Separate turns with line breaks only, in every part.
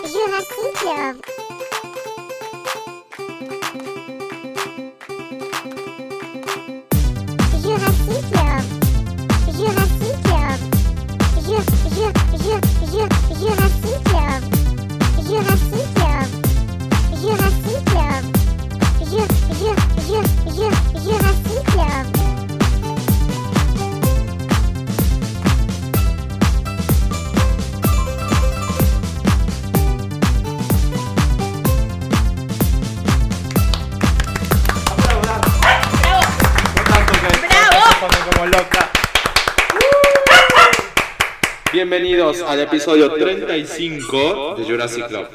Jurassic. Jurassic. Jurassic. Ju- ju- ju- ju- Jurassic. Jurassic. Jurassic. Ju- ju- ju- ju- Jurassic.
Bienvenidos al episodio 35 de Jurassic Club.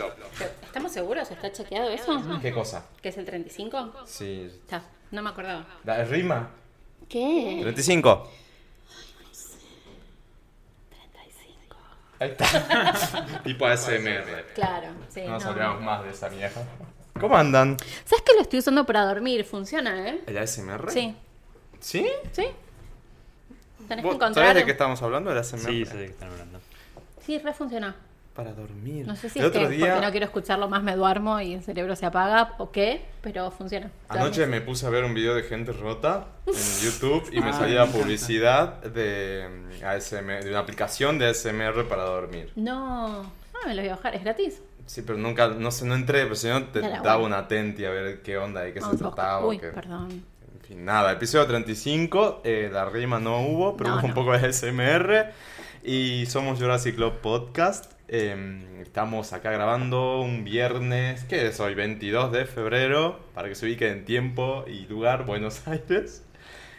¿Estamos seguros? ¿Está chequeado eso?
¿Qué cosa?
¿Que es el 35?
Sí.
Está, no me acordaba.
¿La rima?
¿Qué?
35. Ahí está.
Tipo ASMR.
Claro, sí.
No
No.
nos olvidamos más de esa vieja. ¿Cómo andan?
¿Sabes que lo estoy usando para dormir? Funciona, ¿eh?
¿El ASMR?
Sí,
¿Sí?
sí. Tenés que
¿Vos ¿Sabés
encontrar.
de qué estábamos hablando? ¿El ASMR?
Sí, sé de qué están hablando.
Sí, re funcionó.
Para dormir.
No sé si
el
es que
otro día,
porque no quiero escucharlo más me duermo y el cerebro se apaga o qué, pero funciona.
anoche me puse a ver un video de gente rota en YouTube y me
Ah,
salía
me encanta.
publicidad de, mm, ASMR, de una aplicación de ASMR para dormir.
No, no me lo voy a bajar, es gratis.
Sí, pero nunca, no sé, no entré, pero si no te
Era
daba
bueno.
una atenti a ver qué onda, de qué se
Vamos a buscar.
trataba. o
Uy,
qué-
perdón.
En fin, nada, episodio 35, eh, la rima no hubo, pero
No,
hubo un
no.
poco de SMR y somos Jurassic Club Podcast. eh, estamos acá grabando un viernes, ¿qué es hoy? 22 de febrero, para que se ubique en tiempo y lugar, Buenos Aires.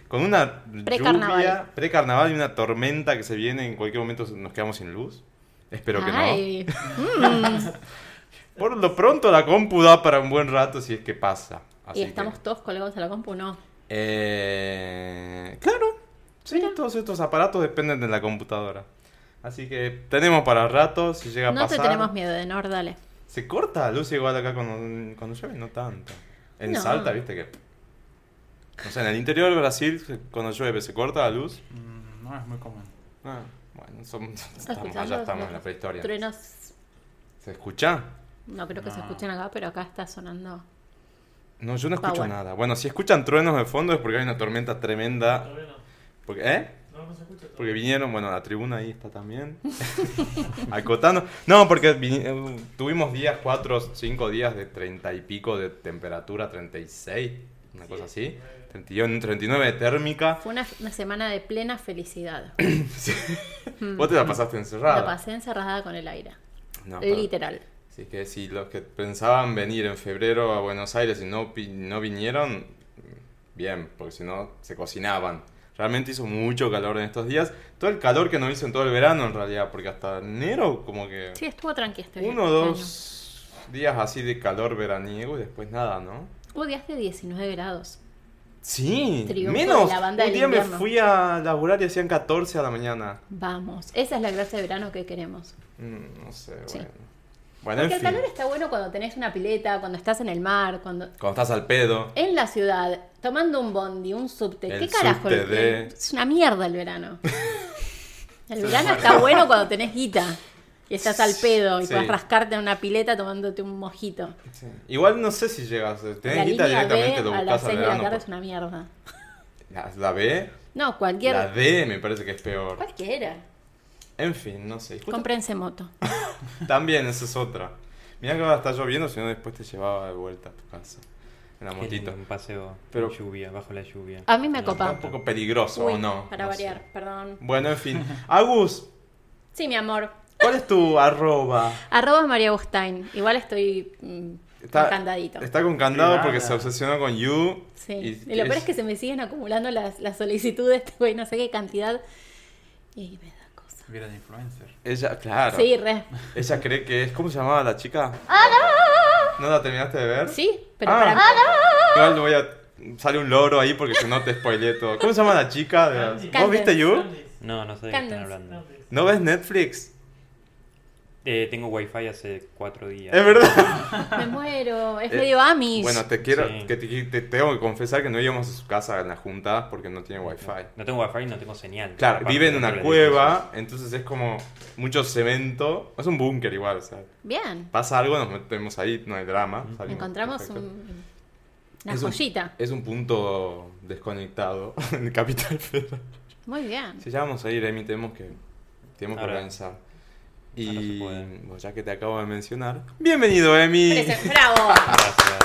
Con una
Precarnaval.
lluvia, precarnaval y una tormenta que se viene, en cualquier momento nos quedamos sin luz. Espero que no.
Ay,
Por lo pronto la compu da para un buen rato si es que pasa. Así
y
que-
estamos todos colgados a la compu, no.
Eh, claro, sí, todos estos aparatos dependen de la computadora. Así que tenemos para rato, si llega a
No te
pasar.
tenemos miedo, de Nor, dale.
Se corta la luz igual acá cuando, cuando llueve, no tanto. En
No.
Salta, viste que... O sea, en el interior de Brasil, se- cuando llueve, ¿se corta la luz?
Mm, No es muy común.
Ah, bueno, son- estamos,
escuchando?
allá estamos en la prehistoria.
Truenos.
¿Se escucha?
No creo que se
No.
escuchen acá, pero acá está sonando.
No, yo no escucho
Power.
nada. Bueno, si escuchan truenos de fondo es porque hay una tormenta tremenda. Porque, ¿Eh? Porque vinieron, bueno, la tribuna ahí está también. Acotando. No, porque vi- eh, tuvimos días, cuatro, cinco días de treinta y pico de temperatura, 36, una cosa así. 31, 39 de térmica.
Fue una, una semana de plena felicidad. Mm.
Vos te Ah, la pasaste encerrada.
La pasé encerrada con el aire.
No, pero-
Literal.
Así que si los que pensaban venir en febrero a Buenos Aires y no, pi- no vinieron, bien, porque si no se cocinaban. Realmente hizo mucho calor en estos días. Todo el calor que no hizo en todo el verano en realidad, porque hasta enero como que
Sí, estuvo tranqui este
uno o
este
dos días así de calor veraniego y después nada, ¿no?
año. Hubo días de 19 grados.
Sí,
Triunfo
menos.
de la banda
Un
del
día me
invierno.
fui a laburar y hacían 14 a la mañana.
Vamos. Esa es la clase de verano que queremos.
Mm, no sé,
Sí.
bueno. Bueno,
Porque
en
el
fin.
calor está bueno cuando tenés una pileta, cuando estás en el mar, cuando.
Cuando estás al pedo.
En la ciudad, tomando un bondi, un subte.
El
¿Qué carajo?
subte
El-
de-
Es una mierda el verano. El verano está bueno cuando tenés guita y estás al pedo y
Sí.
puedes rascarte en una pileta tomándote un mojito.
Sí. Igual no sé si llegas.
la
Tenés guita
línea
directamente,
B
lo
a las
buscas al
6 de la
verano. pues.
tarde es una mierda.
La, la B,
No, cualquier.
la D me parece que es peor.
Cualquiera.
En fin, no sé. Justo-
Comprense moto.
También, esa es otra. Mirá que ahora está lloviendo, si no después te llevaba de vuelta a tu casa. En la
Qué
motito.
lindo, Un paseo
Pero-
Pero... lluvia, bajo la lluvia.
A mí me
Lindo.
Está
copa.
un poco peligroso,
Uy,
¿o no?
Para
No sé.
variar, perdón.
Bueno, en fin. Agus,
Sí, mi amor.
¿cuál es tu arroba?
Arroba María Agustín. Igual estoy mm,
Está,
candadito.
está con candado
Privada.
porque se obsesionó con You.
Sí. Y, lo peor es que se me siguen acumulando las, las solicitudes, güey, no sé qué cantidad. Y me da cosa.
Vida de influencer.
Ella, claro.
Sí, re.
Ella cree que es. ¿Cómo se llamaba la chica? ¿No la terminaste de ver?
Sí, pero
Ah.
para mí.
Igual no voy a. Sale un loro ahí porque si no te spoileé todo. ¿Cómo se llama la chica? de la-
Candy.
¿Vos viste You?
No, no sé de qué están
Candence.
hablando.
¿No ves Netflix?
Eh, tengo wifi hace cuatro días.
Es verdad.
Me muero. Es
Eh,
medio Amish.
Bueno, te quiero,
Sí.
que te, te tengo que confesar que no íbamos a su casa en la junta porque no tiene wifi.
No tengo wifi y no tengo señal.
Claro,
Aparte,
vive en
no
una
tengo
cueva, entonces es como mucho cemento. Es un búnker igual, o sea,
Bien.
pasa algo, nos metemos ahí, no hay drama. salimos,
Encontramos
perfecto.
un- una
Es un-
joyita.
Es un punto desconectado en Capital Federal.
Muy bien.
Si ya vamos a ir, Emi, tenemos que, tenemos que
Ahora.
organizar.
Ahora se
Y
puede.
bueno, ya que te acabo de mencionar, bienvenido, Emi.
Parece- eh, ¡Bravo!
Gracias.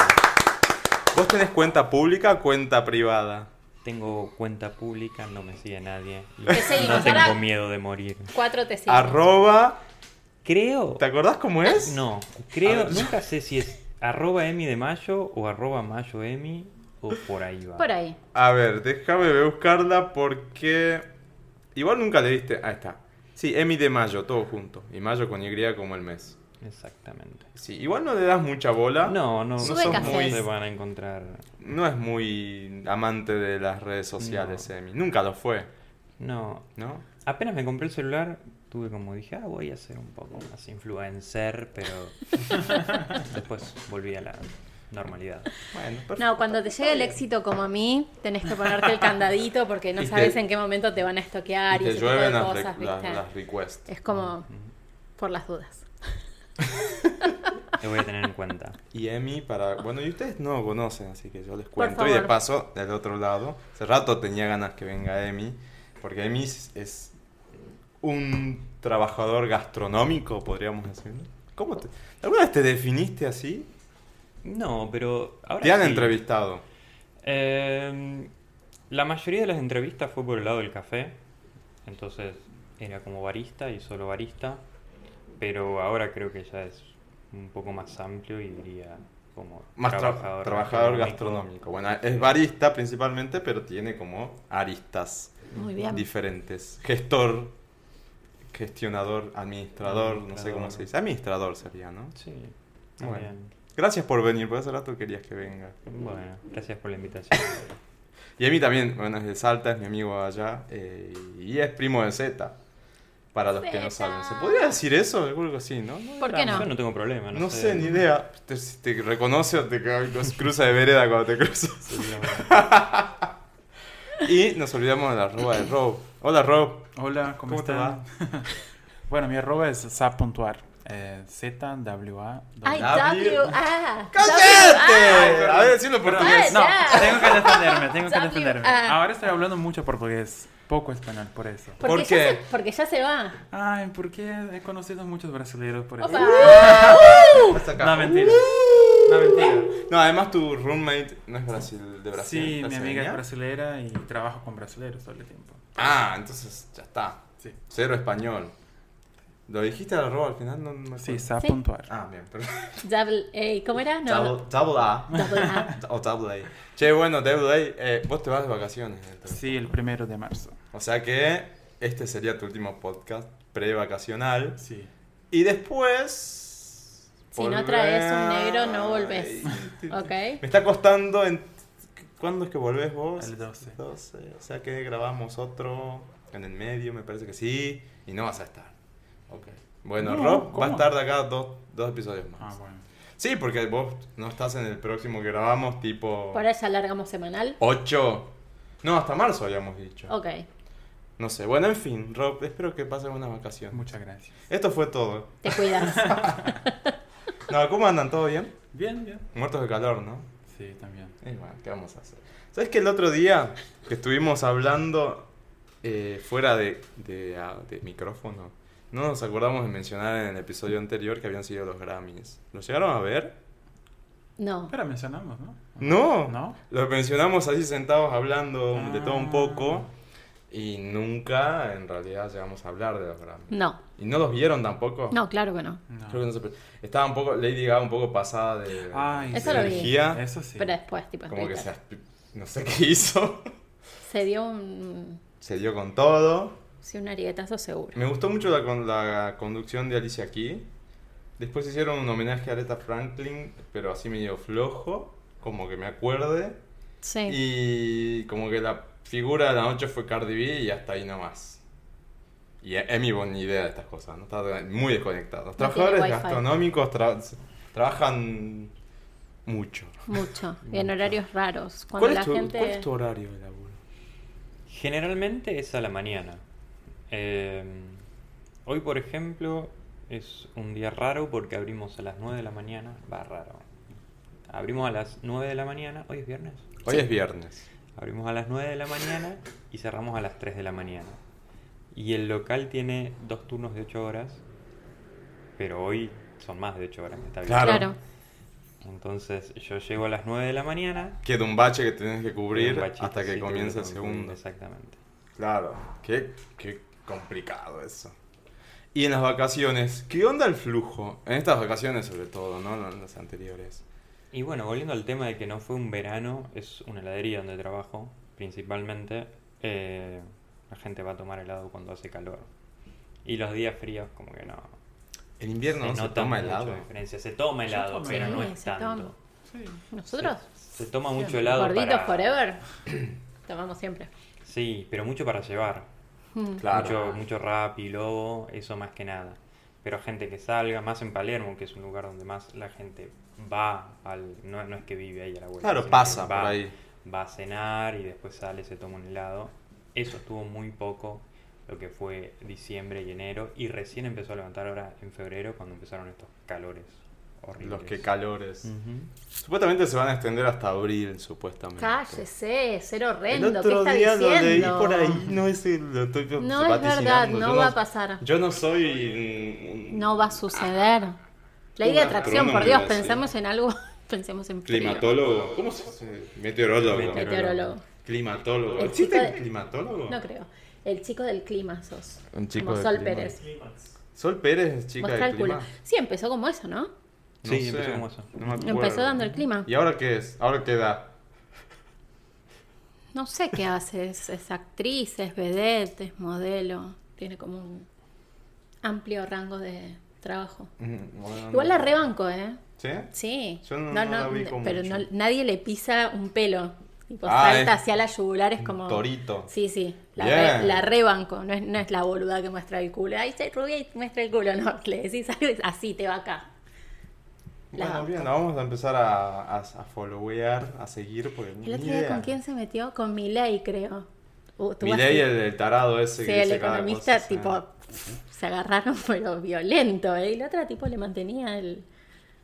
¿Vos tenés cuenta pública o cuenta privada?
Tengo cuenta pública, no me sigue nadie. Y
Te seguimos,
no tengo
ahora-
miedo de morir.
Cuatro te siguen.
Arroba.
Creo.
¿Te acordás cómo es?
No, creo,
A ver.
nunca sé si es arroba emi de mayo o arroba mayo emi o por ahí va.
Por ahí.
A ver, déjame buscarla porque. Igual nunca le diste. Ahí está. Sí, Emi de Mayo, todo junto. Y Mayo con Y como el mes.
Exactamente.
Sí, igual no le das mucha bola.
No, no,
Sube
no
cafés.
se van a encontrar.
No es muy amante de las redes sociales,
No.
Emi. Nunca lo fue,
No,
¿no?
apenas me compré el celular, tuve como dije, ah, voy a ser un poco más influencer, pero después volví a la normalidad.
Bueno,
No, cuando te llega el éxito como a mí, tenés que ponerte el candadito porque no
Y te-
sabes en qué momento te van a
Y
estoquear y,
te
ese tipo de
llueven las,
cosas,
re- las-
¿viste?
las requests.
Es como por las dudas.
Lo voy a tener en cuenta.
Y Emi para... Bueno, y ustedes no lo conocen, así que yo les cuento.
favor.
Y de paso, del otro lado, hace rato tenía ganas que venga Emi, porque Emi es, es un trabajador gastronómico, podríamos decirlo. ¿Cómo te, ¿Alguna vez te definiste así?
No, pero ahora.
Te han
sí.
entrevistado.
Eh, la mayoría de las entrevistas fue por el lado del café. Entonces era como barista y solo barista. Pero ahora creo que ya es un poco más amplio y diría como
Más tra- trabajador, gastronómico. Bueno, es barista principalmente, pero tiene como aristas
Muy bien.
diferentes. Gestor, gestionador, administrador, no sé cómo
Administrador.
se dice. Administrador sería, ¿no?
Sí,
Bueno.
también.
Gracias por venir, por hace rato querías que venga.
Bueno, gracias por la invitación.
Y a mí también, bueno, es de Salta, es mi amigo allá, eh, y es primo de Z, para los que no
Zeta.
saben. ¿Se podría decir eso? Yo creo que sí, ¿no? No,
¿Por
era-
qué
Yo
no?
no tengo problema. No,
No sé, ni idea. Te- Si te reconoce o te ca- nos cruza de vereda cuando te cruzas. Y nos olvidamos de la arroba de Rob. Hola, Rob.
Hola, ¿cómo,
¿Cómo te
están? bueno, mi arroba es sa.ar. Eh, Z, W, A.
Ay,
W.
W, ah. A.
¡Cállate! A ver, decirlo por
Ay,
portugués.
pues, No,
ya.
tengo que defenderme, tengo que
W, ah.
defenderme.
A.
Ahora estoy hablando mucho portugués, poco español, por eso.
Porque,
¿Por
ya
qué?
se, porque ya se va.
Ay, ¿por qué? He conocido muchos brasileños por eso.
Opa.
Hasta acá.
No, mentira. No, mentira.
No, además tu roommate no es Brasil, de Brasil.
Sí, mi amiga es
brasileña.
brasilera y trabajo con brasileños todo el tiempo.
Ah, entonces ya está.
Sí.
Cero español. ¿Lo dijiste al arroba al final? No, no me
Sí,
acuerdo.
sa.ar.
Ah, bien, perdón.
Double A. ¿Cómo era?
Double,
No.
double A.
Double ah. A.
O double A. Che, bueno, double A, eh, vos te vas de vacaciones. entonces.
Sí, el primero de marzo.
O sea que este sería tu último podcast pre-vacacional.
Sí.
Y después...
Si no traes un negro, no volvés.
volvés.
Ok.
Me está costando... en- ¿Cuándo es que volvés vos?
El 12.
12. O sea que grabamos otro en el medio, me parece que sí. Y no vas a estar. Ok. Bueno,
No,
Rob va a
¿cómo?
estar de acá dos, dos episodios más.
Ah, bueno.
Sí, porque vos no estás en el próximo que grabamos, tipo
Por allá largamos semanal.
8. No, hasta marzo habíamos dicho.
Ok.
No sé. Bueno, en fin, Rob, espero que pasen buenas vacaciones.
Muchas gracias.
Esto fue todo.
Te cuidas.
No, ¿cómo andan? ¿Todo bien?
Bien, bien.
Muertos de calor, ¿no?
Sí, también.
Y Eh, bueno, ¿qué vamos a hacer? ¿Sabes que el otro día que estuvimos hablando eh, fuera de, de, ah, de micrófono, no nos acordamos de mencionar en el episodio anterior que habían sido los Grammys? ¿Los llegaron a ver?
No.
Pero mencionamos, ¿no?
No.
¿No?
Los mencionamos así sentados hablando de todo un
Ah.
poco y nunca en realidad llegamos a hablar de los Grammys.
No.
Y no los vieron tampoco.
No, claro que no.
No.
Creo que no se pre- Estaba un poco, Lady Gaga un poco pasada de,
Ay,
de
Eso lo vi.
energía.
Eso sí.
Pero después, tipo,
Como que se,
Twitter.
aspi- no sé qué hizo.
se dio un.
se dio con todo.
Sí, un arietazo seguro.
Me gustó mucho la, con- la conducción de Alicia aquí. Después hicieron un homenaje a Aretha Franklin, pero así medio flojo, como que me acuerde.
Sí.
Y como que la figura de la noche fue Cardi B y hasta ahí nomás. Y Emi, bueno, ni idea de estas cosas, ¿no? Está de- muy desconectado. Los
No tiene
trabajadores
wifi.
gastronómicos tra- trabajan mucho.
Mucho. y en horarios raros. Cuando
¿Cuál
la
es, tu,
gente.
cuál es tu horario de laburo?
Generalmente es a la mañana. Eh, hoy, por ejemplo, es un día raro porque abrimos a las 9 de la mañana. Va raro. Abrimos a las 9 de la mañana. Hoy es viernes.
Hoy es viernes.
Abrimos a las 9 de la mañana y cerramos a las 3 de la mañana. Y el local tiene dos turnos de 8 horas, pero hoy son más de 8 horas que está abierto.
Claro.
Claro.
Entonces yo llego a las 9 de la mañana.
Queda un bache que tenés que cubrir
un bachito,
hasta
sí,
que
tengo
comience el
que cubrir,
segundo.
Exactamente.
Claro, qué, qué complicado eso. Y en las vacaciones, ¿qué onda el flujo? En estas vacaciones sobre todo, ¿no? No En las anteriores.
Y bueno, volviendo al tema de que no fue un verano, es una heladería donde trabajo, principalmente. eh, la gente va a tomar helado cuando hace calor. Y los días fríos, como que no.
En invierno no se
nota
toma
mucho
helado.
diferencia. Se toma helado,
toma
pero no
helado.
es
Sí, se
tanto.
toma. Nosotros.
Se toma mucho helado.
Gorditos
para-
forever. Tomamos siempre.
Sí, pero mucho para llevar.
Mm.
Claro.
Mucho, mucho rap y lobo, eso más que nada. Pero gente que salga, más en Palermo, que es un lugar donde más la gente va al. No, no es que vive ahí a la vuelta.
Claro,
sino que
pasa
va,
por ahí.
Va a cenar y después sale, se toma un helado. Eso estuvo muy poco, lo que fue diciembre y enero. Y recién empezó a levantar ahora en febrero, cuando empezaron estos calores horribles.
Los que calores.
Mm.
Ujú.
Supuestamente se van a extender hasta abril, supuestamente.
Cállese, ser
El
horrendo.
otro
¿Qué
día
está
lo leí
diciendo?
por ahí, no es el- lo estoy
No es verdad,
vaticinando,
no
yo
va a pasar.
Yo no soy mm,
No va a suceder. Ley de
Un
atracción, por
astrónomo
Dios,
iba a decir.
pensemos en algo. Pensemos en frío.
Climatólogo. ¿Cómo se dice? Meteorólogo.
Meteor-
Meteorólogo.
climatólogo.
El
¿Existe
chico de-
climatólogo?
No creo. El chico del clima sos.
Un chico
Como
del
Sol
clima.
Pérez.
Sol Pérez es chica de
Mostrar el culo.
clima.
Sí, empezó como eso, ¿no?
Sí,
sé,
empezó como eso.
no me acuerdo.
Empezó dando el clima.
¿Y ahora qué es? ¿Ahora qué da?
No sé qué hace. Es, es actriz, es vedette, es modelo. Tiene como un amplio rango de trabajo. Igual la rebanco, ¿eh?
¿Sí?
Sí.
Yo no- no la ubico
Pero
mucho.
no- nadie le pisa un pelo. Tipo,
Ah,
salta
es
hacia la yugular, es como.
torito.
Sí, sí. La,
Bien.
re- la rebanco. No es, no es la boluda que muestra el culo. Ahí se rubia y muestra el culo. No, le decís algo y así te va acá. La
Bueno,
banco.
bien, la vamos a empezar a, a, a followear, a seguir, porque
El otro día, ¿con quién se metió? Con Milei, creo. Uh, tuvo
Milei,
así-
el, el tarado ese
Sí,
que
el
dice cada
economista,
cosa, sí.
tipo, se agarraron, pero violento, ¿eh? Y la otra, tipo, le mantenía el...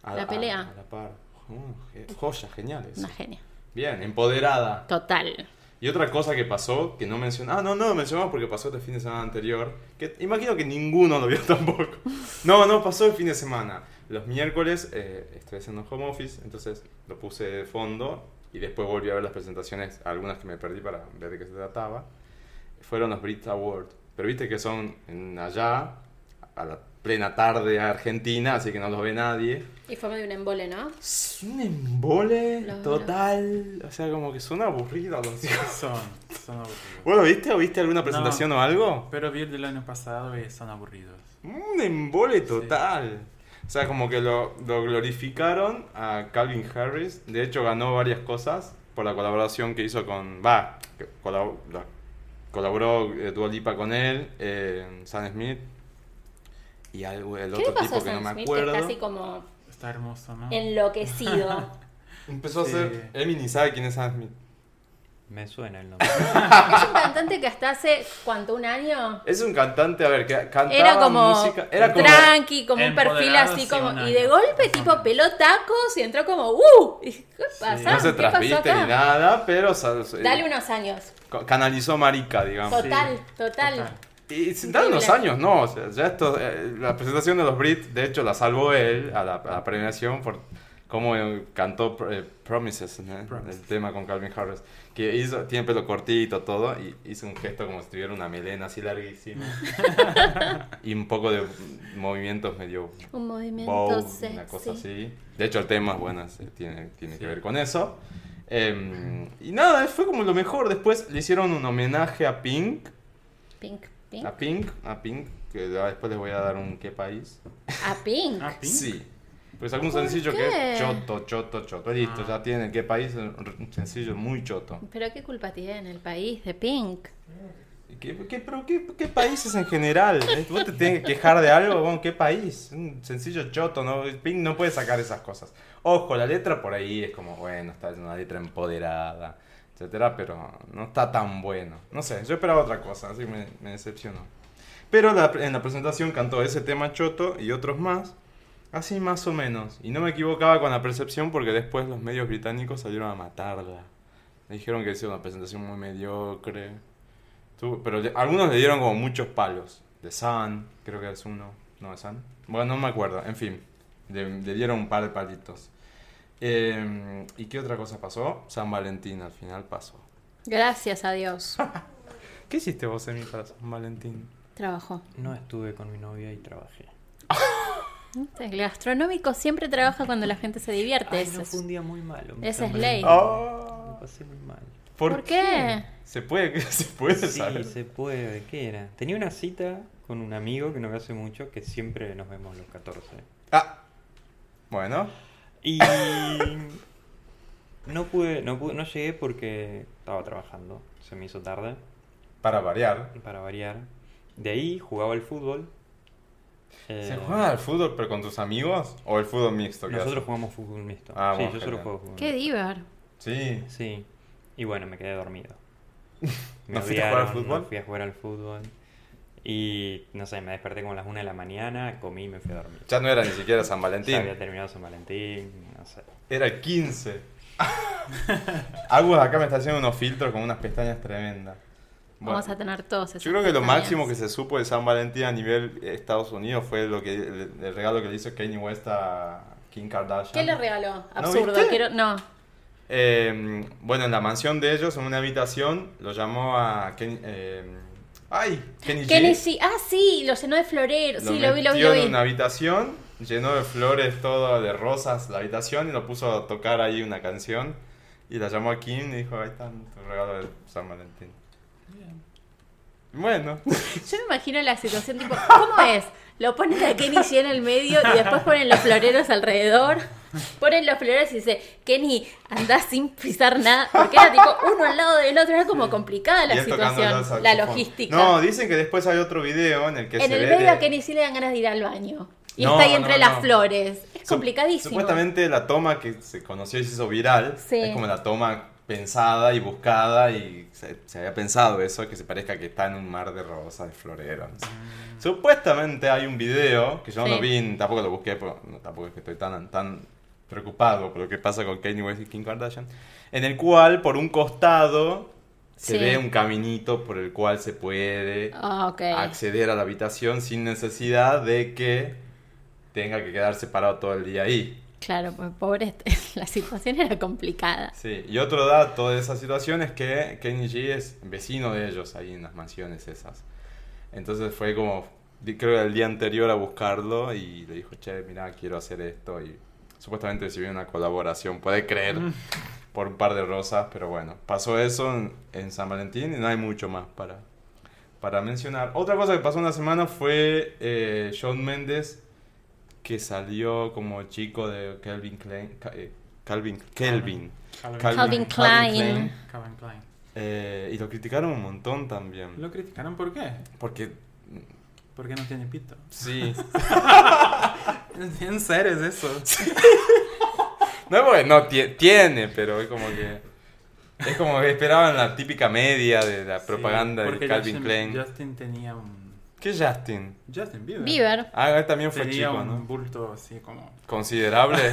A-
la
a-
pelea.
a la par. Uh, ge- joya, genial eso.
Una genia.
Bien, empoderada.
Total.
Y otra cosa que pasó, que no mencionamos, ah, no, no, lo mencionamos porque pasó este fin de semana anterior, que imagino que ninguno lo vio tampoco. No, no, pasó el fin de semana. Los miércoles eh, estoy haciendo home office, entonces lo puse de fondo y después volví a ver las presentaciones, algunas que me perdí para ver de qué se trataba. Fueron los Brit Awards, pero viste que son en allá, a la plena tarde a Argentina, así que no los ve nadie.
Y fue medio un embole, ¿no?
Es un embole
Los-
total, o sea, como que son aburridos los hijos.
Son, son aburridos.
¿Vos lo viste o viste alguna presentación o algo?
Pero vi el del año pasado y son aburridos.
Un embole total. O sea, como que lo, lo glorificaron a Calvin Harris. De hecho, ganó varias cosas por la colaboración que hizo con... Va, que colab- la- colaboró eh, Dua Lipa con él, eh, Sam Smith y algo, el
¿Qué le
otro
pasó a
tipo que no
Sam
me
Smith? Que
acuerdo.
está así como
Está hermoso, ¿no?
enloquecido.
Empezó
Sí.
a ser... Emi ni sabe quién es Sam Smith.
Me suena el nombre.
es un cantante que hasta hace, ¿cuánto? ¿Un año?
Es un cantante, a ver, que cantaba
Era como
música... Era como...
tranqui, como un perfil
Empoderado,
así
sí,
como...
un
Y de
año.
golpe, tipo, peló tacos y entró como ¡Uh! Y, ¿Qué pasa?
No se
¿Qué pasó
trasviste ni
acá?
nada, pero... o sea, eh,
Dale unos años.
Ca- canalizó marica, digamos.
Total, total.
total.
Y sin dar unos años, no. o sea, ya esto, eh, la presentación de los Brits, de hecho, la salvó él a la, a la premiación por cómo eh, cantó eh, Promises, ¿no? el
Promises.
tema con Calvin Harris. Que hizo, tiene pelo cortito, todo, y hizo un gesto como si tuviera una melena así larguísima. y un poco de movimientos medio
Un movimiento
bow,
sexy.
una cosa así. De hecho, el tema es bueno, se- tiene, tiene que ver con eso. Em, y nada, fue como lo mejor. Después le hicieron un homenaje a Pink.
Pink, pink.
A Pink, a Pink, que ya después les voy a dar un qué país.
A Pink.
Ah, Pink.
Sí. Pues algún
¿Por
sencillo
qué?
que es choto, choto, choto. Listo,
Ah.
ya tienen qué país, un sencillo muy choto.
Pero qué culpa tiene el país de Pink.
¿Qué, qué- pero qué, qué países en general? ¿Eh? ¿Vos te tienes que quejar de algo? Bueno, ¿Qué país? Un sencillo choto, ¿no? Pink no puede sacar esas cosas. Ojo, la letra por ahí es como, bueno, está es una letra empoderada, etcétera, pero no está tan bueno. No sé, yo esperaba otra cosa, así que me, me decepcionó. Pero la- en la presentación cantó ese tema choto y otros más, así más o menos. Y no me equivocaba con la percepción porque después los medios británicos salieron a matarla. Me dijeron que hicieron una presentación muy mediocre. Estuvo- Pero le- algunos le dieron como muchos palos. De San, creo que es uno. No, de San. Bueno, no me acuerdo. En fin, le, le dieron un par de palitos. Eh, ¿Y qué otra cosa pasó? San Valentín al final pasó.
Gracias a Dios.
¿Qué hiciste vos, Emi, para San Valentín?
Trabajó.
No estuve con mi novia y trabajé.
El gastronómico siempre trabaja cuando la gente se divierte.
Ay,
eso
no,
es-
fue un día muy malo. mi
esa es
San
ley.
Valentín.
Ah.
Me pasé muy mal.
¿Por, qué?
¿Se puede, se puede
Sí,
saber?
se puede. ¿Qué era? Tenía una cita con un amigo que no veo hace mucho, que siempre nos vemos los 14.
Ah, bueno.
Y no pude, no pude, no llegué porque estaba trabajando. Se me hizo tarde,
Para variar.
para variar. De ahí jugaba al fútbol. Eh,
¿Se juega al fútbol pero con tus amigos? ¿O el fútbol mixto? que
Nosotros
hacen?
jugamos fútbol mixto.
Ah,
sí,
bueno,
yo solo
genial.
juego fútbol
Qué
mixto.
divar.
Sí.
Sí. Y bueno, me quedé dormido.
¿No fuiste a jugar al
odiaron,
fútbol?
No fui a jugar al fútbol. Y no sé, me desperté como a las 1 de la mañana, comí y me fui a dormir.
Ya no era ni siquiera San
Ya
Valentín.
había terminado San Valentín, no sé.
Era el 15. Agus acá me está haciendo unos filtros con unas pestañas tremendas. Bueno,
Vamos a tener todos esos
yo creo que lo
pestañas.
máximo que se supo de San Valentín a nivel eh, Estados Unidos fue lo que el, el regalo que le hizo Kanye West a Kim Kardashian.
¿Qué le regaló?
¿No
Absurdo.
viste?
quiero... No.
Eh, bueno, en la mansión de ellos, en una habitación, lo llamó a Ken- eh, ay, Kenny G.
Kenny G. Ah, sí, lo llenó de florero. sí, lo vi, lo vi,
metió
lo vi.
en una habitación, llenó de flores todo, de rosas la habitación y lo puso a tocar ahí una canción. Y la llamó a Kim y dijo, ahí está tu regalo de San Valentín. Bueno,
Yo me imagino la situación tipo, ¿cómo es? Lo ponen a Kenny G en el medio y después ponen los floreros alrededor. Ponen los floreros y dice, Kenny, andás sin pisar nada. Porque era tipo uno al lado del otro, era como complicada
y
la
él tocando el
situación, la
saxofón.
logística.
No, dicen que después hay otro video en el que
en
se
el
ve
medio
de-
a Kenny G le dan ganas de ir al baño. Y
No,
está ahí
no,
entre
no.
las flores. Es
Sup-
complicadísimo.
Supuestamente la toma que se conoció y se hizo viral
Sí.
es como la toma pensada y buscada y se, se había pensado eso, que se parezca que está en un mar de rosas, de floreros. Supuestamente hay un video, que yo no
Sí.
lo vi, ni tampoco lo busqué, pero no, tampoco es que estoy tan, tan preocupado por lo que pasa con Kanye West y Kim Kardashian, en el cual por un costado se
Sí.
ve un caminito por el cual se puede
Ah, ok.
acceder a la habitación sin necesidad de que tenga que quedarse parado todo el día ahí.
Claro, pues, pobre, este, la situación era complicada.
Sí, y otro dato de esa situación es que Kenny G es vecino de ellos ahí en las mansiones esas. Entonces fue como, di- creo que el día anterior a buscarlo y le dijo, che, mira, quiero hacer esto y supuestamente recibió una colaboración, puede creer,
Mm.
por un par de rosas, pero bueno, pasó eso en, en San Valentín y no hay mucho más para, para mencionar. Otra cosa que pasó una semana fue eh, Shawn Mendes que salió como chico de Calvin Klein. Ca- eh, Calvin, Kelvin.
Calvin,
Calvin Klein.
Calvin Klein.
Eh, y lo criticaron un montón también.
¿Lo criticaron por qué?
Porque,
Porque no tiene pito.
sí.
¿En serio es eso?
No es porque no tie- tiene, pero es como que. Es como que esperaban la típica media de la propaganda
Sí,
de
porque
Calvin
Justin,
Klein.
Justin tenía un.
¿Qué Justin?
Justin Bieber.
Bieber.
Ah, él también fue
Tenía
chico,
un
¿no?
bulto así como.
Considerable.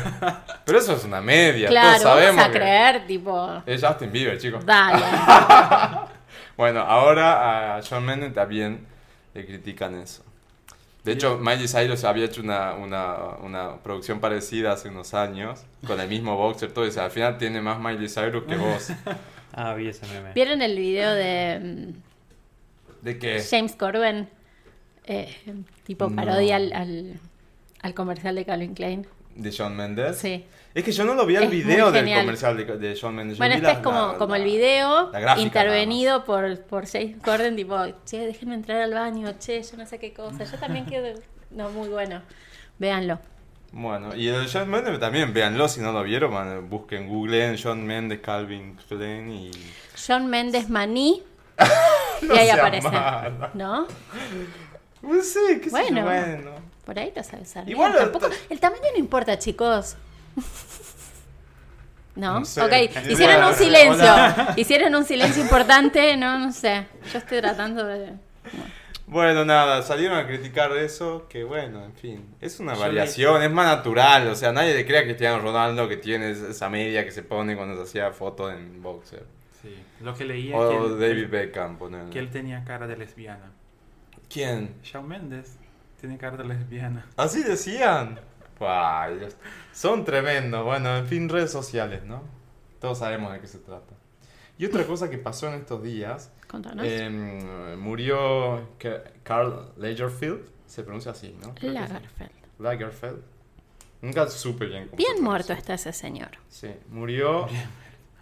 Pero eso es una media.
claro,
todos sabemos.
vamos a
que
creer, tipo,
Es Justin Bieber, chicos.
dale.
Bueno, ahora a Shawn Mendes también le critican eso. De hecho, Miley Cyrus había hecho una, una, una producción parecida hace unos años con el mismo boxer, todo eso. Al final tiene más Miley Cyrus que vos.
Ah, vi ese meme.
¿Vieron el video de mm,
¿De qué?
James Corbin? Eh, tipo
No.
parodia al, al, al comercial de Calvin Klein.
¿De Shawn Mendes?
Sí.
Es que yo no lo vi el
Es muy
video del
genial.
comercial de, de Shawn Mendes. Yo
bueno,
vi
este
la-
es como,
la-
como el
la-
video
la gráfica
intervenido por, por James Corden, tipo, che, déjenme entrar al baño, che, yo no sé qué cosa. Yo también quedo. No, muy bueno. Véanlo.
Bueno, y el Shawn Mendes también, véanlo si no lo vieron, man, busquen, googleen Shawn Mendes, Calvin Klein y...
John Méndez Maní. y ahí
sea
aparece.
mala.
¿No?
No sé, qué sé yo,
Bueno.
bueno.
Por ahí lo sabes usar.
Igual
Bien,
lo-
tampoco. El tamaño no importa, chicos. ¿No?
No sé.
Ok, hicieron
Bueno,
un silencio.
hola.
Hicieron un silencio importante. No, no sé. Yo estoy tratando de.
Bueno, nada, salieron a criticar eso, que bueno, en fin, es una
Yo
variación, es más natural, o sea, nadie le crea a Cristiano Ronaldo que tiene esa media que se pone cuando se hacía foto en boxer.
Sí, lo que leía
O
que, él-
David Beckham, ponele.
que él tenía cara de lesbiana.
¿Quién?
Shawn Mendes tiene cara de lesbiana.
¿Así decían? Buah, ellos son tremendos, bueno, en fin, redes sociales, ¿no? Todos sabemos de qué se trata. Y otra cosa que pasó en estos días
Contanos.
Em, murió Ca- Carl Lagerfeld, se pronuncia así, ¿no? Creo que sí.
Lagerfeld.
Lagerfeld. Nunca supe bien cómo se
Bien
pronuncia.
muerto está ese señor.
Sí, murió.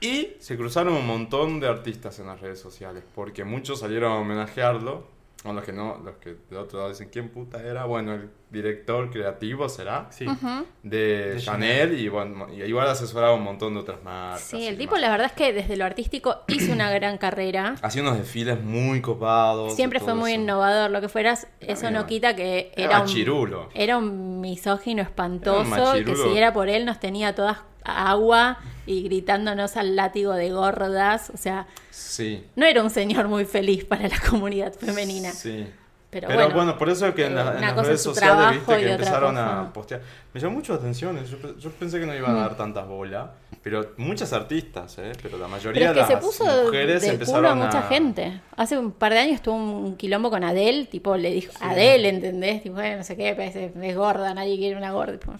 Y se cruzaron un montón de artistas en las redes sociales, porque muchos salieron a homenajearlo. O los que no, los que de otro lado dicen, ¿quién puta era? Bueno, el director creativo será
Sí.
Ujú.
de,
De
Chanel, y bueno, y igual asesoraba un montón de otras marcas.
Sí,
y demás.
el tipo, la verdad es que desde lo artístico hizo una gran carrera.
Hacía unos desfiles muy copados.
Siempre
todo
fue muy
eso.
innovador, lo que fueras.
Era
Eso
bien.
no quita que
Era
era un. eh,
machirulo.
Era un misógino
Era un
espantoso
machirulo.
que si era por él nos tenía todas a agua y gritándonos al látigo de gordas. O sea,
Sí.
no era un señor muy feliz para la comunidad femenina.
Sí.
Pero,
Pero
bueno,
bueno, por eso es que en, la-
eh,
en
una
las
cosa
redes
es su
sociales
trabajo
viste
y
que
otra
empezaron a
cosa. Mm.
postear. Me llamó mucho la atención, eh, yo, pe- yo pensé que no iban a dar tantas bolas, pero muchas artistas, ¿eh? pero la
pero
mayoría
es que
de
se
las
puso
mujeres
de culo
empezaron
a mucha gente. Hace un par de años tuvo un quilombo con Adele, tipo le dijo, Adele, ¿entendés? Tipo, "Eh, no sé qué, parece, es gorda, nadie quiere una gorda. Tipo,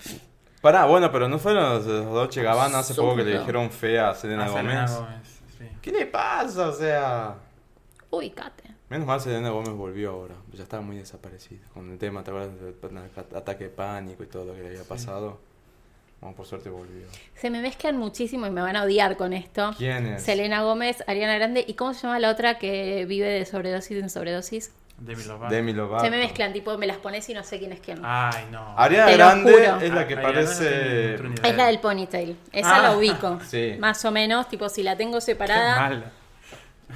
Pará, bueno, pero no fueron los de Dolce Gabbana hace poco que le
Absurdo.
dijeron fea a Selena
Ah, Selena
Gómez.
Gómez, sí.
¿Qué le pasa? O sea...
Uy, Kate.
Menos mal Selena Gómez volvió ahora, ya estaba muy desaparecida con el tema, ¿te acuerdas del pa- ataque de pánico y todo lo que le había pasado? Bueno, por suerte volvió.
Se me mezclan muchísimo y me van a odiar con esto.
¿Quién es?
Selena Gómez, Ariana Grande y ¿cómo se llama la otra que vive de sobredosis en sobredosis?
Demi Lovato.
Demi Lovato.
Se me mezclan, tipo, me las pones y no sé quién es quién.
Ah,
Ay, no.
Ariana
Te lo juro.
Grande es la que
Ariana no tiene
parece.
otro nivel.
Es la del ponytail. Esa
Ah,
la ubico.
eh. sí.
Más o menos, tipo, si la tengo
Qué
separada.
mala.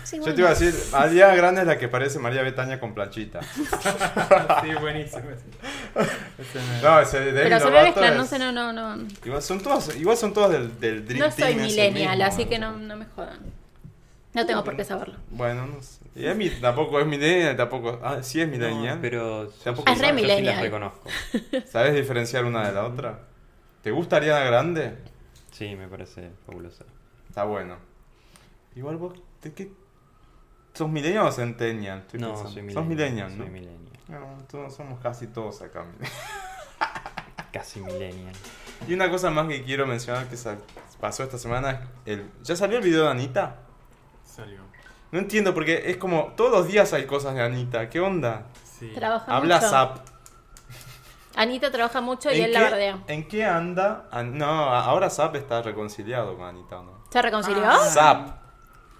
Sí,
Yo
bueno.
te iba a decir, Ariana Grande es la que parece María Betaña con planchita.
Sí, buenísimo. Ese me-
No, ese de Demi
Pero se me
Lovato
mezclan,
es-
no sé, no, no, no.
Igual son todas, igual son todas del, del Dream
No soy
Team ese
millennial,
mismo, Ah,
así que no, no me jodan. No tengo por qué saberlo.
Bueno, no sé. Y Emi tampoco es millennial, tampoco. Ah, sí es millennial.
No, pero son-
Tampoco
son-
es re
yo sí las
millennial.
reconozco.
¿Sabes diferenciar una de la otra? ¿Te gusta Ariana Grande?
Sí, me parece fabulosa.
Está bueno. Igual vos, ¿de qué? ¿Sos millennial o centennial? Estoy
No,
pensando.
soy
Sos
millennial.
millennial,
Soy
¿no?
millennial.
No, todos somos casi todos acá.
Ah, Casi millennial.
Y una cosa más que quiero mencionar que sa- pasó esta semana, el, ¿ya salió el video de Anita?
Salió.
No entiendo porque es como todos los días hay cosas de Anita, ¿qué onda?
Sí.
Trabaja
Habla
mucho.
Zap.
Anita trabaja mucho y
¿En
él la
qué,
bardea.
¿En qué anda? An- no, a- ahora Zap está reconciliado con Anita, ¿o ¿no?
¿Se reconcilió?
Ah.
Zap.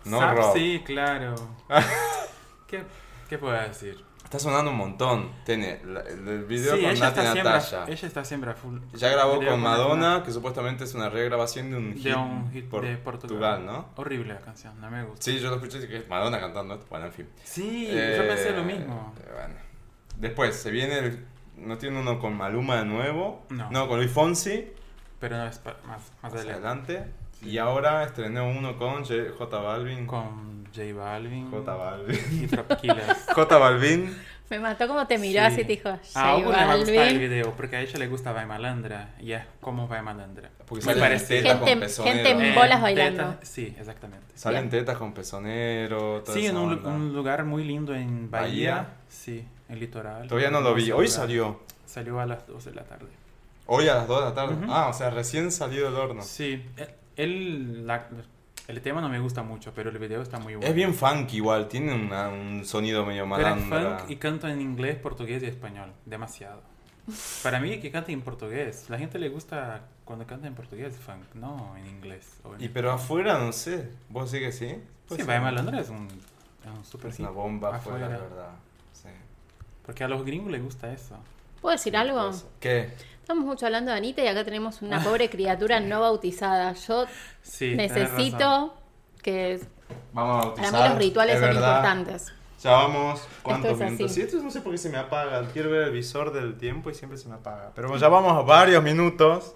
No
Zap,
Rob.
Sí, claro. ¿Qué, ¿Qué puedo decir?
Está sonando un montón. Tiene la- el, el video
sí,
con
ella
Nati
está, siempre, a-
Natasha.
ella está siempre a full.
Ya grabó
Video
con Madonna,
Madonna.
que supuestamente es una regrabación de un hit,
de un hit
por-
de Portugal.
¿no?
Horrible la canción, no me gusta.
Sí, yo lo escuché y que es Madonna cantando esto. Bueno, en fin.
Sí,
Eh,
yo pensé lo mismo.
eh, bueno. Después, se viene el... ¿No tiene uno con Maluma de nuevo?
No.
con Luis Fonsi.
Pero no es pa- más, más
Hacia
adelante.
adelante. Y ahora estrenó uno con J, J Balvin.
Con J Balvin.
J Balvin.
Y Trap Killers.
J Balvin.
Me mató como te miró
Sí.
así y te dijo,
Ah,
A
"J
Hugo le va a gustar el
Balvin".
video porque a ella le gusta Vai Malandra. Y es como Vai Malandra.
Porque
Me
salen
parece-
tetas con
Gente-
pezonero.
gente- En
Eh,
bolas bailando.
tetas- sí, exactamente.
Salen tetas con pezonero. toda
Sí,
esa
en un, lu-
onda.
un lugar muy lindo en Bahía.
Bahía.
Sí, en litoral.
Todavía no lo vi.
Ese
Hoy
lugar.
salió.
Salió a las 2 de la tarde.
Hoy a las 2 de la tarde.
Ujú.
Ah, o sea, recién salido del horno.
Sí, eh, el, la- el tema no me gusta mucho, pero el video está muy bueno.
Es bien funk igual, tiene una- un sonido medio
Pero es
malandra.
funk y canto en inglés, portugués y español. Demasiado. Para mí que cante en portugués. La gente le gusta cuando canta en portugués funk, no en inglés. obviamente.
Y pero afuera, no sé. ¿Vos decís que sí? Pues
sí, Bahía Malandra es un, es un super
Es una
hit.
bomba afuera,
Afuera.
la verdad. Sí.
Porque a los gringos les gusta eso.
¿Puedo decir algo?
Pues, ¿Qué?
Estamos mucho hablando de Anita y acá tenemos una pobre criatura no bautizada. Yo
Sí, tenés razón.
necesito que...
Vamos a
Para
bautizar.
mí los rituales
es
son
verdad.
importantes.
Ya vamos, ¿cuántos
Esto es
minutos?
así.
Sí, esto no sé por qué se me apaga. Quiero ver el visor del tiempo y siempre se me apaga. Pero bueno, ya vamos a varios minutos.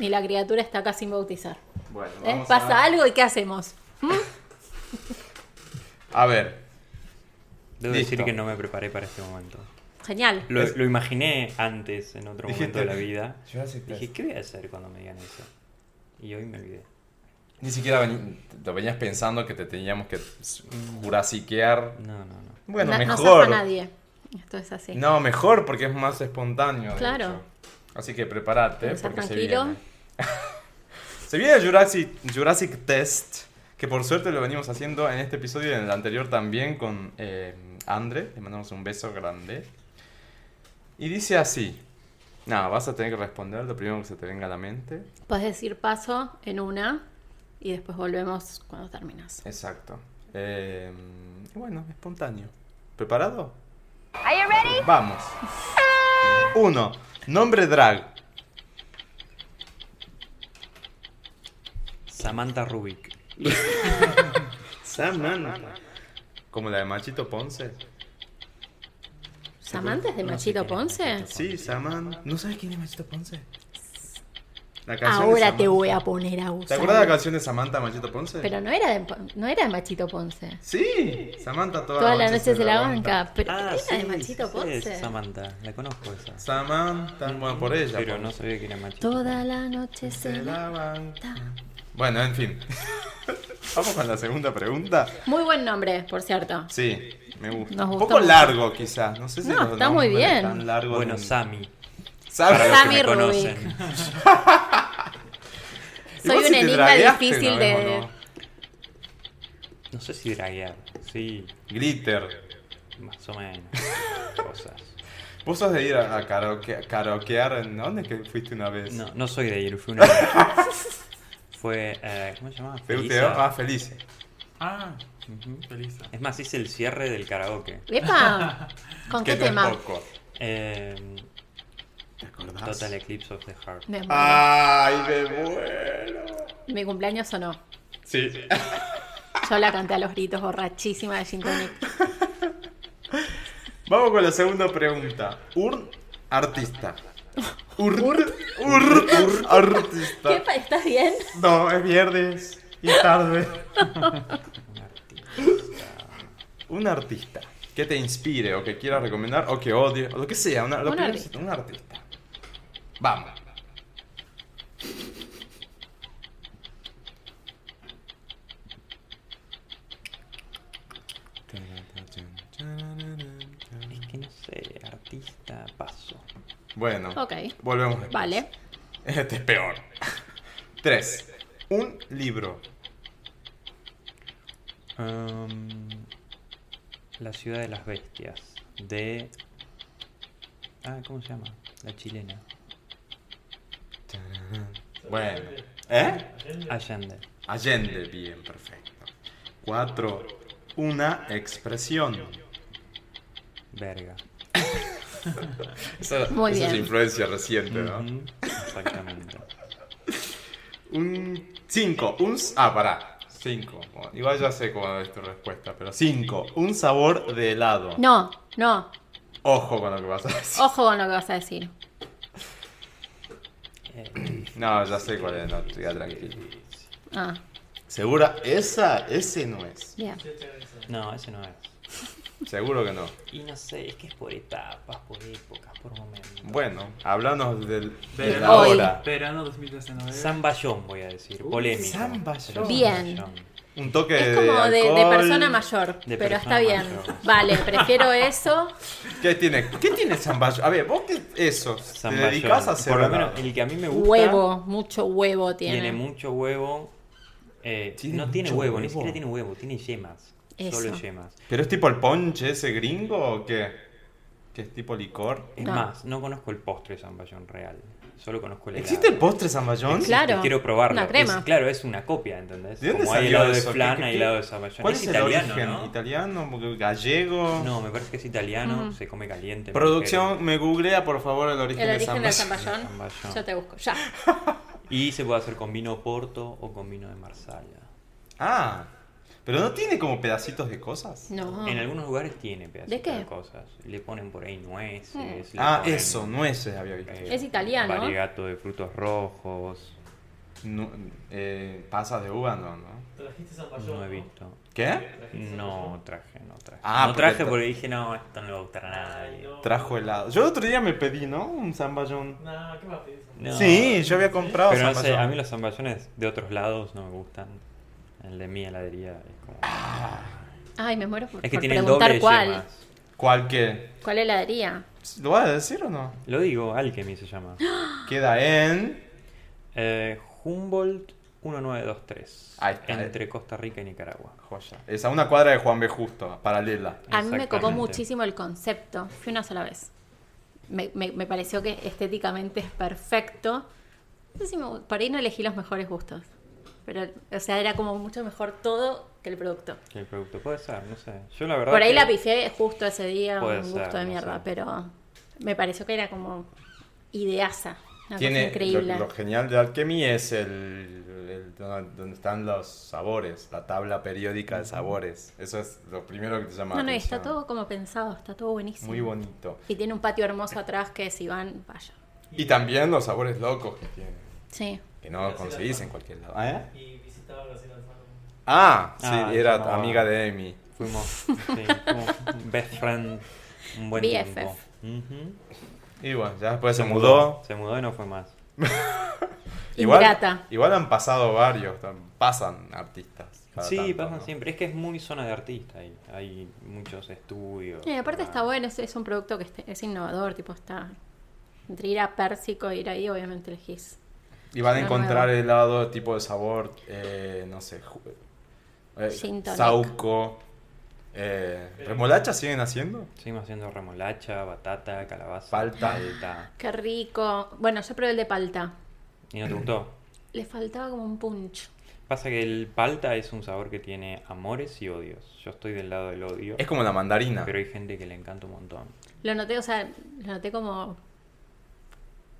Ni la criatura está acá sin bautizar.
Bueno,
¿Eh?
vamos
Pasa
a...
algo y ¿qué hacemos?
A ver,
Debo
Listo.
decir que no me preparé para este momento.
Genial.
Lo,
Es-
lo imaginé antes, en otro momento de la vida.
Jurassic
Dije,
Park.
¿qué voy a hacer cuando me digan eso? Y hoy me olvidé.
Ni siquiera veni- lo venías pensando que te teníamos que s- jurassiquear.
No, no, no.
Bueno,
Na- No
mejor.
seas a nadie. Esto es así.
No, mejor porque es más espontáneo. de
Claro.
hecho. Así que prepárate
Pensá
porque
tranquilo.
se viene. se viene el Jurassic, Jurassic Test, que por suerte lo venimos haciendo en este episodio y en el anterior también con eh, Andre. Le mandamos un beso grande. Y dice así. Nada, vas a tener que responder lo primero que se te venga a la mente.
Puedes decir paso en una y después volvemos cuando terminas.
Exacto. Eh, y bueno, espontáneo. ¿Preparado? Vamos. Uno. Nombre drag.
Samantha Rubik.
Samantha. Como la de Machito Ponce.
¿Samantha es de
No sé
Machito
quién es
Ponce?
Machito.
Sí, Samantha. ¿No sabes quién es Machito Ponce? La de
Ahora te
Samantha.
voy a poner a usar.
¿Te acuerdas de la canción de Samantha Machito Ponce?
Pero no era de, Pon- no era de Machito Ponce.
Ah, Sí, Samantha toda,
Toda la noche se la banca. Pero
Ah,
era
sí,
de Machito
sí,
Ponce.
es Samantha. La conozco esa.
Samantha, bueno, por ella.
Pero
por-
no sabía que era Machito.
Toda la noche se
se la
la...
banca. Bueno, en fin. Vamos con la segunda pregunta.
Muy buen nombre, por cierto.
Sí, me gusta.
Nos
un
gustó
poco
mucho.
largo quizás, no sé si
No,
los
está muy
nombres
bien.
tan largos
Bueno,
de-
Sammy.
Sammy.
Para los que
Sammy
me
Rubik.
conocen.
Soy
Igual
un
si te
enigma
dragueaste
difícil
una vez,
de...
¿o no?
No sé si draguear. Sí,
Glitter.
más o menos. Cosas.
Vos sos de ir a, a karaoke- karaokear, en ¿dónde es que fuiste una vez?
No, no soy de ir, fue una vez. Fue, eh, ¿cómo se llamaba?
¿Te
Felisa.
Ah, feliz.
Ah,
Ujú.
feliz.
Es más, hice el cierre del karaoke.
¡Epa! ¿Con qué
Que
tema?
tampoco.
Eh,
¿Te acordás?
Total Eclipse of the Heart.
Me muero.
Ah.
Ay, me muero.
Mi cumpleaños o no.
Sí.
Yo la canté a los gritos, borrachísima de Gin Tonic.
Vamos con la segunda pregunta. Urn, artista. Urn, urn, urn, artista.
¿Qué pa- ¿Estás bien?
No, es viernes y tarde. un artista que te inspire o que quieras recomendar o que odie o lo que sea. Una, lo
Un
que-
artista.
un artista. Vamos.
Es que no sé, artista, paso.
Bueno,
Ok.
volvemos. después.
Vale.
Este es peor. Tres. Un libro.
Um, la ciudad de las bestias. De. Ah, ¿cómo se llama? La chilena.
Bueno. ¿Eh?
Allende.
Allende, bien, perfecto. Cuatro. Una expresión.
Verga.
Esa,
Muy
esa es
bien.
influencia reciente, ¿no?
Ujú, Exactamente.
Un 5. Un, s- ah, pará. 5. Igual ya sé cuál es tu respuesta, pero 5. Un sabor de helado.
No, no.
Ojo con lo que vas a decir.
Ojo con lo que vas a decir.
Eh,
No, ya sé cuál es, no, ya tranquilo.
Ah,
¿Segura? Esa, ese no es.
bien.
no, ese no es.
Seguro que no.
Y no sé, es que es por etapas, por épocas, por momentos.
Bueno, hablanos del, de
Verano-
la
Hoy.
hora.
Verano 2019.
Zambayón voy a decir,
Uh,
polémico.
Zamballón.
Bien.
Un toque
Es como de, de
alcohol.
persona mayor,
Eh, De
pero está
persona
bien.
mayor.
Vale, prefiero eso.
¿Qué tiene, ¿qué tiene Zamballo? A ver, vos qué eso. ¿Te
Zamballón.
dedicas a hacer
Por lo
helado?
menos el que a mí me gusta.
Huevo, mucho huevo
Tiene,
tiene.
mucho huevo. Eh,
¿Tiene
no tiene
mucho
huevo, ni
huevo?
siquiera tiene huevo, tiene yemas.
Eso.
Solo yemas.
¿Pero es tipo el ponche ese gringo o qué? ¿Que es tipo licor?
Es
No.
más, no conozco el postre Zamballón real. Solo conozco el helado.
¿Existe el postre Zamballón?
Existe,
Claro,
Quiero probarlo.
una crema.
Es- claro, es una copia, ¿entendés?
¿De dónde
Como hay
salió
helado de
eso? ¿Qué-
flan,
qué-
hay
qué-
helado de Zamballón.
¿Cuál es,
es,
el
italiano,
origen?
¿no?
¿Italiano? ¿Gallego?
No, me parece que es italiano,
Mm.
se come caliente. me
Producción, me googlea por favor el origen,
El origen
de
del
Zamballón.
El
zamballón.
zamballón.
Yo te busco, ya.
dijeron. Y se puede hacer con vino Porto o con vino de Marsala.
Ah, Pero no tiene como pedacitos de cosas.
No.
En algunos lugares tiene pedacitos
Ah. ¿De qué?
cosas. Le ponen por ahí nueces. le
Ah,
ponen,
eso, nueces había visto.
eh,
Es italiano.
Variegato de frutos rojos.
Nu- eh, pasas de uva, no, ¿no?
Trajiste zapallón.
No he visto.
¿Qué?
¿Trajiste
No traje, no traje.
Ah,
no
porque
traje
está-
porque dije, no, esto no le va a gustar a
Ay,
nadie.
no.
Trajo helado. Yo el otro día me pedí, ¿no? Un zamballón.
Nah, ¿qué más piensas?
No.
Sí, yo había comprado
Pero no sé,
zamballón.
a mí los zamballones de otros lados no me gustan. El de mi heladería es como.
Ah.
Ay, me muero por,
Es que
por
tienen doble
preguntar
de
cuál.
yemas.
¿Cuál qué?
¿Cuál heladería?
¿Lo vas a decir o no?
Lo digo, Alchemy se llama.
Queda en...
Eh, Humboldt 1923.
Ahí está. eh.
Entre Costa Rica y Nicaragua.
Joya. Es a una cuadra de Juan B. Justo, paralela.
A mí me copó
Exactamente.
muchísimo el concepto. Fui una sola vez. Me, me- me pareció que estéticamente es perfecto. No sé si me- por ahí no elegí los mejores gustos. Pero, o sea, era como mucho mejor todo que el producto.
Que El producto puede ser, no sé. Yo la verdad.
Por ahí
que-
la pifié justo ese día,
Puede
un
ser,
gusto de
no
mierda,
sé.
pero me pareció que era como ideasa. Una
Tiene,
cosa increíble.
Lo, lo genial de Alchemy es el, el- donde están los sabores, la tabla periódica de sabores. Eso es lo primero que te llama
no,
la
no, y
atención.
está todo como pensado, está todo buenísimo.
Muy bonito.
Y tiene un patio hermoso atrás que si van, vaya.
Y también los sabores locos que tiene,
Sí.
que no
Gracias,
conseguís
Alfaro.
en cualquier lado. ¿Ah, eh?
Y visitaba a Graciela Alfaro.
Ah, sí,
Ah,
era
no.
amiga de Emi.
Fuimos, sí, fuimos best friend un buen
BFF.
tiempo. Ujú.
Y bueno, ya después se mudó.
Se mudó y no fue más.
Ingrata.
Igual, igual han pasado varios, tam- pasan artistas. cada
sí,
tanto,
pasan
¿no?
siempre. Es que es muy zona de artista ahí. Hay muchos estudios.
Y aparte
demás.
está bueno, es, es un producto que este- es innovador, tipo está... Entre ir a Pérsico e ir ahí, obviamente elegís.
Y van a
Una
encontrar
nueva.
helado, tipo de sabor, eh, no sé, ju- eh,
Gin tonic.
sauco. Eh, ¿Remolachas siguen haciendo?
Seguimos haciendo remolacha, batata, calabaza.
Palta.
palta.
Qué rico. Bueno, yo probé el de palta.
¿Y no te gustó?
Le faltaba como un punch.
Pasa que el palta es un sabor que tiene amores y odios. Yo estoy del lado del odio.
Es como la mandarina.
Pero hay gente que le encanta un montón.
Lo noté, o sea, lo noté como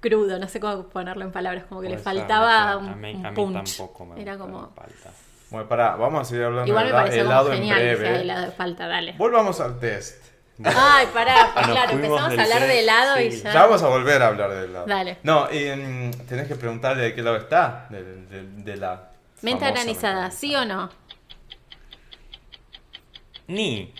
crudo, no sé cómo ponerlo en palabras, como que le
Puede ser,
faltaba
no sé.
un,
a mí,
un
a mí
punch.
tampoco me
Era
gusta
como...
la palta.
Bueno, pará, vamos a seguir hablando
Igual
de
me
hela-
pareció como
helado en
genial que sea
breve.
helado de palta, dale.
Volvamos al test.
Ay, pará, pues
Nos
claro,
fuimos
empezamos
del
a hablar de
test,
helado y
sí.
ya...
Ya vamos a volver a hablar del helado.
Dale.
No, em, tenés que preguntarle de qué lado está, de, de- de la...
Menta
famosa
granizada,
menta
¿sí o no?
Ni.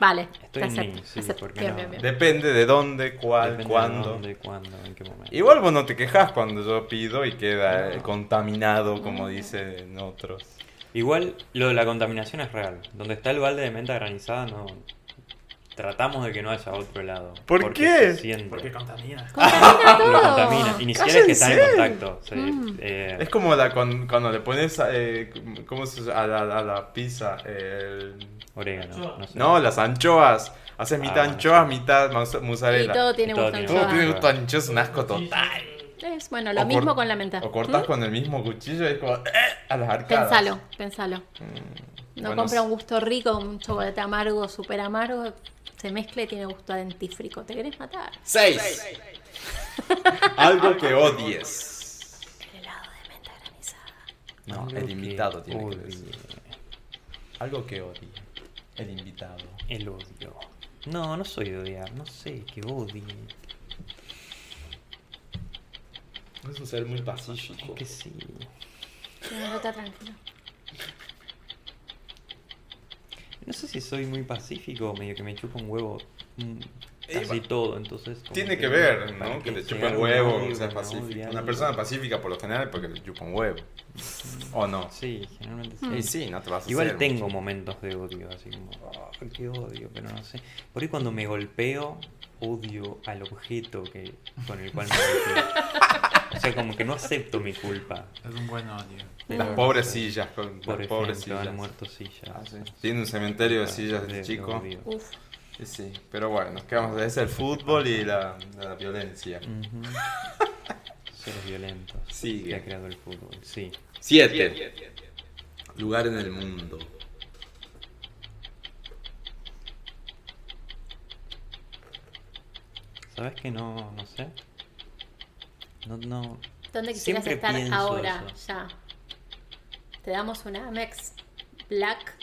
Vale,
Estoy
te
en
acepto,
ni, sí,
acepto.
¿por qué
Bien,
no?
bien, bien.
Depende de dónde, cuál,
Depende de
cuándo.
dónde, cuándo, en qué momento.
Igual vos no te quejas cuando yo pido y queda eh, contaminado, como dicen otros.
Igual lo de la contaminación es real. Donde está el balde de menta granizada no tratamos de que no haya otro helado.
¿Por
Porque
qué?
Se siente.
Porque contamina.
Contamina todo.
lo contamina. Y ni siquiera es que están en
¡Cállense!
contacto. Se-
Mm.
eh,
Es como la con- cuando le pones eh, ¿cómo se llama? a, la, a la pizza. el-
orégano. No, sé.
No, las anchoas. Haces mitad
bueno,
anchoas, mitad mus-
Y
mozzarella.
todo tiene
Y todo
gusto
tiene
Ah, Todo
anchoa.
tiene gusto a anchoa, es un asco total.
Es bueno, lo
O
mismo
cor-
con la menta.
O cortás
¿Mm?
con el mismo cuchillo y es como eh, a las arcadas.
Pensalo, pensalo. No
bueno,
compra
es-
un gusto rico, un chocolate amargo, súper amargo. Se mezcla y tiene gusto a dentífrico. ¿Te querés matar?
Seis. Algo que odies.
El helado de menta granizada.
No,
Algo
el
que
invitado tiene que
odie.
decir. Algo que odie. El invitado.
El odio. No, no soy de odiar. No sé, que odie.
Es un ser muy pacífico.
Es que sí.
Tiene nota tranquilo.
No sé si soy muy pacífico, medio que me chupa un huevo mm,
Eh,
casi
va.
todo, entonces... como
Tiene que ver,
¿para
¿no?
qué
Que te chupa
llegar
el
a un
huevo,
odio,
que seas
un
pacífico.
odio,
Una
algo?
persona pacífica por lo general es porque te chupa un huevo. ¿O no?
Sí, generalmente sí.
Y sí, no te vas a
Igual
hacer
tengo
mucho.
momentos de odio, así como, "Ah, qué odio, pero no sé. Por ahí cuando me golpeo, odio al objeto que, con el cual me golpeo. o sea, como que no acepto mi culpa.
Es un buen odio.
Las
Pero,
pobres
no sé,
sillas. Con,
Por
las
ejemplo,
pobres sillas.
han muerto sillas.
Ah, sí. Ah, Tiene un cementerio de sillas de
Odio,
chico.
odio.
Uf.
Y Sí, pero bueno, nos quedamos. Es el fútbol y la, la violencia.
Ujú. Seres violentos.
Sigue.
Que ha creado el fútbol, sí.
Siete. Lugar en el mundo.
¿Sabes que no, no sé? No, no.
¿Dónde quisieras
Siempre
estar
pienso
ahora?
eso.
Ya. Te damos una Amex. black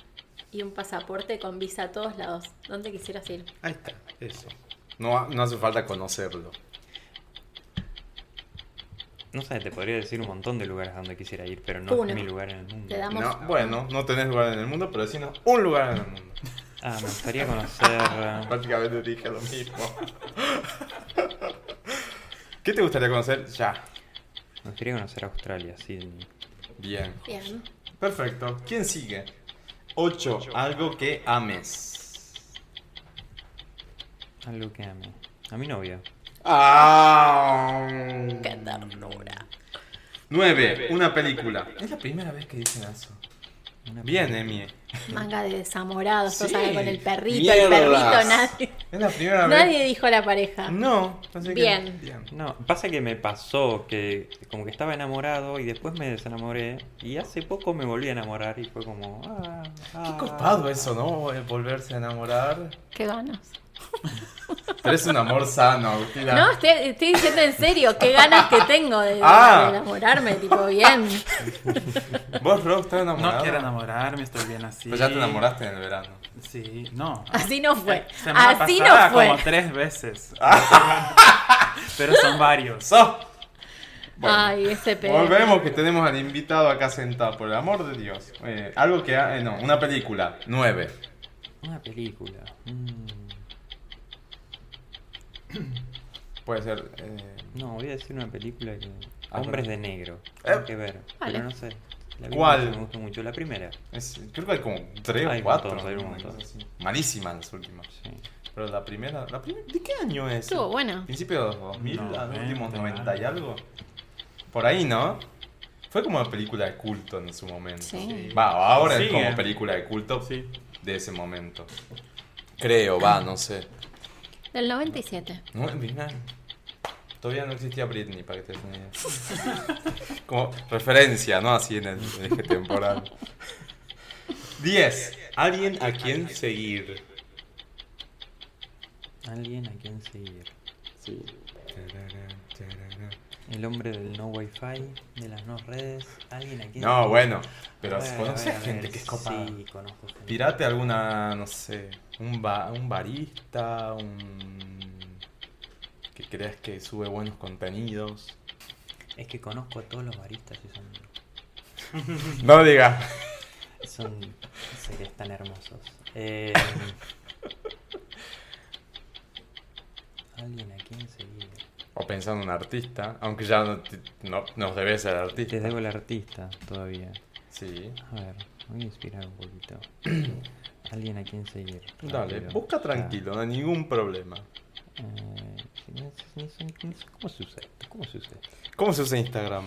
y un pasaporte con visa a todos lados. ¿Dónde quisieras ir?
Ahí está, eso. No, ha- no hace falta conocerlo.
No sé, te podría decir un montón de lugares a donde quisiera ir, pero no
Uno.
es mi lugar en el mundo.
Te damos.
No, bueno, no tenés lugar en el mundo, pero decinos un lugar en el mundo.
Ah, me gustaría conocer. eh,
Prácticamente dije lo mismo. ¿Qué te gustaría conocer? Ya.
me gustaría conocer Australia, sí.
Bien.
Bien.
Perfecto. ¿Quién sigue? 8. Algo que ames.
Algo que ame. A mi novia.
Ah.
Qué ternura.
9. Una película.
Es la primera vez que dicen eso.
Una
Bien, Emi.
Mm.
Manga de desamorados,
Sí.
cosas con el perrito, el
Mierdas.
perrito, nadie.
Es la primera vez.
Nadie dijo la pareja.
No. así que-
Bien.
No, pasa que me pasó que como que estaba enamorado y después me desenamoré y hace poco me volví a enamorar y fue como... Ah, ah.
Qué copado eso, ¿no? Eh, Volverse a enamorar.
Qué ganas.
Pero es un amor sano, Agustina.
No, estoy, estoy diciendo en serio, qué ganas que tengo de, de
Ah.
enamorarme, tipo, bien.
Vos, Rob, estás enamorada.
No quiero enamorarme, estoy bien así.
Pues ya te enamoraste en el verano.
Sí, no. Eh,
Así no fue.
Semana
Así
pasada
no fue.
como tres veces.
Ah.
Pero son varios.
¡So! Bueno.
Ay, ese pedo.
Volvemos que tenemos al invitado acá sentado, por el amor de Dios. Eh, algo que... ha- eh, no, una película. Nueve.
Una película. mm.
Puede ser... eh,
No, voy a decir una película que...
Ah,
Hombres
bueno.
de negro.
Eh.
Hay que ver.
Vale.
Pero no sé. La vi
¿Cuál?
mucho, Me gustó mucho. La primera.
es- creo que hay como tres
Hay
o
un
cuatro.
montón, hay un
una
montón.
cosa así. Malísimas las últimas.
Sí.
Pero la primera... La primera ¿De qué año es?
Estuvo bueno.
¿Principio de los 2000? ¿A los últimos
90,
90 y algo? Por ahí, ¿no? Fue como una película de culto en su momento.
Sí. eh.
Va, ahora es
Sigue.
como película de culto
Sí.
de ese momento. Creo, va, no sé.
Del 97.
No, mira. Todavía no existía Britney, para que te des una idea. Como referencia, ¿no? Así en el en eje temporal. 10. Alguien a quien seguir.
Alguien a quien seguir. El hombre del no wifi, de las no redes. Alguien a quien
No, bueno. Pero
Bueno,
conoces
a ver,
gente que es copada.
Sí, conozco gente.
Pirate alguna, no sé, un, ba- un barista, un... que creas que sube buenos contenidos.
Es que conozco a todos los baristas y son, Mm.
No diga.
son seres tan hermosos. Eh, alguien a quien seguir.
O pensando en un artista, aunque ya no, te- no- nos debes ser
Te
artista.
debo el artista todavía.
Sí.
A ver, voy a inspirar un poquito. Alguien a quien seguir.
Dale,
rápido.
busca
Ah,
tranquilo, no hay ningún problema.
eh, si no es- no sé- no sé ¿Cómo se usa esto? ¿Cómo se usa esto?
¿Cómo se usa Instagram?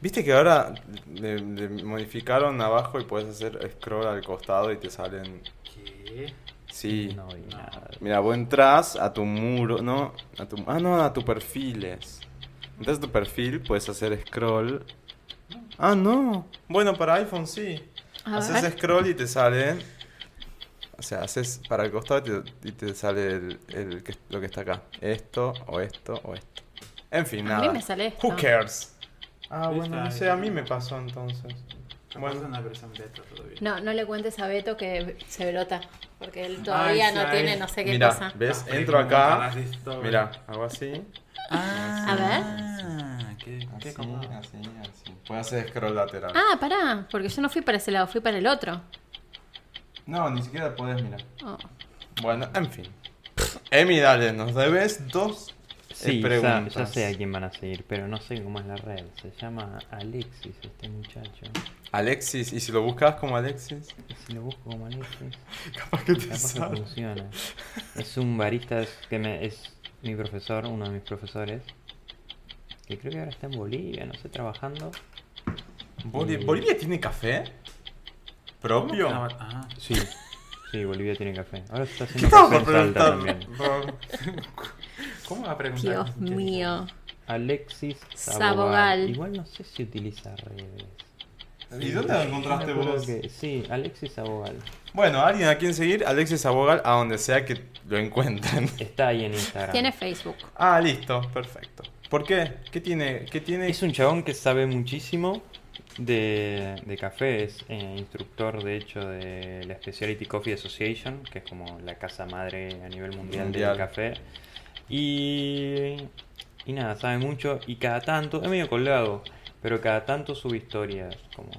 Viste que ahora le, le modificaron abajo y puedes hacer scroll al costado y te salen...
¿Qué?
Sí.
No vi nada.
Mira, vos entras a tu muro, ¿no? A tu, ah, no, a tu perfiles. Entras a tu perfil, puedes hacer scroll. Ah, no. Bueno, para iPhone sí.
A
haces
ver.
scroll y te sale. O sea, haces para el costado y te, y te sale el, el que- lo que está acá. Esto, o esto, o esto. En fin,
A
nada.
mí me sale esto.
Who cares? Ah,
Ahí
bueno,
está,
no
ahí
sé,
está.
a mí me pasó entonces.
Bueno,
Bueno,
una versión beta todavía.
No, no le cuentes a Beto que se brota. Porque él todavía
Ay, sí,
no
ay.
tiene no sé qué
mira,
cosa.
¿ves?
Las
Entro acá.
preguntas, las historias.
Mira, hago así.
Ah,
A ver.
Qué, qué
Así,
cómodo.
así, así. Puede hacer scroll lateral.
Ah, pará, porque yo no fui para ese lado, fui para el otro.
No, ni siquiera podés mirar.
Oh.
Bueno, en fin. Emi, dale, nos debes dos
Sí, ya-
preguntas.
ya sé a quién van a seguir, pero no sé cómo es la red. Se llama Alexis este muchacho.
Alexis, ¿y si lo buscas como Alexis?
Si lo busco como Alexis,
Capaz que te
capaz que
sale.
funciona. Es un barista es- que me, es mi profesor, uno de mis profesores, que creo que ahora está en Bolivia, no sé, trabajando.
Boli-
Y-
¿Bolivia tiene café? ¿Propio?
Ah, ah.
Sí, sí, Bolivia tiene café. Ahora se está
¿Qué
haciendo
estaba
café
por
en Salta
preguntar?
también.
¿Cómo va a preguntar?
Dios
¿Qué?
mío.
Alexis
Sabogal.
Sabogal. Igual no sé si utiliza redes.
¿Y dónde lo encontraste
Yo me acuerdo
vos?
que- sí, Alexis Sabogal.
Bueno, alguien a quien seguir, Alexis Abogal, a donde sea que lo encuentren.
Está ahí en Instagram.
Tiene Facebook.
Ah, listo, perfecto. ¿Por qué? ¿Qué tiene? ¿Qué tiene?
Es un chabón que sabe muchísimo de, de café, es eh, instructor de hecho de la Specialty Coffee Association, que es como la casa madre a nivel mundial,
Mundial.
del café. Y, y nada, sabe mucho y cada tanto, es medio colgado, pero cada tanto sube historias, como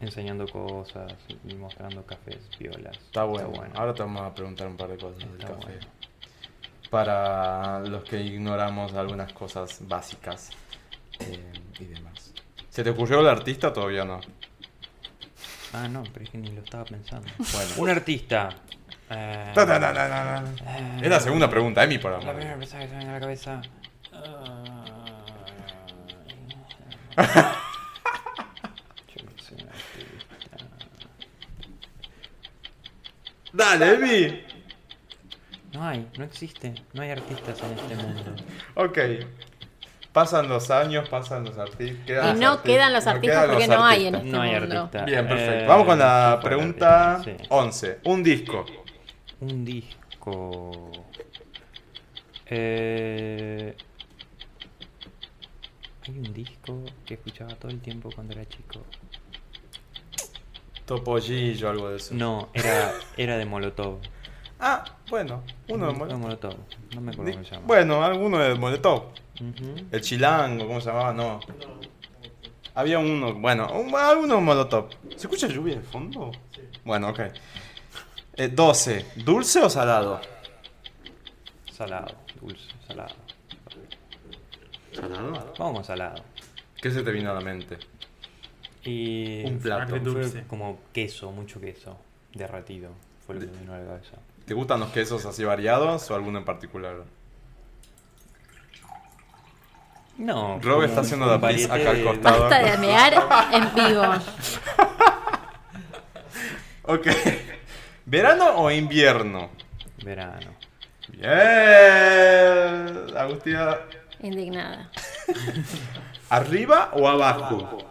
enseñando cosas y mostrando cafés, violas.
Está bueno. Ahora te vamos a preguntar un par de cosas del
Está
café.
bueno.
Para los que ignoramos algunas cosas básicas eh, y demás. ¿Se te ocurrió el artista o todavía no?
Ah, no, pero es que ni lo estaba pensando.
Bueno.
Un artista. eh,
Ta, ta, ta, ta, ta, ta.
eh,
Es la segunda pregunta, Emi, por
La
amor.
primera persona que se me viene a la cabeza. Ah, Yo no soy un artista.
Dale, Emi.
No hay, no existe. No hay artistas en este mundo.
Ok. Pasan los años, pasan los artistas.
Y no quedan los artistas porque no hay en este
No hay
mundo.
artista.
Bien, perfecto.
Eh,
Vamos con la
sí, fue
pregunta Oh.
artista, sí.
11. Un disco.
Un disco. Eh, Hay un disco que escuchaba todo el tiempo cuando era chico.
Topollillo, algo de eso.
No, era, era de Molotov.
Ah, bueno. Uno de
Un disco
Molotov.
Molotov. No me acuerdo cómo se llama.
Bueno, alguno de Molotov.
Ujú.
El chilango, ¿cómo se llamaba? No. Había uno, bueno, un- alguno molotov. ¿Se escucha lluvia de fondo? Bueno, ok. Eh, 12. ¿Dulce o salado?
Salado, dulce, salado.
¿Salado?
Vamos con salado.
¿Qué se te vino a la mente?
Y
Un
fue
plato.
Dulce.
como queso, mucho queso, derretido. Fue lo que me vino a la cabeza.
¿Te gustan los quesos así variados o alguno en particular?
No.
Rob
como
está
un-
haciendo
un
la pis
variete
acá al
de-
costado.
Basta de amear en vivo.
Ok. ¿Verano o invierno?
Verano.
Bien. Agustina.
Indignada.
¿Arriba o abajo?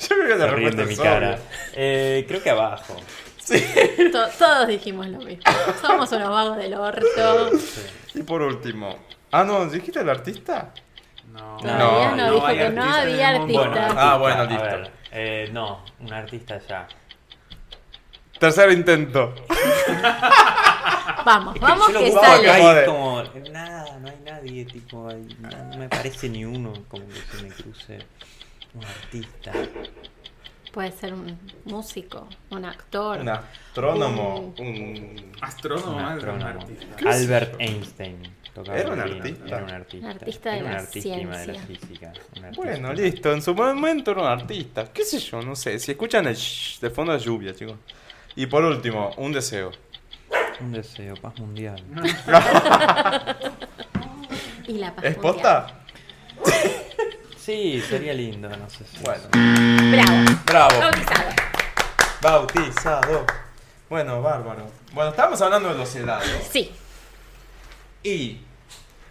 Yo creo que la
Se ríen
respuesta
de mi
es obvia.
cara. Eh, creo que abajo.
To- todos dijimos lo mismo. Somos unos vagos del orto.
Y por último. Ah, no, ¿dijiste el artista?
No,
Todavía
no,
no, dijo
hay
que no
artista en
había
el mundo.
artista.
Ah, bueno,
a
listo.
ver, eh, no, un artista ya.
Tercer intento.
Vamos, vamos
Yo lo
que
busco
sale.
acá y
Joder.
es como, nada, no hay nadie, tipo, ahí, no, no me parece ni uno como que se me cruce un artista.
Puede ser un músico, un actor.
Un astrónomo. Un...
Astrónomo,
Un
ah,
astrónomo.
un artista.
Albert Einstein. Tocaba
Era un
el violín,
artista.
Era un artista.
Un artista de
Era un
la
artísima de la
ciencia.
física. un artista.
Bueno, listo. En su momento era un artista. ¿Qué sé yo? No sé. Si escuchan el shh de fondo es lluvia, chicos. Y por último, un deseo.
Un deseo, paz mundial.
Y la paz
¿Es
mundial.
posta?
Sí, sería lindo, no sé si.
Bueno.
Bravo.
Bravo.
Bautizado.
Bautizado. Bueno, bárbaro. Bueno, estábamos hablando de los helados.
Sí.
Y.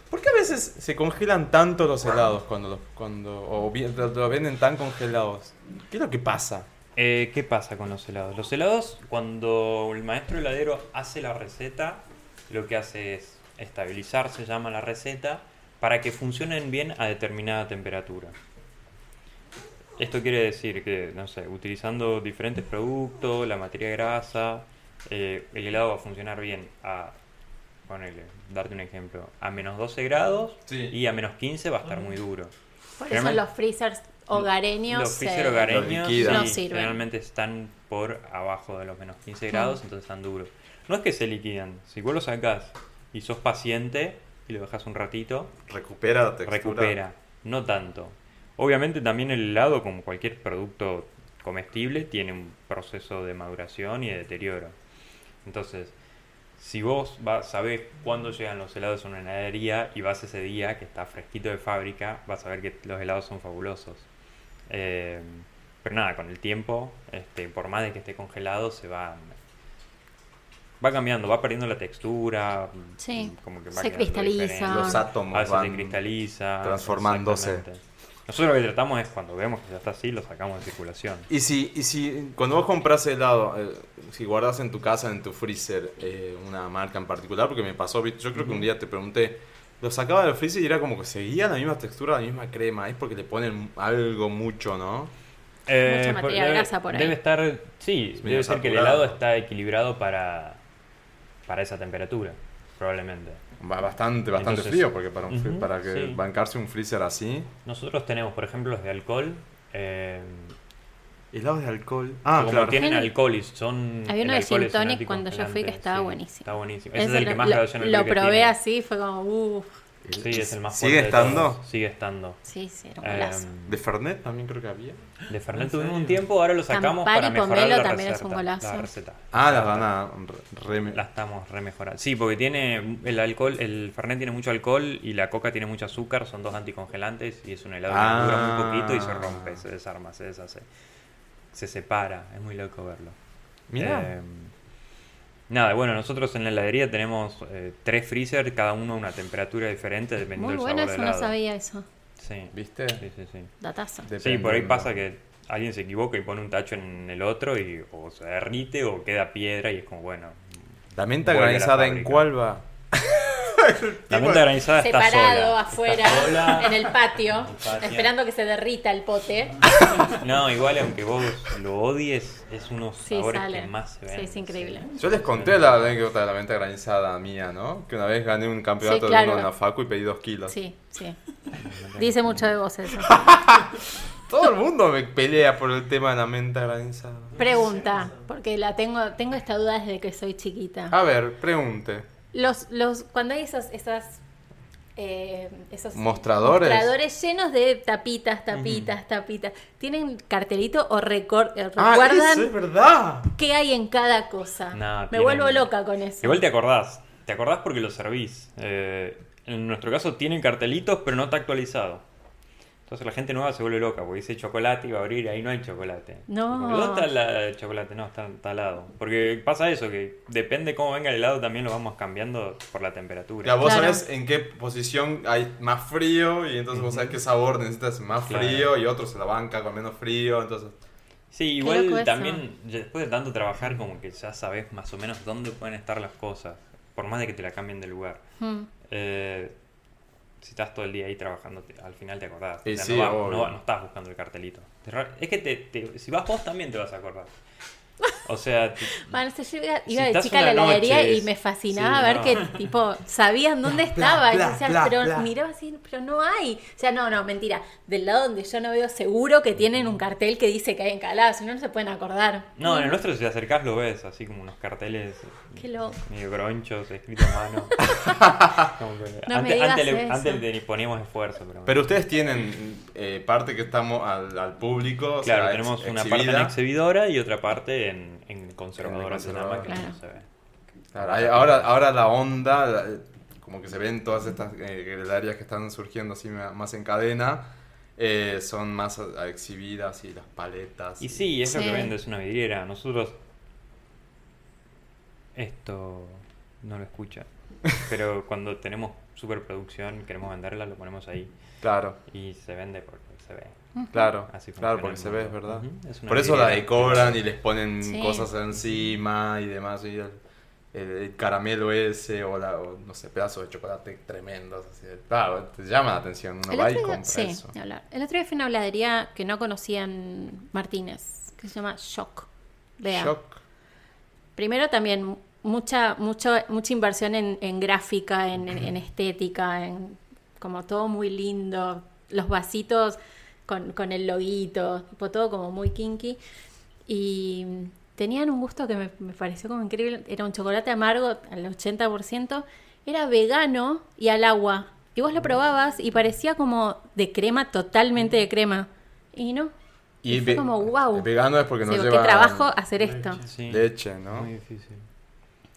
¿Por qué a veces se congelan tanto los helados cuando los. Cuando, o vi- lo, lo venden tan congelados? ¿Qué es lo que pasa?
Eh, ¿Qué pasa con los helados? Los helados, cuando el maestro heladero hace la receta, lo que hace es estabilizar, se llama la receta, para que funcionen bien a determinada temperatura. Esto quiere decir que, no sé, utilizando diferentes productos, la materia grasa, eh, el helado va a funcionar bien a, ponele, darte un ejemplo, a menos 12 grados
Sí.
y a menos 15 va a estar muy duro.
Por eso
Realmente-
los freezers hogareños.
Los freezer
eh,
Los
hogareños
liquidan.
sí,
No sirven.
generalmente están por abajo de los menos 15 grados, entonces están duros. No es que se liquidan, si vos los sacás y sos paciente y lo dejas un ratito,
Recupera la
recupera, no tanto. Obviamente también el helado, como cualquier producto comestible, tiene un proceso de maduración y de deterioro. Entonces, si vos vas, sabés cuándo llegan los helados a una heladería y vas ese día que está fresquito de fábrica, vas a ver que los helados son fabulosos. Eh, pero nada, con el tiempo, este, por más de que esté congelado, se va, va cambiando, va perdiendo la textura, mm,
Sí,
como que va
se
quedando
cristaliza.
diferente.
Los átomos
A veces
van
se cristaliza.
transformándose.
exactamente. Nosotros lo que tratamos es cuando vemos que ya está así, lo sacamos de circulación.
Y si, y si cuando vos compras helado, eh, si guardas en tu casa, en tu freezer, eh, una marca en particular, porque me pasó, ¿viste? yo creo que un día te pregunté, lo sacaba del freezer y era como que seguía la misma textura, la misma crema, es porque le ponen algo mucho, ¿no?
Eh,
materia
por- debe,
grasa por ahí.
debe estar, sí,
medio
debe ser que el
saturado.
helado está equilibrado para, para esa temperatura, probablemente.
Ba- Bastante, bastante
Entonces-
frío, porque para, un fri-
Ujú,
para que
sí.
bancarse un freezer así...
Nosotros tenemos, por ejemplo, los de alcohol, eh,
Helados de alcohol. Ah,
como
claro.
tienen
Geni-
alcohol y son...
Había uno
el
de gin
alcohol es un
tonic
anticongelante,
cuando yo fui que estaba
sí,
buenísimo.
Está buenísimo. Ese es
Ese
el que
lo-
más
lo-
graduación
Lo
alcohólica
probé
tiene.
así, fue como, uff,
Sí, es el más
¿Sigue
fuerte de
estando?
todos. Sigue estando.
sí, sí, era un golazo.
Eh,
De Fernet también creo que había.
de Fernet tuvimos un tiempo, ahora lo sacamos
Campari
para mejorar
Pomelo
la
también es
receta,
un golazo.
la receta.
Ah, las van a re- re-
La estamos remejorando. Sí, porque tiene el alcohol, el Fernet tiene mucho alcohol y la coca tiene mucho azúcar, son dos anticongelantes y es un helado
Ah.
que dura muy poquito y se rompe, se desarma, se deshace. Se separa, es muy loco verlo.
Mirá.
Eh, nada, bueno, nosotros en la heladería tenemos eh, tres freezer, cada uno a una temperatura diferente dependiendo
Muy
del
bueno eso,
sabor del
no
helado.
sabía eso.
Sí.
¿Viste?
Sí, sí, sí.
Datazo.
Sí, por ahí
Dependiendo.
pasa que alguien se equivoca y pone un tacho en el otro y o se derrite o queda piedra y es como, bueno.
La menta
Vuelve a la
granizada en
fábrica.
cuál va.
La menta granizada está
Separado
sola.
afuera,
Está sola.
en el patio,
patio.
esperando que se derrita el pote.
No, igual aunque vos lo odies, es uno de los
Sí,
sabores
sale.
que más se ven.
Sí, es increíble.
Yo les conté la anécdota de la menta granizada mía, ¿no? Que una vez gané un campeonato
Sí, claro.
de uno en la facu y pedí dos kilos.
Sí, sí. Dice mucho de vos eso.
Todo el mundo me pelea por el tema de la menta granizada.
Pregunta, porque la tengo, tengo esta duda desde que soy chiquita.
Ah.
A ver, pregunte.
Los, los, cuando hay esos, esas, eh, esos
¿Mostradores?
mostradores llenos de tapitas, tapitas, tapitas, ¿tienen cartelito o recor- eh,
Ah,
recuerdan
eso es verdad.
qué hay en cada cosa?
No,
Me
tienen-
vuelvo loca con eso.
Igual te acordás. Te acordás porque lo servís. Eh, en nuestro caso tienen cartelitos, pero no está actualizado. Entonces la gente nueva se vuelve loca porque dice chocolate y va a abrir y ahí no hay chocolate.
No.
Como, ¿Dónde está la- el chocolate? No, está, está al lado. Porque pasa eso, que depende cómo venga el helado también lo vamos cambiando por la temperatura.
Ya vos
Claro.
sabés en qué posición hay más frío y entonces vos sabés qué sabor necesitas más
Claro.
frío y otro se la banca con menos frío, entonces...
Sí,
loco
igual
eso.
también ya después de tanto trabajar como que ya sabes más o menos dónde pueden estar las cosas, por más de que te la cambien de lugar.
Mm.
Eh, si estás todo el día ahí trabajando, te- al final te acordás.
Y
O sea,
sí,
no, vas-
obvio.
no vas- no estás buscando el cartelito. Te ra- Es que te- te- si vas vos también te vas a acordar. O sea, te-
Bueno, se yo iba,
Si
iba de
estás
chica a la
una noche,
heladería y
es-
me fascinaba
sí,
ver
no.
que, tipo, sabían dónde
Bla,
estaba. y
bla,
yo decía,
bla,
pero
bla.
miraba así, pero no hay. O sea, no, no, mentira. Del lado donde yo no veo seguro que tienen un cartel que dice que hay en Calado, si no, no se pueden acordar.
no, en el nuestro si te acercás lo ves, así como unos carteles
Qué loco.
medio gronchos, escritos a mano. Como que-
No me
antes,
digas
antes le,
eso.
antes le poníamos esfuerzo, pero,
Pero ustedes tienen eh, parte que estamos al, al público. o
Claro,
sea,
tenemos
ex-
una parte
exhibida.
en exhibidora y otra parte en, en conservadora,
En
se llama, que
conservadora.
no se ve.
Claro, hay- ahora, ahora la onda, la- como que se ven todas estas eh, áreas que están surgiendo así ma- más en cadena, eh, son más a- a exhibidas y las paletas.
Y sí, es lo
Sí.
que vende, es una vidriera. Nosotros. Esto no lo escucha. Pero cuando tenemos superproducción, queremos venderla, lo ponemos ahí.
Claro,
Y se vende porque se ve.
claro,
Así funciona
claro,
el
porque se
mundo.
ve, es verdad.
Ujú, es una
Por eso la
vidriera.
decoran y les ponen
Sí.
cosas encima y demás. Y el, el caramelo ese o, la, o, no sé, pedazos de chocolate tremendos. así. Claro, te llama la atención, uno
El
va y
otro día-
compra
sí,
eso.
ni hablar. El otro día fui a una heladería que no conocían Martínez, que se llama Shock. Vea.
Shock.
Primero también mucha, mucha, mucha inversión en, en gráfica, en, en- en estética, en como todo muy lindo, los vasitos con, con el loguito, tipo todo como muy kinky. Y tenían un gusto que me, me pareció como increíble, era un chocolate amargo al 80%, era vegano y al agua. Y vos lo probabas y parecía como de crema, totalmente de crema. Y no. Y, fue
ve-
como, wow.
el vegano es porque no lleva
qué trabajo hacer esto.
Sí,
leche, ¿no?
Muy difícil.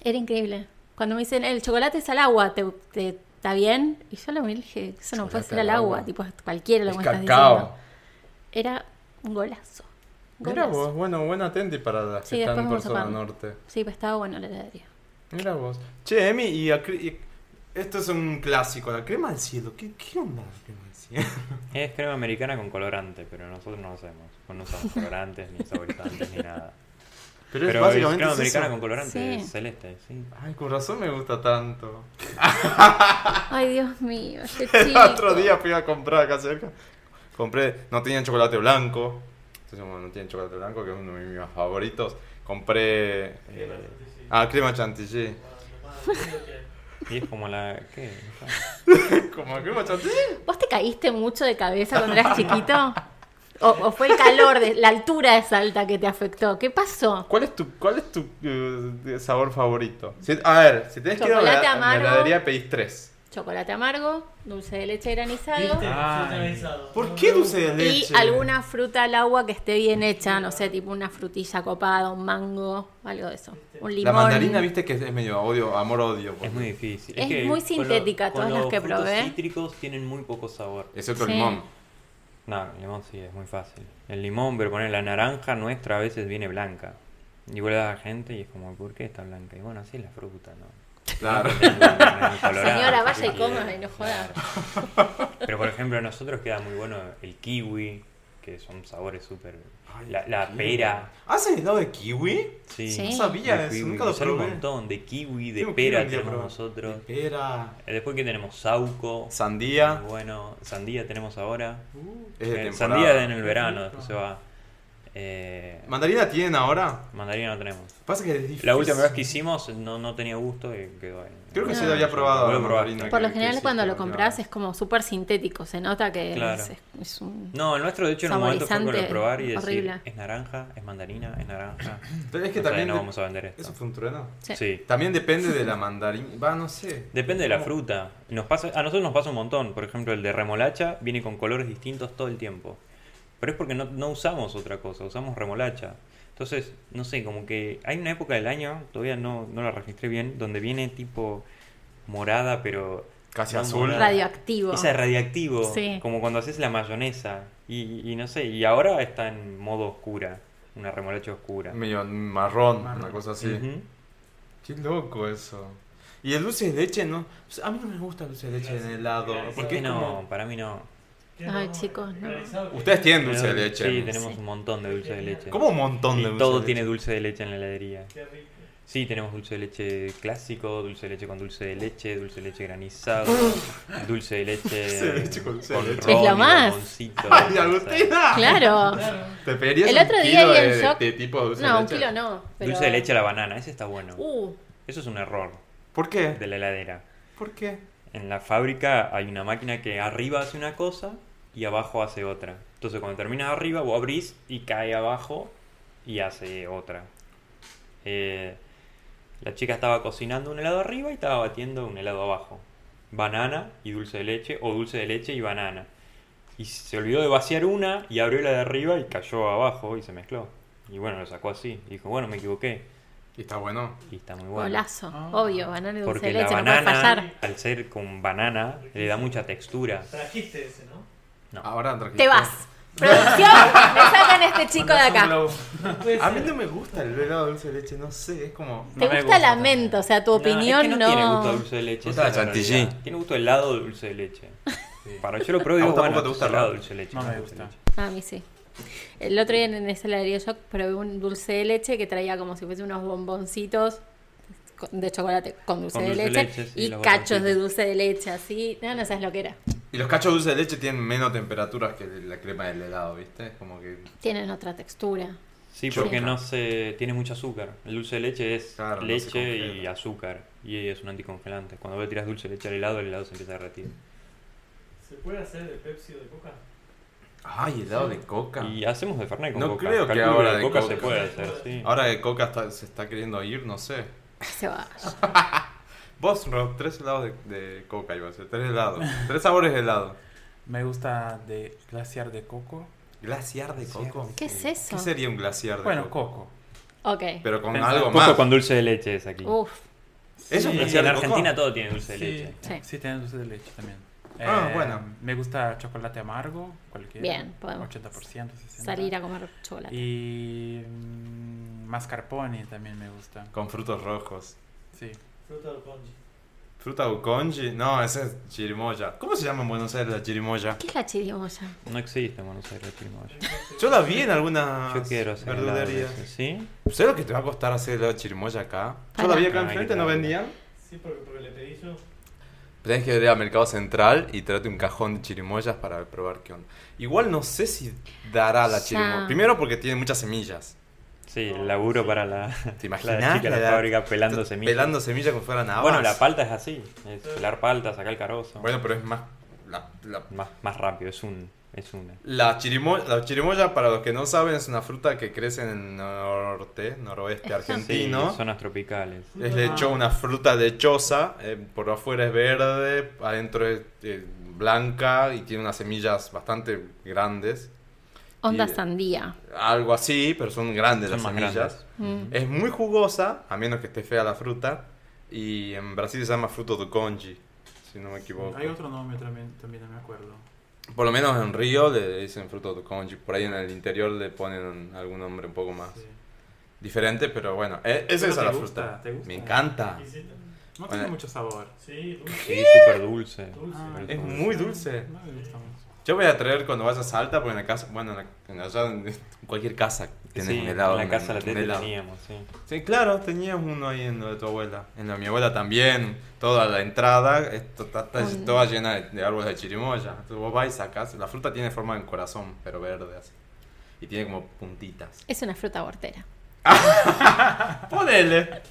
Era increíble. Cuando me dicen, el chocolate es al agua, ¿te, te- está bien? Y yo lo miré y dije, eso no puede
Chocolate
ser
al
al agua,
agua.
tipo cualquiera lo
Es
que me estás
cacao.
diciendo. Era un golazo.
Mira
Golazo.
vos, bueno, buen atenti para las
Sí,
que
después
están por
vamos a
zona
Pam.
norte.
Sí, pero estaba bueno la heladería.
Mira vos. Che, Emi, y, a cre- y- esto es un clásico, la crema del cielo. ¿Qué, qué onda la crema del cielo? recién.
Es crema americana con colorante, pero nosotros no lo hacemos. Pues no usamos colorantes, ni saborizantes, ni nada.
Pero,
Pero,
es
es
básicamente
crema
es
americana
eso.
con colorante
Sí.
es celeste, sí.
Ay, con razón me gusta tanto.
Ay, Dios mío, este
El
chico.
otro día fui a comprar acá cerca. Compré, no tenían chocolate blanco. Entonces, bueno, no tienen chocolate blanco, que es uno de mis favoritos. Compré. eh, ah, crema chantilly.
Y es como la... ¿Qué?
¿Cómo crema chantilly?
¿Vos te caíste mucho de cabeza cuando eras chiquito? ¿O, o fue el calor, de, la altura de Salta que te afectó? ¿Qué pasó?
¿Cuál es tu, cuál es tu eh, sabor favorito? Si- a ver, si tenés que ir a
Chocolate
la- a una
amargo.
heladería, pedís tres.
Chocolate amargo, dulce de leche granizado
¿Viste?
Ay.
Satanizado.
¿Por qué dulce de
y
leche?
alguna fruta al agua que esté bien hecha, no sé, tipo una frutilla copada, un mango, algo de eso. Un
La
limón.
mandarina, viste que es es medio odio, amor-odio.
Es muy difícil.
Es
que
muy
con
sintética
con
todas las
los
que
frutos
probé.
cítricos tienen muy poco sabor.
Excepto
Sí.
el limón.
No, el limón sí, es muy fácil. El limón, pero poner la naranja nuestra a veces viene blanca. Y vuelve a la gente y es como, ¿por qué está blanca? Y bueno, así es la fruta, ¿no?
Claro.
Señora,
Señora,
vaya y coma y no joda.
Pero por ejemplo, a nosotros queda muy bueno el kiwi, que son sabores súper. La, la pera,
¿Hacen helado de kiwi?
sí.
Sí.
No
Eh.
sabía
de
eso,
kiwi,
nunca lo
usar
probé.
un montón de kiwi, de
Tengo que ir
pera
un día a
tenemos
probar.
nosotros.
Pera.
Eh, Después que tenemos sauco,
Sandía.
bueno, sandía tenemos ahora.
Uh. Es de
Eh,
temporada.
sandía en el verano, después se va. Eh,
¿Mandarina tienen ahora?
mandarina no tenemos.
Pasa que es difícil.
La última vez que hicimos no, no tenía gusto y quedó ahí.
Creo que
No.
sí lo había probado.
Vos lo
la
probaste.
mandarina
Por lo
que- que
general
hiciste
cuando
la
lo
última
compras
vez.
es como súper sintético, se nota que
Claro.
es, es un...
No, el nuestro de hecho en un momento fue con
Saborizante
lo probar y decir,
horrible.
es naranja, es mandarina, es naranja.
Pero es que
No sé,
también.
no
de-
vamos a vender esto.
¿Eso fue un trueno?
Sí.
Sí.
También depende de la mandarina. Va, no sé.
Depende de la fruta. Nos pasa, a nosotros nos pasa un montón. Por ejemplo, el de remolacha viene con colores distintos todo el tiempo. Pero es porque no, no usamos otra cosa, usamos remolacha. Entonces, no sé, como que hay una época del año, todavía no, no la registré bien, donde viene tipo morada, pero...
Casi
no
azul.
morada.
Radioactivo.
Esa es radiactivo,
Sí.
como cuando haces la mayonesa. Y, y no sé, y ahora está en modo oscura, una remolacha oscura.
Medio marrón, una cosa así.
Ujú.
Qué loco eso. Y el dulce de leche, ¿no? Pues a mí no me gusta el dulce de leche en helado.
¿Por
Porque
qué
es
no?
como-
Para mí no.
Ay, chicos, no.
Realizado,
Ustedes tienen dulce de leche.
Sí, tenemos un montón de dulce de leche.
Como un montón de
Y
dulce
todo
de
tiene
leche.
dulce de leche en la heladería.
Qué rico.
Sí, tenemos dulce de leche clásico, dulce de leche con dulce de leche, dulce de leche granizado, dulce de leche,
Dulce de leche con dulce de leche.
ron
Es lo
y
más.
limoncito.
¡Ay, Agustina!
Ah. Claro.
¿Te pedirías
El
un
otro día
kilo
vi en
de,
shock-
de tipo de dulce
No,
de
un
leche?
kilo no. pero-
Dulce de leche a la banana, ese está bueno.
Uh,
Eso es un error
¿Por
de
qué?
la heladera.
¿Por qué?
En la fábrica hay una máquina que arriba hace una cosa y abajo hace otra. Entonces cuando terminas arriba vos abrís y cae abajo y hace otra. Eh, la chica estaba cocinando un helado arriba y estaba batiendo un helado abajo. Banana y dulce de leche o dulce de leche y banana. Y se olvidó de vaciar una y abrió la de arriba y cayó abajo y se mezcló. Y bueno, lo sacó así. Y dijo, bueno, me equivoqué.
Y está bueno.
Y está muy bueno.
golazo.
Ah.
Obvio, banana y dulce
Porque
de
la
leche, no puede
banana,
fallar.
al ser con banana, le da mucha textura.
Trajiste ese, ¿no?
Ahora trajiste-
Te vas. Producción, me sacan a este chico de acá.
Pues
A mí no me gusta el helado de dulce de leche, no sé, es como...
Te
No
gusta
me gusta
la menta, o sea, tu
No, es que
opinión
no. tiene
no.
gusto a dulce de leche.
Gusta
esa
la
es
chantilly.
realidad. Tiene gusto a helado de dulce de leche. Para yo lo probé
¿A
y
vos tampoco
digo, bueno,
te gusta
es helado
el
de dulce de leche.
No me
es dulce de
gusta.
leche.
Ah, A mí sí. El otro día en esa heladería yo probé un dulce de leche que traía como si fuese unos bomboncitos co- de chocolate con dulce,
Con
de,
dulce de
leche,
leche, sí,
y
los
cachos de
bomboncitos.
dulce de leche, así. No, no sabes lo que era.
Y los cachos de dulce de leche tienen menos temperaturas que la crema del helado, ¿viste? Es como que...
Tienen otra textura.
Sí,
Choca.
porque no se tiene mucho azúcar. El dulce de leche es
Claro, no se
leche y
congela.
azúcar. Y es un anticongelante. Cuando vos le tiras dulce de leche al helado, el helado se empieza a derretir.
¿Se puede hacer de Pepsi o de Coca?
Ay, helado de coca.
Y hacemos de Fernet con
No
coca.
creo que
Calculo
ahora
de
de
coca, se
coca.
puede hacer, sí.
Ahora que coca está- se está queriendo ir, no sé.
Se va.
Vos, Rob, tres helados de, de coca iba a ser, tres helados, tres sabores de helado.
Me gusta de glaciar de coco.
¿Glaciar de coco?
¿Qué es eso?
¿Qué sería un glaciar de
Bueno,
coco?
coco.
Ok.
Pero con
Pensá,
algo
un poco
más.
con dulce de leche es aquí.
Uf.
¿Es un
Sí,
Sí,
glaciar
en
de coco?
Argentina todo tiene dulce de
Sí.
leche.
Sí.
Sí, tiene dulce de leche también. Eh,
Ah, bueno.
Me gusta chocolate amargo, cualquiera.
Bien, podemos
80%, 60%.
Salir a comer chocolate.
Y mm, mascarpone también me gusta.
Con frutos rojos.
Sí.
Fruta del ponche.
Fruta o conchi. No, esa es chirimoya. ¿Cómo se llama en Buenos Aires la chirimoya?
¿Qué es la chirimoya?
No existe en Buenos Aires chirimoya.
Yo la vi en algunas
Yo quiero hacer helado de
verdulerías.
ese, ¿Sí?
¿Sabes lo que te va a costar hacer la chirimoya acá? Yo la
Para.
vi acá
Ah,
enfrente,
ahí
no
está.
vendían.
Sí, porque, porque le pedí yo.
Tenés que ir a Mercado Central y traerte un cajón de chirimoyas para probar qué onda. Igual no sé si dará la
Ya.
chirimoya. Primero porque tiene muchas semillas.
Sí, laburo para la,
Ah, ¿Te
la
imaginas? Le
chica de la
da-
fábrica pelando semillas.
Pelando semillas como fueran habas.
bueno, la palta es así. Es pelar palta, sacar el carozo.
Bueno, pero es más... La, la,
Más, más rápido, es un... Es una.
la chirimo- la chirimoya, para los que no saben, es una fruta que crece en el norte, noroeste argentino.
Sí, zonas tropicales.
Es de hecho una fruta lechosa, eh, por afuera es verde, adentro es eh, blanca y tiene unas semillas bastante grandes.
Onda
Y-
sandía.
Algo así, pero son grandes
Son
las
más
semillas.
grandes.
Mm.
Es muy jugosa, a menos que esté fea la fruta. Y en Brasil se llama fruto do conji, si no me equivoco.
Hay otro nombre también, también no me acuerdo.
Por lo menos en Río le dicen fruto do conji. Por ahí en el interior le ponen algún nombre un poco más
Sí.
diferente, pero bueno, e- esa
Pero
es
te
la
gusta,
fruta.
te gusta.
Me encanta.
Exquisita.
No
ah. Bueno.
tiene mucho sabor.
Sí, dulce.
Sí, súper dulce.
Dulce.
Ah,
Súper
Es
dulce.
muy dulce.
No me gusta mucho.
Yo voy a traer cuando vayas a Salta, porque en la casa, bueno, en, la- en allá en en cualquier casa tenés
Sí,
un helado.
en la
un-
casa la
un
tele
helado.
teníamos, sí.
Sí, claro, tenías uno ahí en lo de tu abuela. En la de mi abuela también, toda la entrada, esto está, está
Con-
toda llena de, de árboles de chirimoya. Entonces vos vas y sacás, la fruta tiene forma de un corazón, pero verde así. Y tiene como puntitas.
Es una fruta abortera.
¡Ponele!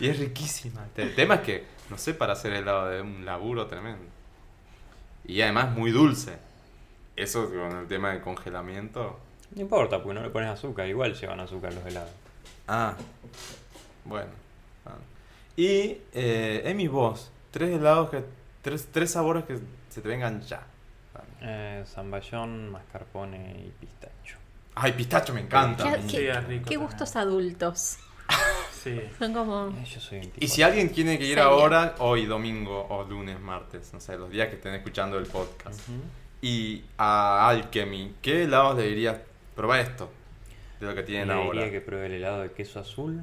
Y es riquísima. El tema es que, no sé, para hacer helado de un laburo tremendo. Y además muy dulce. Eso con el tema del congelamiento.
No importa, porque no le pones azúcar. Igual llevan azúcar los helados.
Ah, bueno. Ah. Y eh, en mi voz, tres helados que. Tres, tres sabores que se te vengan ya.
Eh, zamballón, mascarpone y pistacho.
Ay, pistacho me encanta.
Claro,
Sí,
¿Qué,
es rico
qué
también.
gustos adultos.
Sí.
Son como.
Eh, yo soy un tipo
Mm. Y si alguien tiene que ir
Está bien.
ahora, hoy domingo o lunes, martes, no sé, los días que estén escuchando el podcast,
Ujú.
y a Alchemy, ¿qué helados le dirías? Proba esto, de lo que tienen
Le
ahora.
diría que pruebe el helado de queso azul.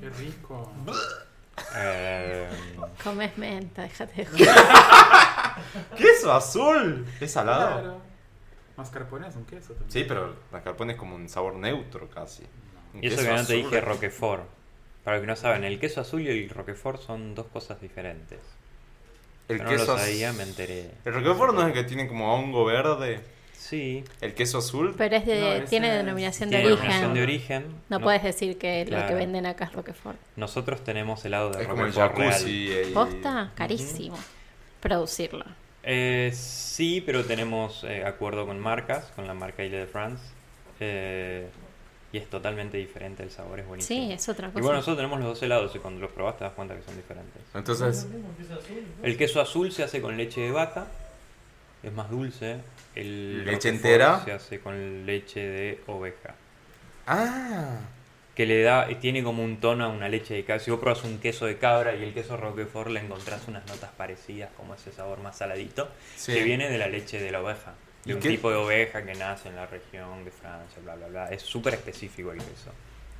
Qué rico.
Eh,
Comes menta, déjate de joder.
¡Queso azul! ¿Es salado?
Claro. Mascarpone es un queso también.
Sí, pero la carpone es como un sabor neutro casi. Un
y eso
queso
que no te
azul.
dije roquefort. Para los que no saben, el queso azul y el roquefort son dos cosas diferentes.
El
Yo no
queso
lo sabía,
az-
me enteré.
El roquefort no es el que tiene como hongo verde.
Sí,
El queso azul.
Pero es de,
No, ese
tiene
es-
denominación de
tiene
origen.
denominación de origen.
No, puedes decir que lo que
Claro. Eh,
venden acá es Roquefort.
Nosotros tenemos helado de
Es como el
roquefort real.
jacuzzi. el-
Posta, carísimo. Producirlo.
Eh, sí, pero tenemos eh, acuerdo con marcas, con la marca Ile de France. eh, y es totalmente diferente, el sabor es buenísimo.
Sí, es otra
Y
cosa.
bueno, nosotros tenemos los dos helados y cuando los probás te das cuenta que son diferentes.
Entonces,
El queso azul se hace con leche de vaca, es más dulce. El
¿Leche
roquefort
entera?
Se hace con leche de oveja.
ah,
Que le da, eh, tiene como un tono a una leche de cabra. Si vos probás un queso de cabra y el queso roquefort le encontrás unas notas parecidas, como ese sabor más saladito,
Sí.
que viene de la leche de la oveja.
¿Y
De un
qué-
tipo de oveja que nace en la región de Francia, bla, bla, bla. Es súper específico el queso.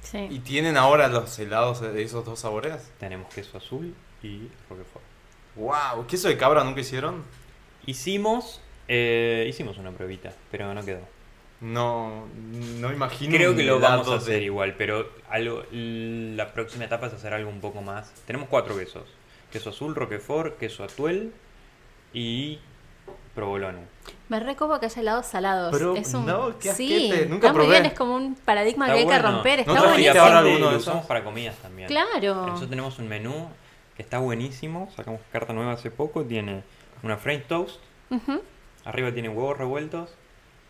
Sí.
¿y tienen ahora los helados de esos dos sabores?
Tenemos queso azul y roquefort.
Wow, queso de cabra nunca hicieron?
Hicimos, eh, hicimos una pruebita, pero no quedó.
No, no imagino.
Creo
un
que lo vamos
helado
a hacer
de-
igual, pero algo, la próxima etapa es hacer algo un poco más. Tenemos cuatro quesos. Queso azul, roquefort, queso atuel y provolone.
Me recopo que haya helados salados.
Pero,
es un...
no, qué
sí,
asquete, nunca
está muy bien,
probé.
es como un paradigma
Está
que hay que
bueno.
romper.
No
Está
trajiste
Y
buenísimo.
ahora
aparte
alguno de
lo
esos?
usamos para comidas también.
Claro.
Nosotros tenemos un menú que está buenísimo, sacamos carta nueva hace poco, tiene una French toast,
Ujú.
arriba tiene huevos revueltos,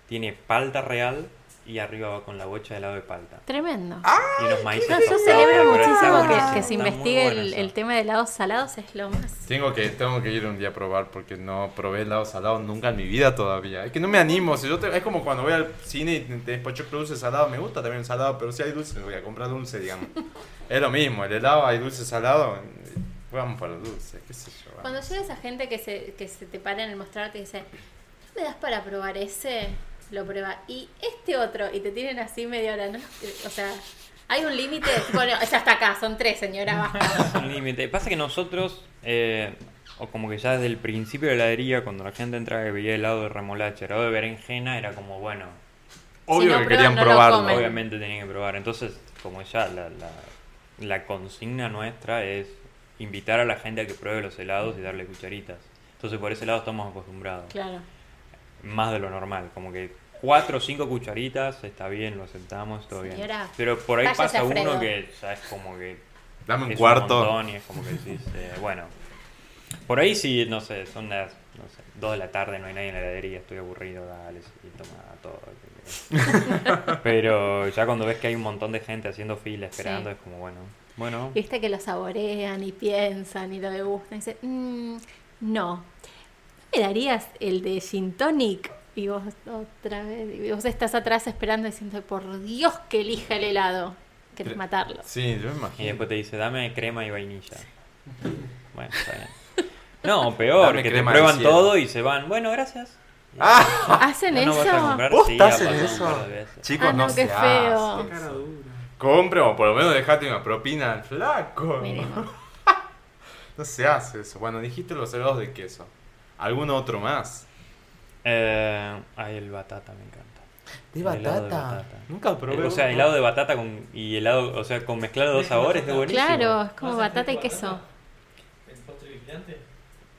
tiene palta real y arriba va con la bocha de helado de palta.
Tremendo.
Y unos maíces.
No, Ah, yo
tostados,
celebro
pero Ah, está
muchísimo que,
buenísimo,
que se
está muy
investigue
bueno
el,
eso.
el tema de helados salados, es lo más.
Tengo que, tengo que ir un día a probar porque no probé helados salados nunca en mi vida todavía. Es que no me animo. Si yo te- es como cuando voy al cine y te- te despacho con dulce salado. Me gusta también el salado, pero si hay dulce, voy a comprar dulce, digamos. es lo mismo, el helado hay dulce salado. eh, Vamos para los dulces, qué sé yo. vamos.
Cuando llega esa gente que se, que se te para en el mostrarte y dice, ¿no me das para probar ese? Lo prueba. Y este otro, y te tienen así media hora, ¿no? O sea, Hay un límite. Bueno, ya está acá, son tres, señora. basta.
Es un límite. Pasa que nosotros, eh, o como que ya desde el principio de la heladería, cuando la gente entraba y veía helado de remolacha, helado de berenjena, era como, bueno,
Obvio
no
que
prueban,
querían
no lo
probarlo.
comen.
obviamente tenían que probar. Entonces, como ya la, la, la consigna nuestra es invitar a la gente a que pruebe los helados y darle cucharitas. Entonces, por ese lado estamos acostumbrados.
Claro.
Más de lo normal, como que cuatro o cinco cucharitas, está bien, lo aceptamos, todo bien.
Señora,
Pero por ahí
váyase
pasa
a
uno
Fredo.
que ya es como que
Dame un
es
cuarto.
montón y es como que decís, eh, bueno. Por ahí sí, no sé, son las no sé, 2 de la tarde, no hay nadie en la heladería, estoy aburrido, dale, y toma todo. Pero ya cuando ves que hay un montón de gente haciendo fila, esperando,
Sí.
es como, bueno, bueno,
Viste que lo saborean y piensan y lo degustan. Y dicen, "Mm, no. ¿Me darías el de Gin Tonic? Y vos otra vez. Y vos estás atrás esperando diciendo, por Dios que elija el helado. Querés
Pero-
matarlo.
Sí, yo me
y
imagino.
después te dice, dame crema y vainilla. Bueno, está bien. No, peor,
Dame
que te
crema de
prueban
cielo.
todo y se van, bueno, gracias.
¡Ah!
¿Hacen
¿No, no vas a
eso?
comprar?
¿Vos
Sí,
estás en
ha pasado un
eso?
par de veces.
Chicos,
Ah, no,
no
qué
se
feo.
hace.
Qué cara dura.
Compren o por lo menos dejate una propina al flaco.
Mínimo.
No se hace eso. Bueno, dijiste los helados de queso. ¿Algún otro más?
Eh, ay, el batata me encanta. El helado de batata.
Nunca probé.
o sea,
uno.
helado de batata con, y helado, o sea, con mezclado de dos sabores es buenísimo.
Claro, es como
¿Vas a
batata y
hacer
queso.
batata? ¿El postre vigilante?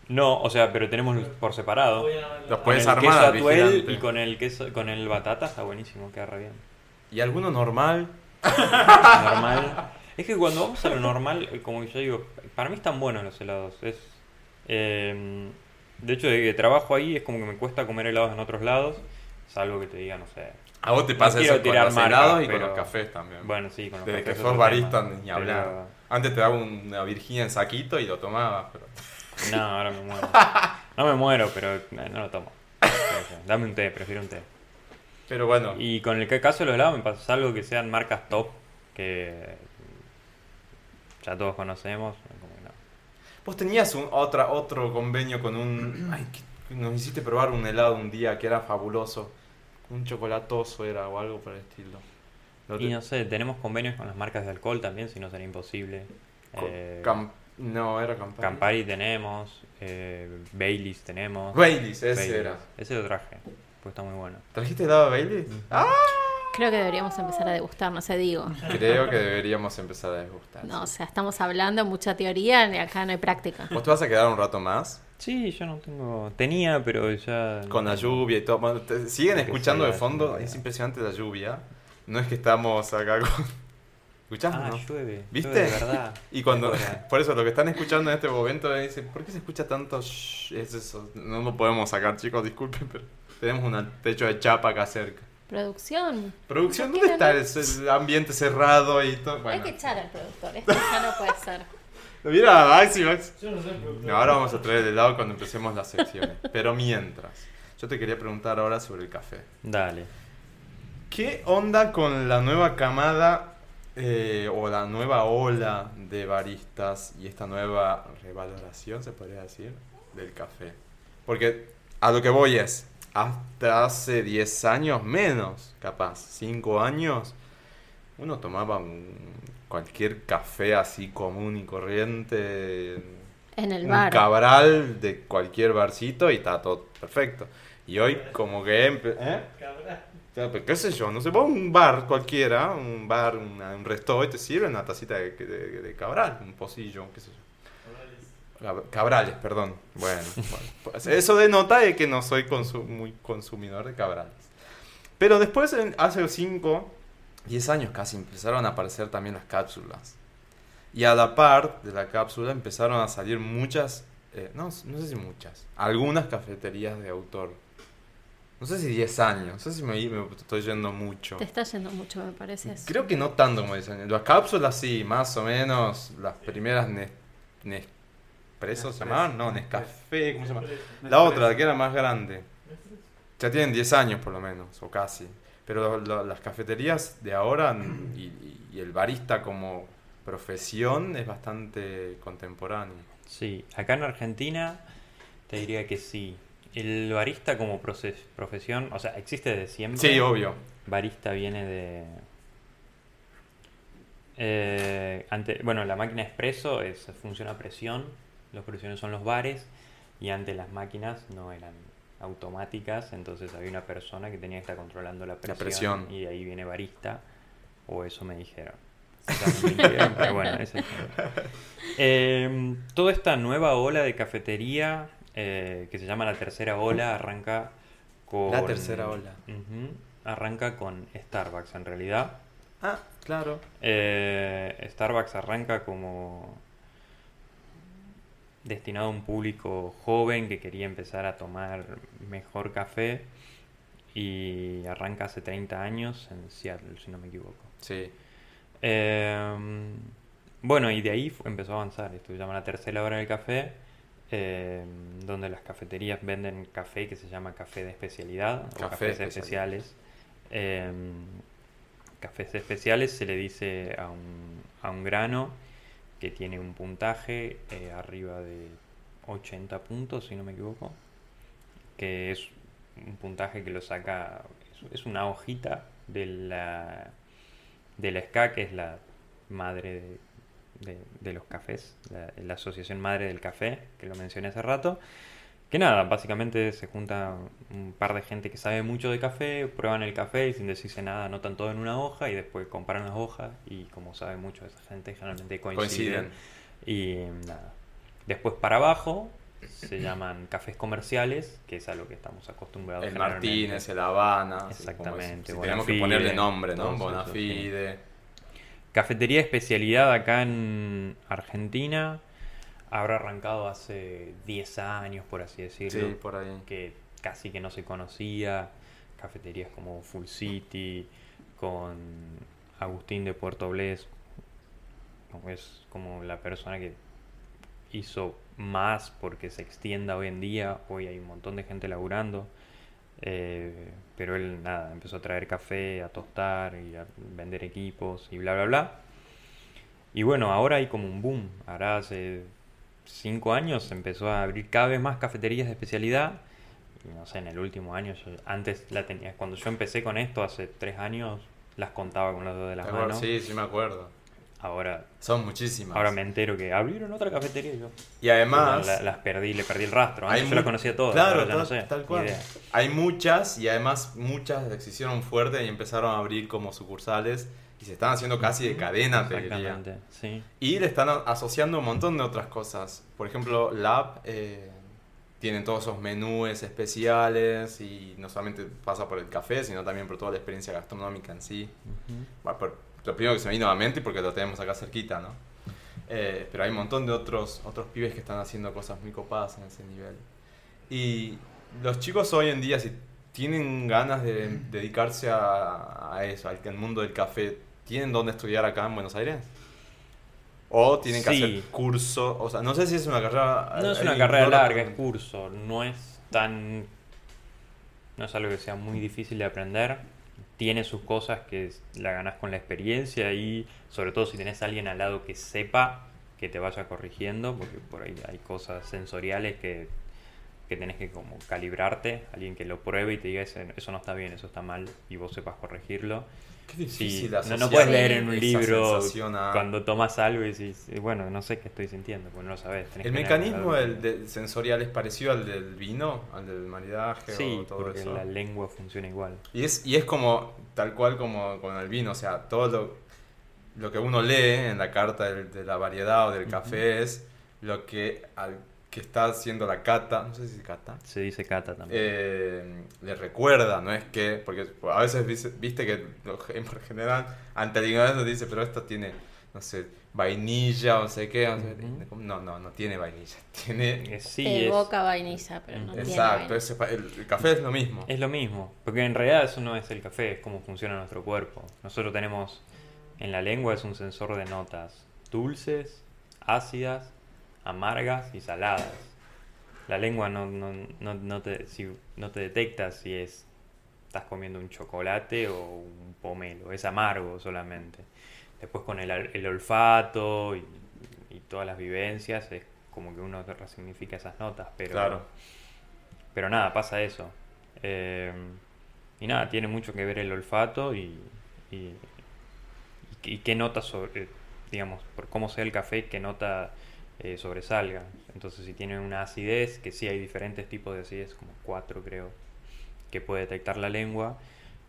No, o sea, pero tenemos por separado.
Voy a-
Los
Con
puedes
el
armar
queso
al
atuel
vigilante.
y con el queso, con el batata está buenísimo, queda re bien.
¿Y alguno normal?
Normal. es que cuando vamos a lo normal, eh, como yo digo, para mí están buenos los helados. Es, eh, de hecho, de que trabajo ahí es como que me cuesta comer helados en otros lados, salvo que te diga, no sé.
A vos te pasa
No quiero
eso con
tirar
los
marcas,
helados y
pero-
con los cafés también.
Bueno, sí, con los
Desde
cafés
que
es
sos
otro
barista
tema,
ni hablar.
pero-
Antes te daba una virginia en saquito y lo tomabas, pero...
No, ahora me muero. No me muero, pero eh, no lo tomo. Dame un té, prefiero un té.
Pero bueno,
Y con el ca- caso de los helados me pasa algo que sean marcas top, que ya todos conocemos. como que no.
vos tenías un, otra, otro convenio con un... Ay, que- nos hiciste probar un helado un día que era fabuloso. Un chocolatoso era o algo por el estilo. Lo
Y
te-
no sé, tenemos convenios con las marcas de alcohol también, si no sería imposible.
co-
Eh,
Cam- No, era Campari.
Campari tenemos, eh, Baileys tenemos.
Baileys, ese
Baileys.
era.
Ese lo traje, pues está muy bueno.
¿Trajiste helado de Baileys?
Mm.
¡Ah!
Creo que deberíamos empezar a degustar, no sé, digo.
Creo que deberíamos empezar a desgustar.
No, o sea, estamos hablando mucha teoría y acá no hay práctica.
¿Vos te vas a quedar un rato más?
Sí, yo no tengo... Tenía, pero ya...
Con la
ayuda
lluvia y todo. Bueno, te- siguen
Porque
escuchando
sí,
de
la
fondo.
lluvia.
Es impresionante la lluvia. No es que estamos acá con. ¿Escuchás?
Ah,
no?
llueve.
¿Viste?
llueve de verdad.
Y cuando.
Qué cosa.
Por eso, lo que están escuchando en este momento es. dicen, ¿Por qué se escucha tanto shh? Es eso. No lo podemos sacar, chicos, disculpen, pero. Tenemos un techo de chapa acá cerca.
Producción.
Producción,
¿Por
¿dónde
qué
está
no?
el, el ambiente cerrado y todo?
Hay
Bueno,
que echar al productor, esto ya no puede ser.
mira, Maxi, Maxi.
Yo no soy productor.
No, ahora vamos a traer el helado cuando empecemos las secciones. Pero mientras, yo te quería preguntar ahora sobre el café.
Dale.
¿Qué onda con la nueva camada eh, o la nueva ola de baristas y esta nueva revaloración, se podría decir, del café? Porque a lo que voy es, hasta hace 10 años menos, capaz, 5 años, uno tomaba un- cualquier café así común y corriente,
En el
un
bar.
cabral de cualquier barcito y está todo perfecto. Y hoy como que... empe- ¿eh?
Cabrón.
O sea, pues, ¿Qué sé yo? No sé, vos a un bar cualquiera, un bar, una- un resto, y te sirven una tacita de, de- de cabral, un pocillo, qué sé yo. Cab- Cabrales, perdón. Bueno, bueno, pues, eso denota de que no soy consu- muy consumidor de cabrales. Pero después, en- hace 5, 10 años casi, empezaron a aparecer también las cápsulas. Y a la par de la cápsula empezaron a salir muchas, eh, no, no sé si muchas, algunas cafeterías de autor. No sé si 10 años, no sé si me, me estoy yendo mucho.
Te está yendo mucho, me parece. eso.
Creo que no tanto como 10 años. Las cápsulas sí, más o menos. Las primeras Nes- Nespresso se
Nespresso.
llamaban, no, Nescafé, ¿cómo se llama?
Preso.
La otra, la que era más grande. Ya tienen 10 años por lo menos, o casi. Pero lo- lo- las cafeterías de ahora y, y- y el barista como profesión es bastante contemporáneo.
Sí, acá en Argentina te diría que sí. El barista como proces- profesión, o sea, existe desde siempre.
Sí, obvio.
Barista viene de... Eh, ante- bueno, la máquina expreso es, funciona a presión, los presiones son los bares, y antes las máquinas no eran automáticas, entonces había una persona que tenía que estar controlando la presión,
presión.
y de ahí viene barista, o eso me dijeron. Quizás me mintieron, pero bueno, ese es el- Eh, toda esta nueva ola de cafetería, eh, que se llama la tercera ola, arranca con...
La tercera ola.
Ujú, arranca con Starbucks en realidad.
Ah, claro.
Eh, Starbucks arranca como destinado a un público joven que quería empezar a tomar mejor café y arranca hace 30 años en Seattle, si no me equivoco.
Sí.
Eh, bueno, y de ahí fu- empezó a avanzar. Esto se llama la tercera hora del café, eh, donde las cafeterías venden café que se llama café de especialidad o
Café
cafés
especial.
especiales. Eh, cafés especiales se le dice a un, a un grano que tiene un puntaje eh, arriba de 80 puntos, si no me equivoco, que es un puntaje que lo saca, es, es una hojita de la, de la SCA, que es la madre de, de- de los cafés, la, la Asociación Madre del Café, que lo mencioné hace rato. Que nada, básicamente se junta un par de gente que sabe mucho de café, prueban el café y sin decirse nada anotan todo en una hoja y después comparan las hojas y como sabe mucho esa gente generalmente coinciden.
Coinciden.
Y em, nada. Después para abajo se llaman cafés comerciales, que es a lo que estamos acostumbrados
El
generalmente.
Martínez, el Habana. sí, como es-
Exactamente,
Si tenemos
Bonafide,
que ponerle nombre, ¿no?
todo eso, sí.
Bonafide.
Cafetería de especialidad acá en Argentina. Habrá arrancado hace 10 años, por así decirlo.
Sí, por ahí.
Que casi que no se conocía. Cafeterías como Full City, con Agustín de Puerto Blés. como Es como la persona que hizo más porque se extienda hoy en día. Hoy hay un montón de gente laburando. Eh, pero él, nada, empezó a traer café, a tostar y a vender equipos y bla, bla, bla. Y bueno, ahora hay como un boom. Ahora hace cinco años empezó a abrir cada vez más cafeterías de especialidad. Y no sé, en el último año, yo- antes la tenía, cuando yo empecé con esto hace tres años, las contaba con los dedos de las
¿Te acuerdas?
manos.
Sí, sí me acuerdo.
Ahora,
Son muchísimas.
ahora me entero que abrieron otra cafetería y yo.
Y además...
la- las perdí, le perdí el rastro.
hay
Antes yo
mu-
las conocía todas,
Claro,
ahora ya no
tal,
sé,
tal
ni
cual.
idea.
Hay muchas y además muchas se hicieron fuertes y empezaron a abrir como sucursales y se están haciendo casi de cadena, te diría.
Exactamente, sí.
Y le están a- asociando un montón de otras cosas. Por ejemplo, Lab eh, tienen todos esos menúes especiales y no solamente pasa por el café, sino también por toda la experiencia gastronómica en sí.
Ujú.
Bueno, por- lo primero que se me vino a la mente porque lo tenemos acá cerquita, ¿no? Eh, pero hay un montón de otros, otros pibes que están haciendo cosas muy copadas en ese nivel. Y los chicos hoy en día, si tienen ganas de dedicarse a, a eso, al al mundo del café, ¿tienen dónde estudiar acá en Buenos Aires? ¿O tienen que
Sí.
hacer curso? O sea, no sé si es una carrera...
No es
ahí
una carrera
no la-
larga, es curso, no es tan... No es algo que sea muy difícil de aprender, tiene sus cosas que es- la ganas con la experiencia y sobre todo si tenés a alguien al lado que sepa que te vaya corrigiendo, porque por ahí hay cosas sensoriales que, que tenés que como calibrarte, alguien que lo pruebe y te diga "Ese- eso no está bien, eso está mal y vos sepas corregirlo.
Qué
Sí,
difícil
no, no
asociar
puedes leer en un
esa
libro
sensación a-
cuando tomas algo y decís, "Eh, bueno, no sé qué estoy sintiendo, pues no lo sabes. tenés
El
que leer
mecanismo
algo.
del, del sensorial es parecido al del vino, al del maridaje
Sí,
o todo
porque
eso.
la lengua funciona igual.
Y es, y es como, tal cual como con el vino, o sea, todo lo, lo que uno lee en la carta del- de la variedad o del café es lo que al que está haciendo la cata, no sé si cata,
Se dice cata también.
eh, le recuerda, no es que, porque a veces dice- viste que lo- en por general, ante el ignorante dice, pero esto tiene, no sé, vainilla o no sé qué, no, sé,
Ujú.
no, no, no tiene vainilla, tiene
Eh, sí,
Te
es,
evoca vainilla, pero no tiene
Exacto,
vainilla.
ese pa- el, el café es lo mismo.
es lo mismo. Porque en realidad eso no es el café, es cómo funciona nuestro cuerpo. Nosotros tenemos en la lengua es un sensor de notas dulces, ácidas, amargas y saladas. La lengua no, no, no, no te, si, no te detecta si es estás comiendo un chocolate o un pomelo, es amargo solamente. Después con el, al- el olfato y, y todas las vivencias es como que uno resignifica esas notas, pero
Claro.
pero nada, pasa eso. Eh, y nada, tiene mucho que ver el olfato y, y- y y qué nota sobre, eh, digamos, por cómo sea el café, qué nota eh, sobresalga. Entonces, si tiene una acidez, que sí hay diferentes tipos de acidez, como cuatro creo, que puede detectar la lengua.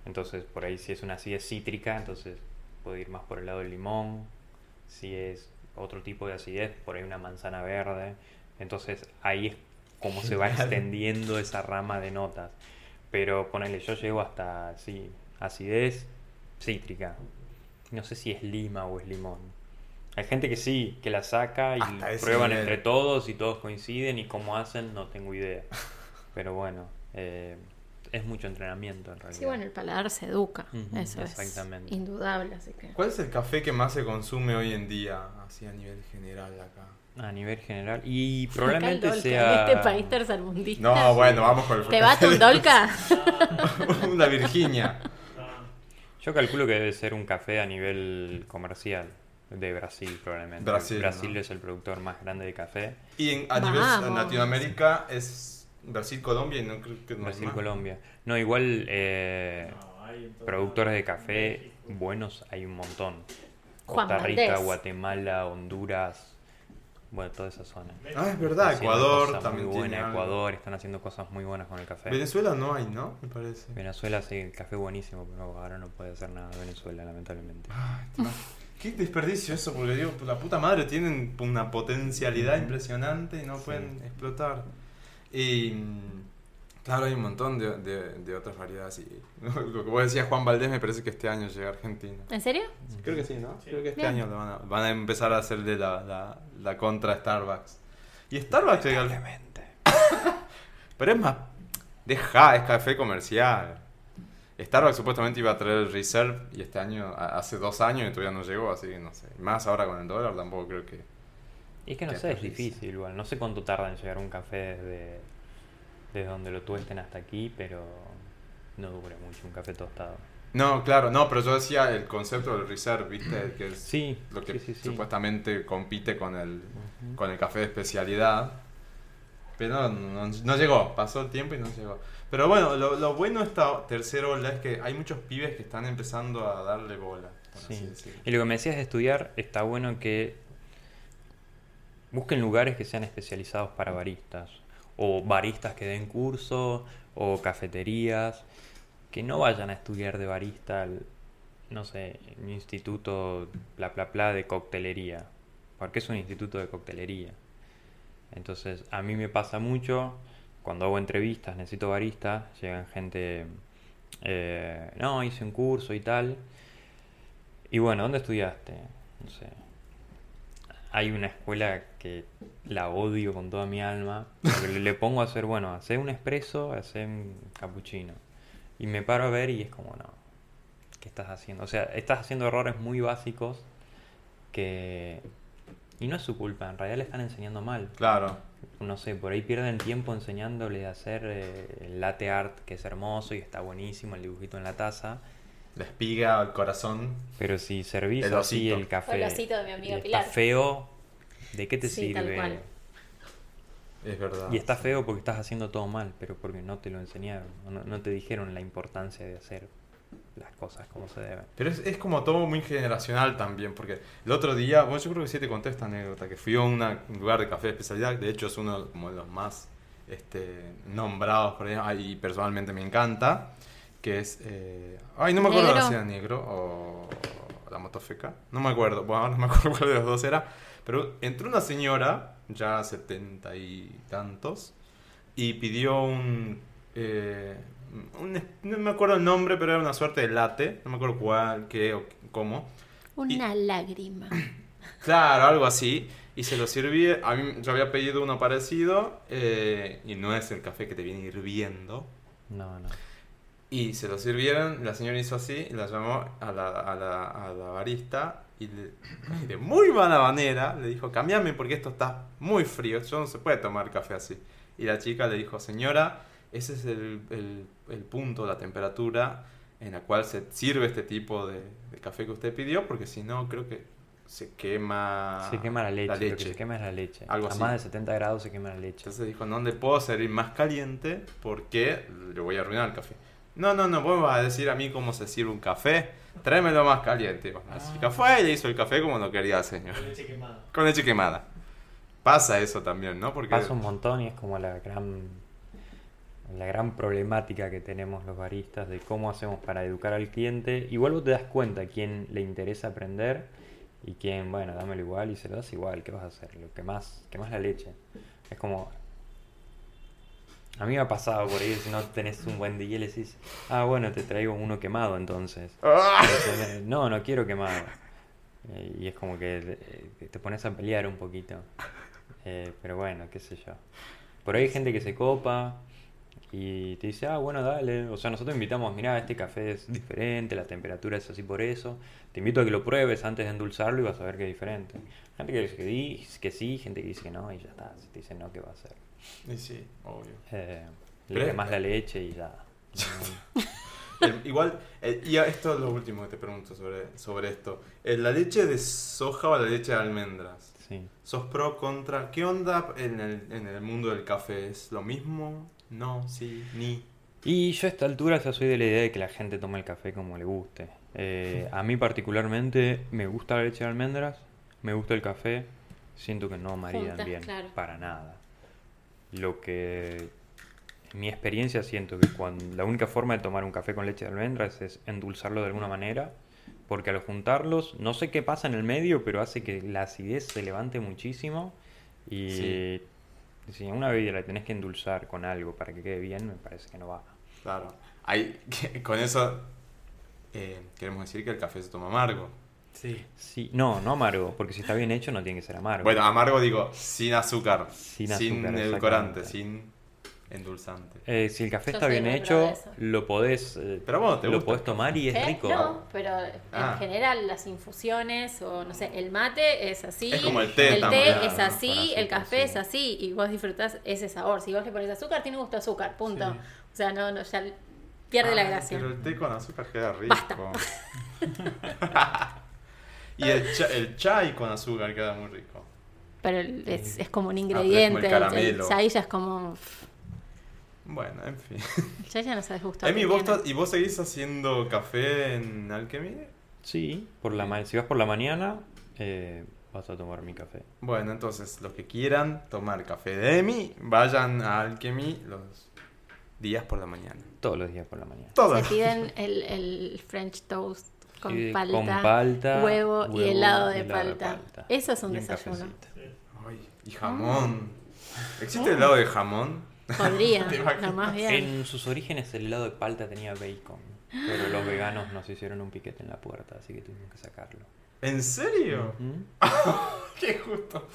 Entonces, por ahí si es una acidez cítrica, entonces puede ir más por el lado del limón. Si es otro tipo de acidez, por ahí una manzana verde. Entonces, ahí es como se va extendiendo esa rama de notas. Pero ponele, yo llego hasta, sí, acidez cítrica. No sé si es lima o es limón. Hay gente que sí, que la saca y
Hasta ese
prueban
nivel.
entre todos y todos coinciden y cómo hacen, no tengo idea. Pero bueno, eh, es mucho entrenamiento en realidad.
Sí, bueno, el paladar se educa.
Ujú,
Eso es
exactamente.
indudable, así que.
¿Cuál es el café que más se consume hoy en día, así a nivel general acá?
A nivel general. Y
Acá
probablemente
el Dolca,
sea...
En este país tercermundista.
No, bueno, vamos con el
¿Te va un Dolca?
Una Virginia.
Yo calculo que debe ser un café a nivel comercial de Brasil probablemente.
Brasil, ¿no?
es el productor más grande de café.
Y en, a nivel
Vamos.
Latinoamérica es Brasil, Colombia y no creo que no hay
Brasil,
más.
Colombia. No, igual eh,
No, hay en todo
productores de
lado.
café buenos hay un montón.
Juan
Costa Rica,
Valdés.
Guatemala, Honduras, bueno, toda esa zona.
Ah, es verdad,
Haciendo
Ecuador
cosas
también
muy
tiene
buena,
algo.
Ecuador, eh. están haciendo cosas muy buenas con el café.
Venezuela no hay, ¿no? Me parece.
Venezuela sí, café buenísimo, pero no, ahora no puede hacer nada Venezuela, lamentablemente.
Ah, Qué desperdicio eso, porque digo, pues, la puta madre, tienen una potencialidad impresionante y no pueden explotar. Y mm, claro, hay un montón de, de- de otras variedades. Y, lo que vos decías, Juan Valdés, me parece que este año llega a Argentina.
¿En serio?
Creo que sí, ¿no? Creo que este
Bien.
año lo van, a, van a empezar a hacerle la, la, la contra a Starbucks. Y Starbucks llega al-
Lamentablemente.
Pero es más. Deja, es café comercial. Starbucks supuestamente iba a traer el Reserve y este año, a- hace dos años y todavía no llegó, así que no sé. Más ahora con el dólar tampoco creo que.
Y es que no
Qué
sé, es
pereza.
difícil igual. No sé cuánto tarda en llegar un café desde, desde donde lo tuesten hasta aquí, pero no dura mucho un café tostado.
No, claro, no, pero yo decía el concepto del Reserve, ¿viste? Que es
Sí,
lo que
sí, sí, sí.
supuestamente compite con el, con el café de especialidad. Pero no, no llegó, pasó el tiempo y no llegó. Pero bueno, lo, lo bueno de esta tercera ola es que hay muchos pibes que están empezando a darle bola. por
Sí.
así decirlo.
Y lo que me decías de estudiar, está bueno que busquen lugares que sean especializados para baristas, o baristas que den curso, o cafeterías, que no vayan a estudiar de barista al, no sé, un instituto bla bla bla de coctelería, porque es un instituto de coctelería. Entonces, a mí me pasa mucho cuando hago entrevistas, necesito baristas, llegan gente, eh, no, hice un curso y tal. Y bueno, ¿dónde estudiaste? No sé. Hay una escuela que la odio con toda mi alma. porque le- le pongo a hacer, bueno, hacer un espresso, hacer un cappuccino. Y me paro a ver y es como, no, ¿qué estás haciendo? O sea, estás haciendo errores muy básicos que... Y no es su culpa, en realidad le están enseñando mal.
Claro.
No sé, por ahí pierden tiempo enseñándole a hacer eh, el latte art, que es hermoso y está buenísimo, el dibujito en la taza.
La espiga, el corazón.
Pero si servís
El
así
osito.
el café.
O el osito de mi amiga
y
Pilar.
Está feo. ¿De qué te
Sí, tal
sirve?
cual.
Es verdad.
Y está feo porque estás haciendo todo mal, pero porque no te lo enseñaron. No, no te dijeron la importancia de hacer las cosas como se deben.
Pero es, es como todo muy generacional también, porque el otro día, bueno, yo creo que sí te conté esta anécdota, que fui a una- un lugar de café de especialidad, de hecho es uno como de los más este, nombrados por ahí, ah, y personalmente me encanta, que es, eh, ay, no me acuerdo
Negro.
si era negro o la motofeca, no me acuerdo, bueno, no me acuerdo cuál de los dos era, pero entró una señora, ya setenta y tantos, y pidió un, eh, un- No me acuerdo el nombre, pero era una suerte de latte. No me acuerdo cuál, qué o cómo.
Una lágrima.
Claro, algo así. Y se lo sirví. A mí yo había pedido uno parecido. eh, y no es el café que te viene hirviendo.
No, no.
Y se lo sirvieron. La señora hizo así. Y la llamó a la, a la, a la barista. Y le- y de muy mala manera le dijo: Cambiame porque esto está muy frío. Yo no se puede tomar café así. Y la chica le dijo, señora, ese es el, el- el punto, la temperatura en la cual se sirve este tipo de, de café que usted pidió, porque si no, creo que se quema,
se quema la leche. Lo que se quema es la leche.
Ah, Algo
a
así.
más de 70 grados se quema la leche.
Entonces dijo, no le puedo servir más caliente porque le voy a arruinar el café. No, no, no, vos me vas a decir a mí cómo se sirve un café. Tráemelo más caliente. Bueno, así que fue y le hizo el café como lo quería el señor.
Con leche quemada.
Con leche quemada. Pasa eso también, ¿no? Porque
Pasa un montón y es como la gran, la gran problemática que tenemos los baristas de cómo hacemos para educar al cliente. Igual vos te das cuenta quién le interesa aprender y quién, bueno, dámelo igual y se lo das igual, ¿qué vas a hacer? Lo que más, que más la leche. Es como... A mí me ha pasado por ahí, si no tenés un buen día y le decís, ah, bueno, te traigo uno quemado entonces.
¡Ah!
Entonces, No, no quiero quemado. Eh, Y es como que eh, te pones a pelear un poquito. Eh, pero bueno, qué sé yo. Por ahí hay gente que se copa y te dice, ah, bueno, dale. O sea, nosotros invitamos, mira, este café es diferente, la temperatura es así por eso. Te invito a que lo pruebes antes de endulzarlo y vas a ver que es diferente. Gente que dice que, di- que sí, gente que dice que no y ya está. Si te dice no, ¿qué va a hacer?
Y sí, obvio.
Eh,
Pero-
le quemás la leche y ya.
El- igual, eh, y a- esto es lo último que te pregunto sobre, sobre esto. Eh, ¿La leche de soja o la leche de almendras?
Sí.
¿Sos pro contra? ¿Qué onda en el, en el mundo del café? ¿Es lo mismo? No, sí, ni.
Y yo a esta altura ya soy de la idea de que la gente tome el café como le guste. Eh, a mí particularmente me gusta la leche de almendras, me gusta el café, siento que no maridan
Juntas,
bien
claro.
para nada. Lo que en mi experiencia siento que cuando, la única forma de tomar un café con leche de almendras es endulzarlo de
Mm.
alguna manera, porque al juntarlos, no sé qué pasa en el medio, pero hace que la acidez se levante muchísimo y
Sí.
si a una bebida la tenés que endulzar con algo para que quede bien, me parece que no va.
Claro. Ahí, con eso eh, queremos decir que el café se toma amargo.
Sí.
Sí, no, no amargo, porque si está bien hecho no tiene que ser amargo.
Bueno, amargo digo, sin azúcar.
Sin
sin
azúcar,
edulcorante,
exactamente.
sin endulzante.
Eh, si el café
Yo
está
soy
bien
muy pro de
hecho,
eso.
lo podés, eh,
Pero bueno, te
lo
gusta.
podés tomar y es
¿Qué?
rico.
¿Eh? No, pero en
Ah.
general las infusiones o no sé, el mate es así.
Es como el té también, ¿no?
es así,
Con azúcar,
el café
sí.
es así y vos disfrutás ese sabor. Si vos le pones azúcar, tiene gusto a azúcar, punto.
Sí.
O sea, no, no, ya pierde la
Ah,
Ay,
gracia.
Pero el té con azúcar queda rico.
Basta.
y el, cha- el chai con azúcar queda muy rico.
Pero el- es, es como un
Ah,
pero es
ingrediente.
como el caramelo.
ya ahí ya es como.
Bueno, en fin.
Ya ya no sabes gustar.
Emi, vos estás- ¿y vos seguís haciendo café en Alchemy?
Sí, por la ma- si vas por la mañana, eh, vas a tomar mi café.
Bueno, entonces, los que quieran tomar café de Emi, vayan a Alchemy los días por la mañana.
Todos los días por la mañana.
Todo.
Se piden el, el French toast con,
Eh,
palta,
con palta,
huevo, y
huevo
helado
y
de,
helado de
palta.
palta.
Eso es un
Y un
desayuno.
cafecito.
Ay, y jamón. ¿Existe helado de jamón?
Podría,
Te imaginas.
lo más bien.
En sus orígenes el helado de palta tenía bacon, pero los veganos nos hicieron un piquete en la puerta, así que tuvimos que sacarlo.
¿En serio?
¿Mm?
Qué justo.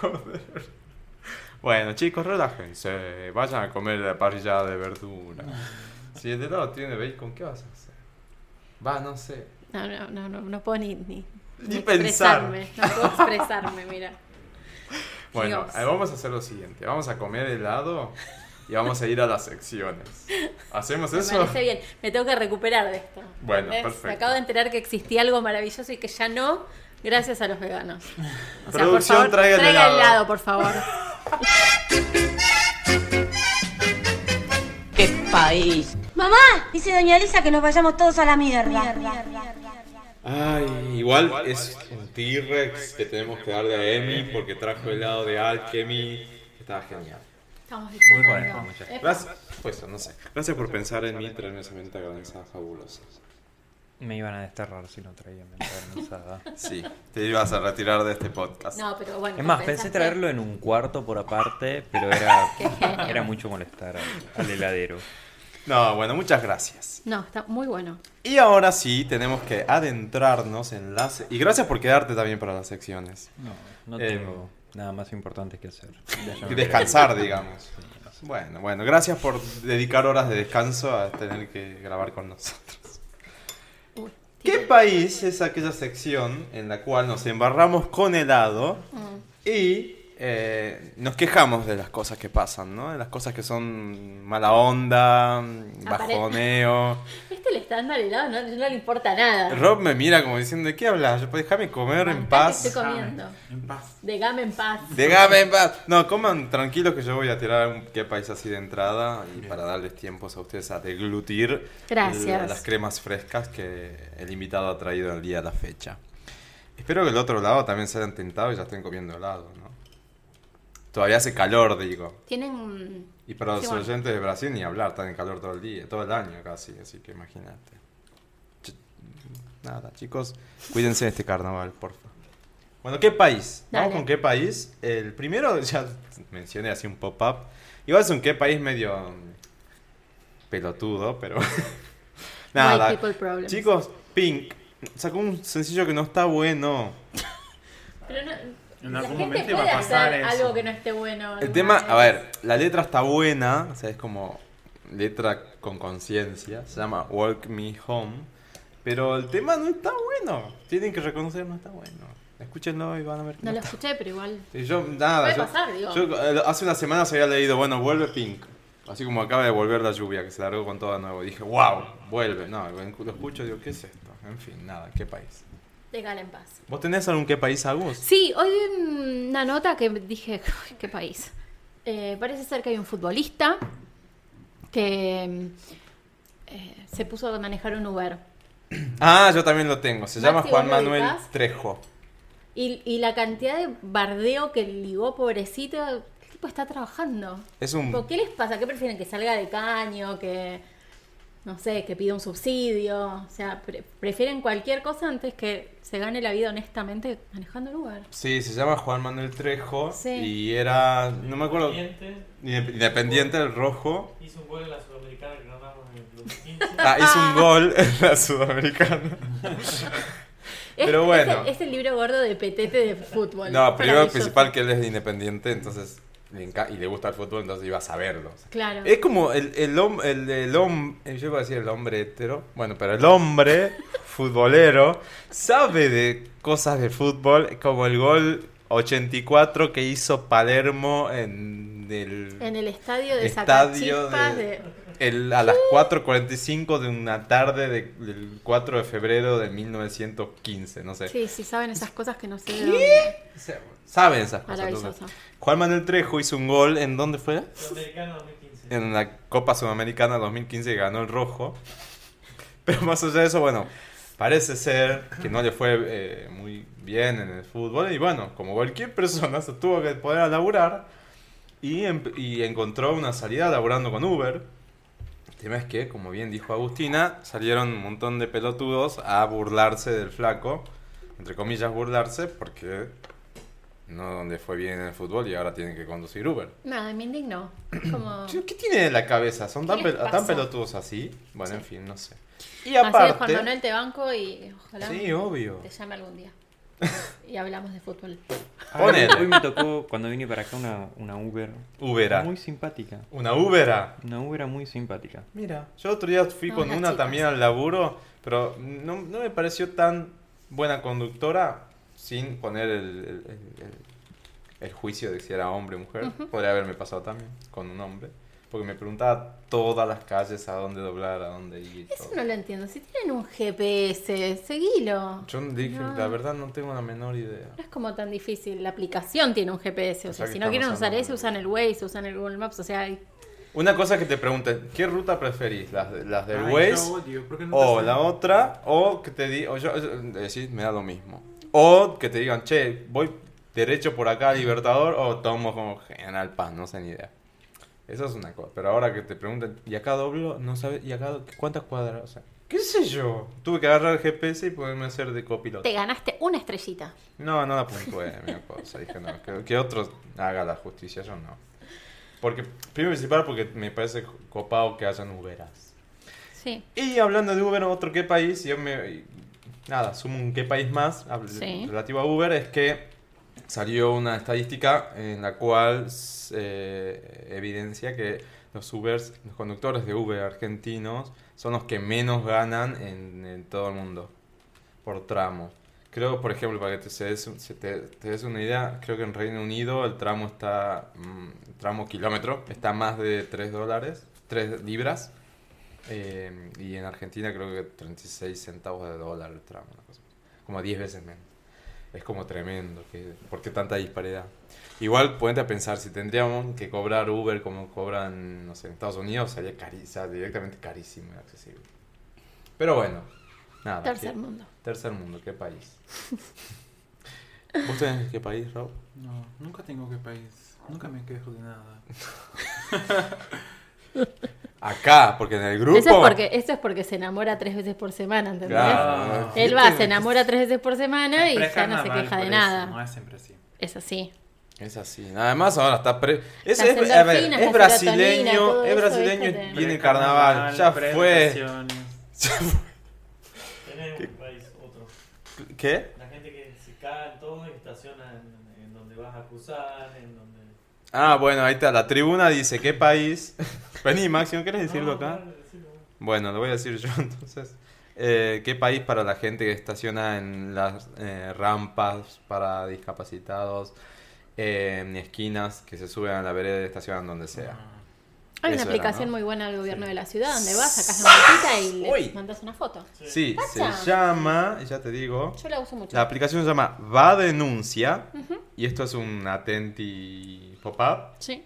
Joder. Bueno, chicos, relájense. Vayan a comer la parrillada de verdura. Si el helado tiene bacon, ¿qué vas a hacer? Va, no sé.
No, no, no, no, no puedo ni, ni,
Ni
expresarme. No puedo expresarme, mira.
Bueno,
Dios.
eh, vamos a hacer lo siguiente. Vamos a comer helado y vamos a ir a las secciones. ¿Hacemos
Me
eso?
parece bien. Me tengo que recuperar de esto.
Bueno,
¿Ves?
perfecto.
Me acabo de enterar que existía algo maravilloso y que ya no, gracias a los veganos. O sea, por
Producción,
favor,
traigan helado.
helado, por favor.
Mamá, dice doña Elisa que nos vayamos todos a la mierda.
Ay, igual es un T-Rex que tenemos que darle a Emi porque trajo helado de Alchemy. Estaba genial.
Estamos
Muy
disfrutando.
bueno, muchachos.
Es
Gracias. Pues no sé. Gracias por pensar en mí y traerme esa menta granizada fabulosa.
Me iban a desterrar si no traía menta granizada.
Sí, te ibas a retirar de este podcast.
No, pero bueno.
Es más, pensé
compensaste.
traerlo en un cuarto por aparte, pero era,
Qué genio.
era mucho molestar al, al heladero.
No, bueno, muchas gracias.
No, está muy bueno.
Y ahora sí, tenemos que adentrarnos en las... Y gracias por quedarte también para las secciones.
No, no
Eh,
tengo nada más importante que hacer. Ya me
Y descansar,
voy a ir.
digamos. Bueno, bueno, gracias por dedicar horas de descanso a tener que grabar con nosotros.
Uy,
¿Qué país es aquella sección en la cual nos embarramos con helado
Mm.
y eh, nos quejamos de las cosas que pasan, ¿no? De las cosas que son mala onda,
Apare-
bajoneo.
Este le está dando al helado, no, no le importa nada.
Rob me mira como diciendo, ¿de qué hablas? Yo, pues, Déjame comer en
Aguantá que
paz.
Estoy comiendo.
En paz.
Degame en paz.
Déjame en paz. No, coman tranquilos que yo voy a tirar un qué país así de entrada y para darles tiempos a ustedes a deglutir
Gracias.
la- las cremas frescas que el invitado ha traído el día de la fecha. Espero que el otro lado también se hayan tentado y ya estén comiendo helado, ¿no? Todavía hace calor, digo.
Tienen.
Y para los
Sí, bueno.
oyentes de Brasil ni hablar, están en calor todo el día, todo el año casi, así que imagínate. Ch- Nada, chicos, cuídense de este carnaval, porfa. Bueno, ¿qué país? Vamos
Dale.
con qué país. El primero, ya mencioné así un pop-up. Igual es un qué país medio mm, pelotudo, pero... Nada,
White people problems.
chicos, Pink sacó un sencillo que no está bueno.
Pero no,
En
la
algún
gente
momento iba
puede
a pasar
hacer
eso.
algo que no esté bueno.
El
alguna
tema,
vez.
a ver, la letra está buena, o sea, es como letra con conciencia, se llama Walk Me Home, pero el tema no está bueno, tienen que reconocer no está bueno. Escúchenlo y van a ver que
No
no
lo
está-
escuché, pero igual.
Y yo, nada,
Puede
yo,
pasar, digo.
yo, eh, hace unas semanas había leído, bueno, vuelve Pink, así como acaba de volver la lluvia, que se largó con todo de nuevo, dije, wow, vuelve, no, lo escucho y digo, ¿qué es esto? En fin, nada, ¿qué país?
Degale en paz.
¿Vos tenés algún qué país, Agus?
Sí, hoy vi una nota que dije, "Uy, qué país. Eh, parece ser que hay un futbolista que mm, eh, se puso a manejar un Uber.
Ah, yo también lo tengo, se llama
Maxi,
Juan
¿vos lo
Manuel
ubicás?
Trejo.
Y, y la cantidad de bardeo que ligó, pobrecito, el tipo está trabajando.
Es un
Tipo, ¿Qué les pasa? ¿Qué prefieren? ¿Que salga de caño? ¿Que, no sé, que pida un subsidio? O sea, pre- prefieren cualquier cosa antes que se gane la vida honestamente manejando el Uber.
Sí, se llama Juan Manuel Trejo
Sí.
y era, no me acuerdo,
Independiente
Inde- Independiente del Rojo.
hizo un gol en la Sudamericana que ganamos en el 2015.
Ah, hizo un gol en la Sudamericana.
Es-
Pero
es
bueno.
el- Es el, libro gordo de petete de fútbol.
No, primero
Maravilloso.
principal que él es de Independiente, entonces le enca- y le gusta el fútbol, entonces iba a saberlo. o sea.
Claro.
Es como el, el, hom- el, el hom- eh, yo iba a decir el hombre hetero, bueno, pero el hombre futbolero sabe de cosas de fútbol, como el gol 84 que hizo Palermo en el...
En el estadio de
Estadio
Sacachispas
de-
de...
El- a las 4.45 de una tarde de- del 4 de febrero de 1915, no sé.
Sí, sí, saben esas cosas que no sé de dónde.
O sea, Saben esas cosas.
Maravilloso.
entonces. Juan Manuel Trejo hizo un gol en dónde fue?
Sudamericana 2015.
En la Copa Sudamericana 2015 que ganó el rojo. Pero más allá de eso, bueno, parece ser que no le fue eh, muy bien en el fútbol. Y bueno, como cualquier persona, se tuvo que poder a laburar y, em- y encontró una salida laburando con Uber. El tema es que, como bien dijo Agustina, salieron un montón de pelotudos a burlarse del flaco. Entre comillas, burlarse porque no le fue bien en el fútbol y ahora tienen que conducir Uber.
Nada, me indignó. Como...
Yo, ¿Qué tiene en la cabeza? ¿Son tan,
Ah. ¿Qué les
pel- tan
pasa?
pelotudos así? Bueno, en fin, no sé. Y
Así que Juan
aparte...
Manuel, te banco y ojalá
Sí, obvio.
te llame algún día. Y hablamos de fútbol.
Ponele.
Ah, Hoy me tocó, cuando vine para acá, una, una Uber.
Ubera.
Muy simpática.
Una Ubera.
Una Uber muy simpática.
Mira, yo otro día fui
No,
con
las
una
chicas.
también al laburo, pero no, no me pareció tan buena conductora sin poner el, el- el- el- el juicio de si era hombre o mujer. Podría haberme pasado también con un hombre, porque me preguntaba todas las calles a dónde doblar, a dónde ir. y
Eso
todo.
no lo entiendo. Si tienen un GPS, seguilo.
Yo dije,
No.
la verdad no tengo la menor idea.
No es como tan difícil. La aplicación tiene un GPS. O
O sea
sea,
que
si no
estamos
quieren usar
hablando
ese,
de-
usan el Waze, usan el Google Maps. O sea, hay-
Una cosa que te pregunten, ¿qué ruta preferís? ¿Las, de- las del
Ay,
Waze?
yo odio, ¿por qué no te
O
hacen?
la otra, o que te digan, o yo, yo- decís, me da lo mismo. O que te digan, che, voy derecho por acá a Libertador o tomo como General Paz, no sé ni idea. Eso es una cosa. Pero ahora que te preguntan, ¿y acá doblo? No sabes, ¿y acá do- cuántas cuadras? O sea, ¿qué sé yo? Tuve que agarrar el GPS y poderme hacer de copiloto.
te ganaste una estrellita.
No, no la puntué, mi cosa. Dije, no, que, que otro haga la justicia, yo no. Porque, primero y principal, porque me parece copado que hayan Uberas.
Sí.
Y hablando de Uber, otro qué país, yo me. y- Nada, sumo un qué país más habl-
Sí.
relativo a Uber, es que salió una estadística en la cual s- eh, evidencia que los Ubers, los conductores de Uber argentinos, son los que menos ganan en, en todo el mundo por tramo. Creo, por ejemplo, para que te, se des, se te, te des una idea, creo que en Reino Unido el tramo está, mm, tramo kilómetro, está más de 3 dólares, 3 libras. Eh, y en Argentina creo que 36 centavos de dólar el tramo, una cosa así. como 10 veces menos. Es como tremendo, que, ¿por qué tanta disparidad? Igual ponete a pensar, si tendríamos que cobrar Uber como cobran, no sé, en Estados Unidos, sería cari- o sea, directamente carísimo y accesible. Pero bueno, nada.
Tercer
¿qué?
mundo.
Tercer mundo, ¿qué país? ¿Vos tenés qué país, Raúl?
No, nunca tengo que país. Nunca me quejo de nada.
Acá, porque en el grupo...
Eso es, porque, eso es porque se enamora tres veces por semana, ¿entendés?
Claro.
Él va, se enamora tres veces por semana y
Pero
ya
es
no se queja
carnaval,
de
por eso, No
nada.
es siempre así.
Es así.
Es así. Además ahora está pre... Es,
Las
es- a ver,
endorfinas,
es
la serotonina,
brasileño,
todo
es
eso,
brasileño
¿viste?
y viene el carnaval. Ya fue.
presentaciones.
Tenés un país, otro.
¿Qué?
La gente que se cae en todo y estaciona en, en donde vas a cruzar, en donde.
Ah, bueno, ahí está. La tribuna dice, ¿qué país? Vení, Máximo, ¿querés decirlo
No,
acá?
dale, decilo.
Bueno, lo voy a decir yo entonces. Eh, ¿Qué país para la gente que estaciona en las eh, rampas para discapacitados, eh, en esquinas, que se suben a la vereda y estacionan donde sea?
Hay
Eso era,
una aplicación
¿no?
muy buena del gobierno de la ciudad donde vas, sacas la marquita y le
Uy.
mandas una foto.
Sí,
Pacha.
se llama, ya te digo,
Yo la uso mucho.
la aplicación se llama Va Denuncia, y esto es un Atenti pop-up.
Sí.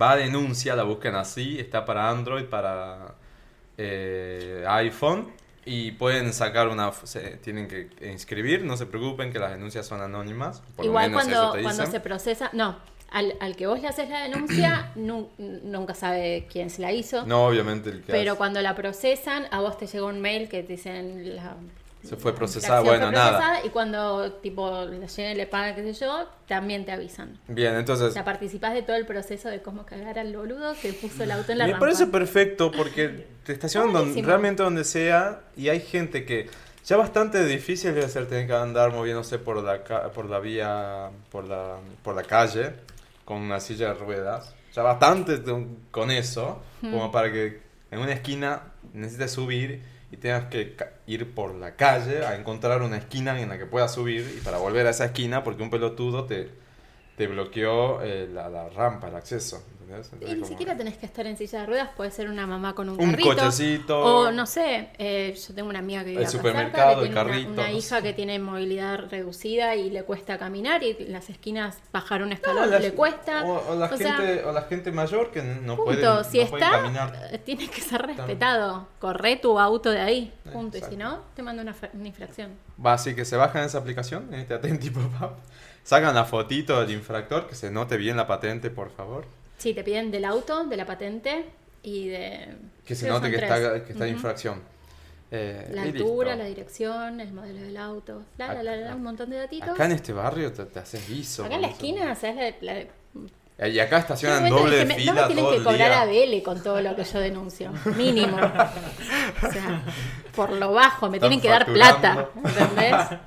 Va Denuncia, la buscan así, está para Android, para eh, iPhone y pueden sacar una, se- tienen que inscribir, no se preocupen que las denuncias son anónimas. por lo
Igual
menos
cuando,
eso te
cuando
dicen.
se procesa, no, al, al que vos le haces la denuncia, nu- nunca sabe quién se la hizo.
No, obviamente el que
Pero
hace-
cuando la procesan, a vos te llega un mail que te dicen la.
se fue
la
procesada,
acción fue
bueno, nada.
procesada, Y cuando tipo le llega y le pagan, qué sé yo, también te avisan.
Bien,
O
entonces
sea, participás de todo el proceso de cómo cagar al boludo que puso el auto en la
me
rampa.
parece perfecto porque te estacionan don-
Buenísimo.
realmente donde sea y hay gente que ya bastante difícil de hacer tener que andar moviéndose por la ca- por la vía por la por la calle con una silla de ruedas. Ya bastante de- con eso como para que en una esquina necesites subir y tengas que ca- ir por la calle a encontrar una esquina en la que puedas subir y para volver a esa esquina porque un pelotudo te te bloqueó eh, la, la rampa, el acceso. ¿entendés?
Y
Entonces,
ni
como-
siquiera tenés que estar en silla de ruedas, puede ser una mamá con un,
un
carrito.
cochecito.
O no sé, eh, yo tengo una amiga que vive
El
acá
supermercado,
cerca, que
el
tiene una-
carrito,
Una,
no
hija que tiene movilidad reducida y le cuesta caminar y en las esquinas bajar un
No,
escalón
la-
le cuesta.
O, o la
O sea,
gente, o la gente mayor que no
punto,
puede, no
si
puede
está,
caminar.
eh, tiene que ser respetado. Corre tu auto de ahí, punto. Y si
Exacto.
no, te mando una, fra- una infracción.
Va, así que se bajan esa aplicación, en este Atenti Pop-Up. Sacan la fotito del infractor, que se note bien la patente, por favor.
Sí, te piden del auto, de la patente y de...
Que se
creo
note
son
que
tres.
está, que está en
Ujú.
infracción. Eh,
La
y
altura, la
listo.
dirección, el modelo del auto, la, la,
Acá-
la, la, un montón de datitos.
Acá en este barrio te, te haces guiso.
Acá en la
boludo.
esquina, ¿sabes? La, de- la, de-
Eh, Y acá
Yo en un
estacionan
momento
doble
dije,
de
"Me-
fila
no me tienen
todo
que
el
cobrar
día.
a BL con todo lo que yo denuncio, mínimo. O sea, por lo bajo, me
Están
tienen que dar plata,
facturando.
¿entendés?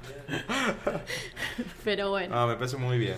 Pero bueno,
Ah, me parece muy bien.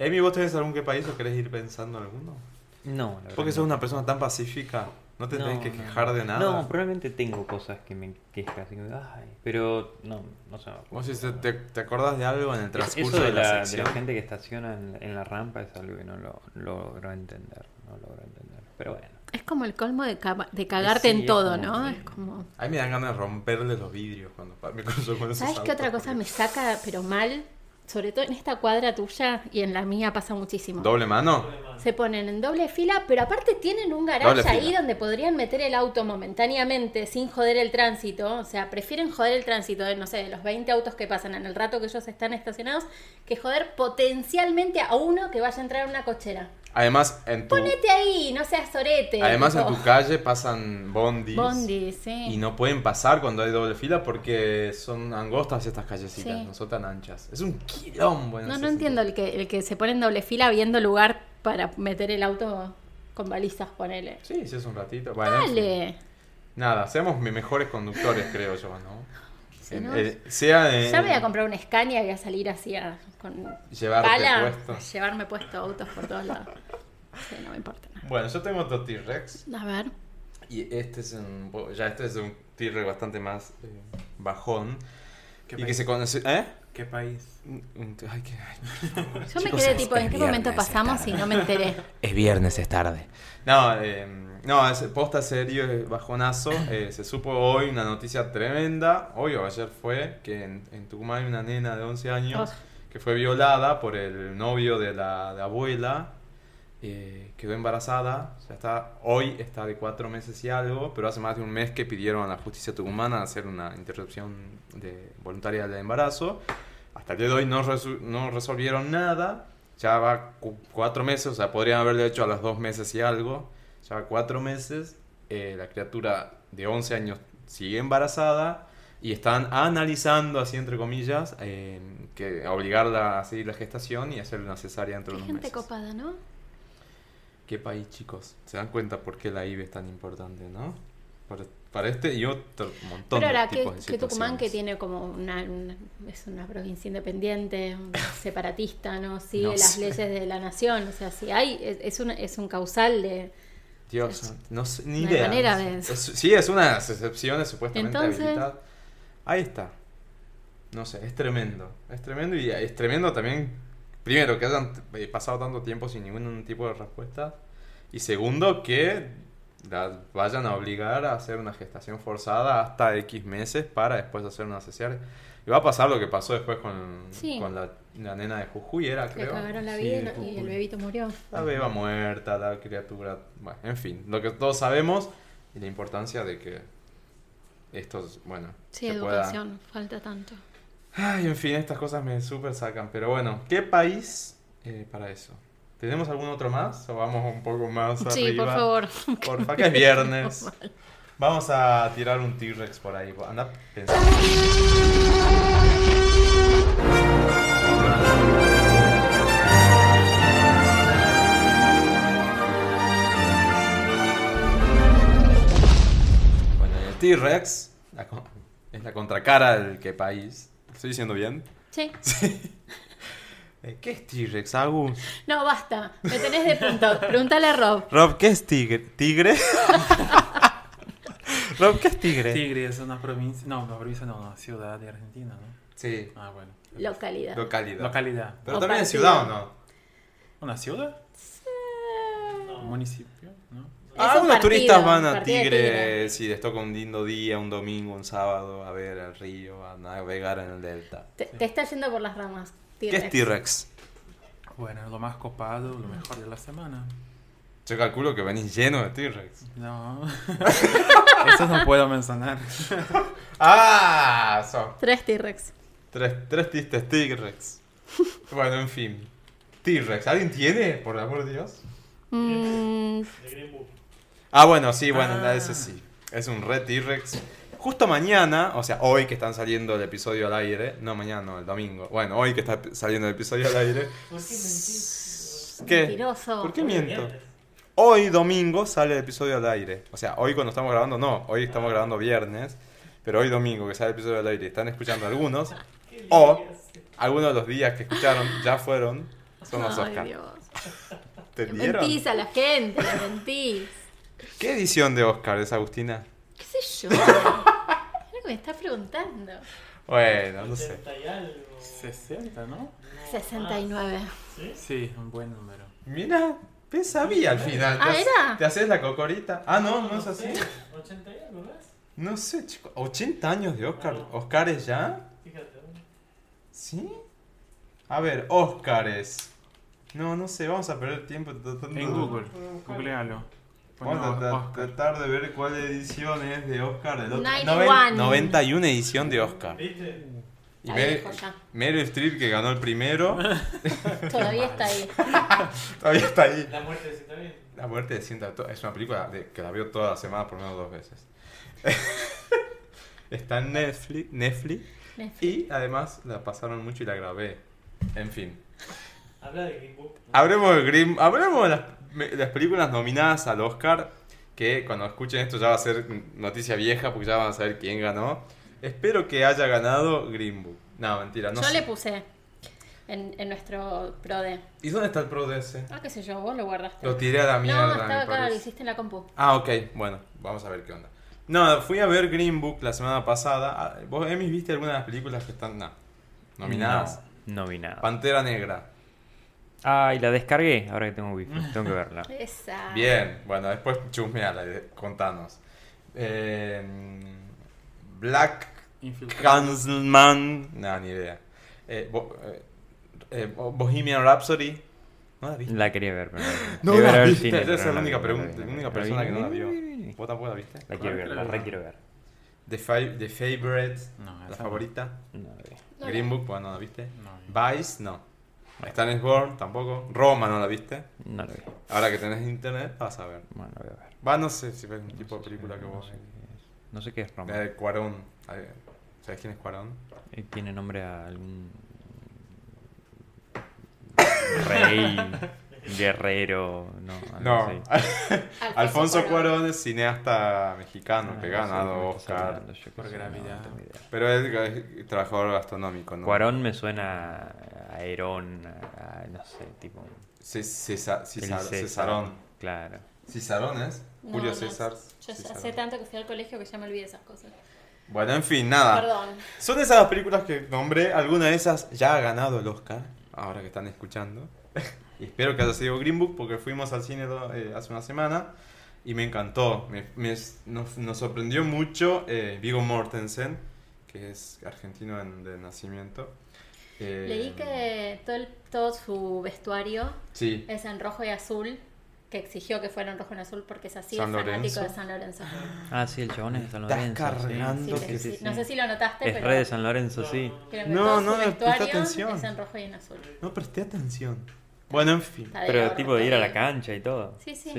Amy, ¿vos tenés algún que país o querés ir pensando en alguno?
No, la verdad
Porque
no.
sos una persona tan pacífica, no te tenés
No,
que
no.
quejar de nada.
No, probablemente tengo cosas que me quejas. y que me- ay, pero no, no se me ocurre.
Vos si se- te, te acordás de algo en el transcurso
Eso
de, la,
de
sección.
la gente que estaciona en, en la rampa es algo que no lo logro entender. No logro entender. Pero bueno.
es como el colmo de, cama- de cagarte
Sí,
en
es
todo,
como-
¿no? Es como...
A mí me dan ganas de romperle los vidrios cuando pa- me cruzo con esos
¿Sabes qué
autos,
otra cosa
porque-
me saca, pero mal? Sobre todo en esta cuadra tuya y en la mía pasa muchísimo.
¿Doble mano?
Se ponen en doble fila, pero aparte tienen un garaje
Doble
ahí
fila.
donde podrían meter el auto momentáneamente sin joder el tránsito. O sea, prefieren joder el tránsito de, no sé, de los 20 autos que pasan en el rato que ellos están estacionados, que joder potencialmente a uno que vaya a entrar a una cochera.
Además, en tu,
Ponete ahí, no seas sorete.
además en
tipo.
tu calle pasan bondis.
Bondi, sí.
Y no pueden pasar cuando hay doble fila porque son angostas estas callecitas,
Sí.
no son tan anchas. Es un quilombo. en
No,
ese
no entiendo el
sentido.
que, el que se pone en doble fila viendo lugar para meter el auto con balizas, ponele.
Sí, sí, es un ratito. Bueno, en fin.
Dale.
Nada, seamos mis mejores conductores, creo yo, ¿no?
Si
En-
no-
eh, sea en-
Ya me voy a comprar una Scania y voy a salir así a- con
Llevarte
pala,
puesto.
a llevarme puesto autos por todos lados. Sí, no me importa nada.
Bueno, yo tengo otro T-Rex.
A ver,
Y este es un. po- Ya este es un T-Rex bastante más eh, bajón.
¿Qué
Y que
país?
se conoce. ¿Eh?
¿Qué país?
Ay, qué- ay,
Yo me
Chicos,
quedé
es-
tipo,
es
¿en qué momento
viernes,
pasamos
está.
y no me enteré?
Es viernes, es tarde.
No, eh, no, es posta serio, es bajonazo. Eh, se supo hoy una noticia tremenda, hoy o ayer fue, que en, en Tucumán hay una nena de 11 años que fue violada por el novio de la, de abuela. eh, quedó embarazada, ya está, hoy está de cuatro meses y algo, pero hace más de un mes que pidieron a la justicia tucumana hacer una interrupción de, voluntaria del embarazo. Hasta el día de hoy no, resu- no resolvieron nada. Ya va cu- cuatro meses, o sea, podrían haberlo hecho a los dos meses y algo. Ya va cuatro meses. eh, la criatura de 11 años sigue embarazada y están analizando, así entre comillas, eh, que obligarla a seguir la gestación y hacer una cesárea dentro
Qué
de unos
gente
meses.
copada, ¿no?
Qué país, chicos. Se dan cuenta por qué la IVE es tan importante, ¿no? Para, para este y otro montón
Pero ahora,
de
que,
tipos de
que Tucumán, que
situaciones.
tiene como una, una- es una provincia independiente, separatista, ¿no? Sigue
No
las
sé.
leyes de la nación. O sea, si hay, es, es un, es un causal de...
Dios,
Es-
no sé, ni
no hay
idea.
manera de-
Es- sí, es una de las excepciones supuestamente
Entonces-
habilitadas. Ahí está. No sé, es tremendo. Es tremendo y es tremendo también, primero, que hayan eh, pasado tanto tiempo sin ningún tipo de respuesta. Y segundo, que la vayan a obligar a hacer una gestación forzada hasta X meses para después hacer una cesárea. Y va a pasar lo que pasó después con,
Sí.
con la, la nena de Jujuy, era
Le
creo.
cagaron la
sí,
vida y
de
no- y el
Jujuy.
bebito murió.
La beba muerta, la criatura. Bueno, en fin, lo que todos sabemos y la importancia de que estos, bueno,
Sí,
se pueda-
educación, falta tanto.
Ay, en fin, estas cosas me súper sacan. Pero bueno, ¿qué país eh, para eso? ¿Tenemos algún otro más? ¿O vamos un poco más
Sí,
arriba?
por favor.
Porfa, que es viernes. Vamos a tirar un T-Rex por ahí. Anda pensando. Bueno, el T-Rex la co- es la contracara del que país. ¿Estoy diciendo bien?
Sí.
Eh, ¿Qué es T-Rex, Agus?
No, basta. Me tenés de punto. Pregúntale a Rob.
Rob, ¿qué es tigre? ¿Tigre? Rob, ¿qué es tigre?
Tigre es una provincia. No, una provincia no, una ciudad de Argentina, ¿no?
Sí,
Ah, bueno.
Localidad.
localidad.
Localidad.
Pero
O
también es
partido.
ciudad, ¿o no?
¿Una ciudad? ¿Un municipio? ¿No?
Es un
Algunos
partido,
turistas van
un
a
partido de
Tigre si les toca un lindo día, un domingo, un sábado, a ver el río, a navegar en el delta.
Te, te está yendo por las ramas.
¿Qué es T-Rex?
Bueno, lo más copado, lo mejor de la semana.
Yo calculo que venís lleno de T-Rex.
No. Eso no puedo mencionar.
¡Ah! Son
Tres T-Rex.
tres, tres tristes T-Rex. Bueno, en fin. T-Rex, ¿alguien tiene? Por el amor de Dios.
Mm,
De Green Book.
Ah, bueno, sí, bueno,
Ah.
ese sí. Es un Red T-Rex. Justo mañana, o sea, hoy que están saliendo el episodio al aire. No, mañana, no, el domingo. Bueno, hoy que está saliendo el episodio al aire.
¿Por qué mentís?
¿Qué?
mentiroso.
¿Por qué miento?
Mientes.
Hoy domingo sale el episodio al aire. O sea, hoy cuando estamos grabando, no, hoy estamos grabando viernes. Pero hoy domingo que sale el episodio al aire, están escuchando algunos.
Qué lindo
O
que hace.
algunos de los días que escucharon ya fueron. Son los
Ay,
Oscar.
Dios.
¿Entendieron?
Mentís a la gente, le mentís.
¿Qué edición de Oscar es Agustina?
¿Qué sé yo? ¿Qué me estás preguntando?
Bueno, Ah, no sé.
80 y algo.
60, ¿no?
No,
69.
más. ¿Sí?
Sí, un buen número.
Mira, te sabía al final.
Ah,
te, haces-
¿era?
te haces la cocorita. Ah, no, no es así.
sé, 80 y algo, ¿ves?
No sé, chico. 80 años de Oscar. ¿Oscares ya?
Fíjate. ¿no?
¿Sí? A ver, Oscares. No, no sé, vamos a perder tiempo tratando de-
En Google, googlealo. Pon
Vamos a tra-
Oscar.
tratar de ver cuál edición es de Oscar del otro.
91.
91 edición de Oscar.
¿Viste?
Y
Está
Mer-
viejo ya.
Meryl Streep que ganó el primero.
Todavía está ahí.
Todavía está ahí.
La muerte de Citabien.
La muerte de Cinta es una película de- que la veo toda la semana por lo menos dos veces. Está en Netflix, Netflix
Netflix.
y además la pasaron mucho y la grabé. En fin.
Habla de Green Book. ¿no?
Hablemos de, Green- hablemos de las, me- las películas nominadas al Oscar, que cuando escuchen esto ya va a ser noticia vieja porque ya van a saber quién ganó. Espero que haya ganado Green Book. No, mentira, no
yo
sé.
le puse en, en nuestro pro de.
¿Y dónde está el pro de ese?
Ah, qué sé yo, vos lo guardaste.
Lo tiré a la mierda.
no,
me
estaba acá, lo
parece.
hiciste en la compu.
Ah, ok, bueno, vamos a ver qué onda. No, fui a ver Green Book la semana pasada. Ah, ¿Vos, Emi, viste alguna de las películas que están.? No. Nominadas.
No vi nada.
Pantera Negra.
Ay, la descargué ahora que tengo wifi. Tengo que verla.
Esa.
Bien, bueno, después chusmeala, y contanos. Eh, Black
Infiltrado.
Gunsman. No, ni idea. Eh, bo- eh, eh, Bo- Bohemian Rhapsody. ¿No la viste?
La quería ver, pero no la vi.
No
Iba a
la
ver al
viste.
cine,
Esa
pero
es la
no
única,
vi,
pregunta-
no la vi,
única
no la vi.
persona que no la vio.
La
¿Vos tampoco la viste?
quiero ver, la re quiero ver.
The, Fi- The Favorite,
No,
la
esa no.
favorita.
Ah, No la vi.
No la
Green
vi.
Book, bueno, no la viste.
No, yo-
Vice, no. Stan is Born, tampoco. Roma, no la viste.
No la vi.
Ahora que tenés internet, vas a ver.
Bueno, la voy a ver.
Va, no sé si ves un
No
tipo de
sé si-
película que
no
vos.
sé qué es. No sé qué es Roma.
La de Cuarón. Ahí- ¿Sabés quién es Cuarón?
Eh, Tiene nombre a algún. Rey. Guerrero. No. algo
No.
así.
Alfonso Cuarón es cineasta mexicano
Ah,
que ha
no sé de qué
ganado
me estás
Oscar.
hablando, yo qué
por
sé, no, no
gravedad.
tengo idea.
Pero es es trabajador gastronómico, ¿no?
Cuarón me suena a Herón, a, a- no sé, tipo.
Ce- Cesa- Cesar-
el César.
Cesarón.
Claro.
¿Cesarón es?
No,
Julio
no,
César.
Yo
Cesarón.
hace tanto que fui al colegio que ya me olvidé de esas cosas.
Bueno, en fin, nada.
Perdón.
Son esas las películas que nombré. Alguna de esas ya ha ganado el Oscar, ahora que están escuchando. y espero que haya sido Green Book, porque fuimos al cine eh, hace una semana y me encantó. Me- me- nos, nos sorprendió mucho eh, Vigo Mortensen, que es argentino en- de nacimiento. Eh,
Leí que todo, el- todo su vestuario
Sí.
es en rojo y azul, que exigió que fuera en rojo y azul porque es así,
San
es fanático
Lorenzo.
de San Lorenzo.
Ah, sí, el chabón es de San
Estás
Lorenzo. sí.
Sí,
cargando
te-
que
sí.
sí.
No sé si lo notaste,
Es
pero,
re de San Lorenzo, sí.
creo que
No,
todo
no
su
me presté
vestuario
atención.
es en rojo y en azul.
No presté atención. Bueno, en fin.
Está de
Pero
gorro
tipo de ir a la
también.
cancha y todo.
Sí, sí.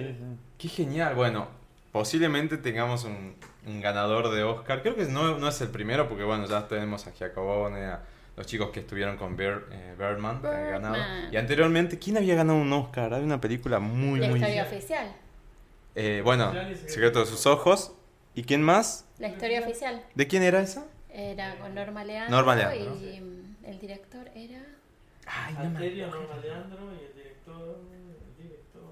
Qué genial. Bueno, posiblemente tengamos un, un ganador de Oscar. Creo que no, no es el primero, porque bueno, ya tenemos a Giacobone, a los chicos que estuvieron con Bear- eh, Birdman, que han ganado.
Birdman.
Y anteriormente, ¿quién había ganado un Oscar? Hay una película muy,
La
muy.
historia oficial.
Eh, bueno,
Oficial y Secreto.
Secreto de sus Ojos. ¿Y quién más?
La historia oficial
¿De quién era esa?
era con Norma Leandro.
Norma Leandro,
Y mm, el director era.
Alterio, Norma Leandro y el director. El director.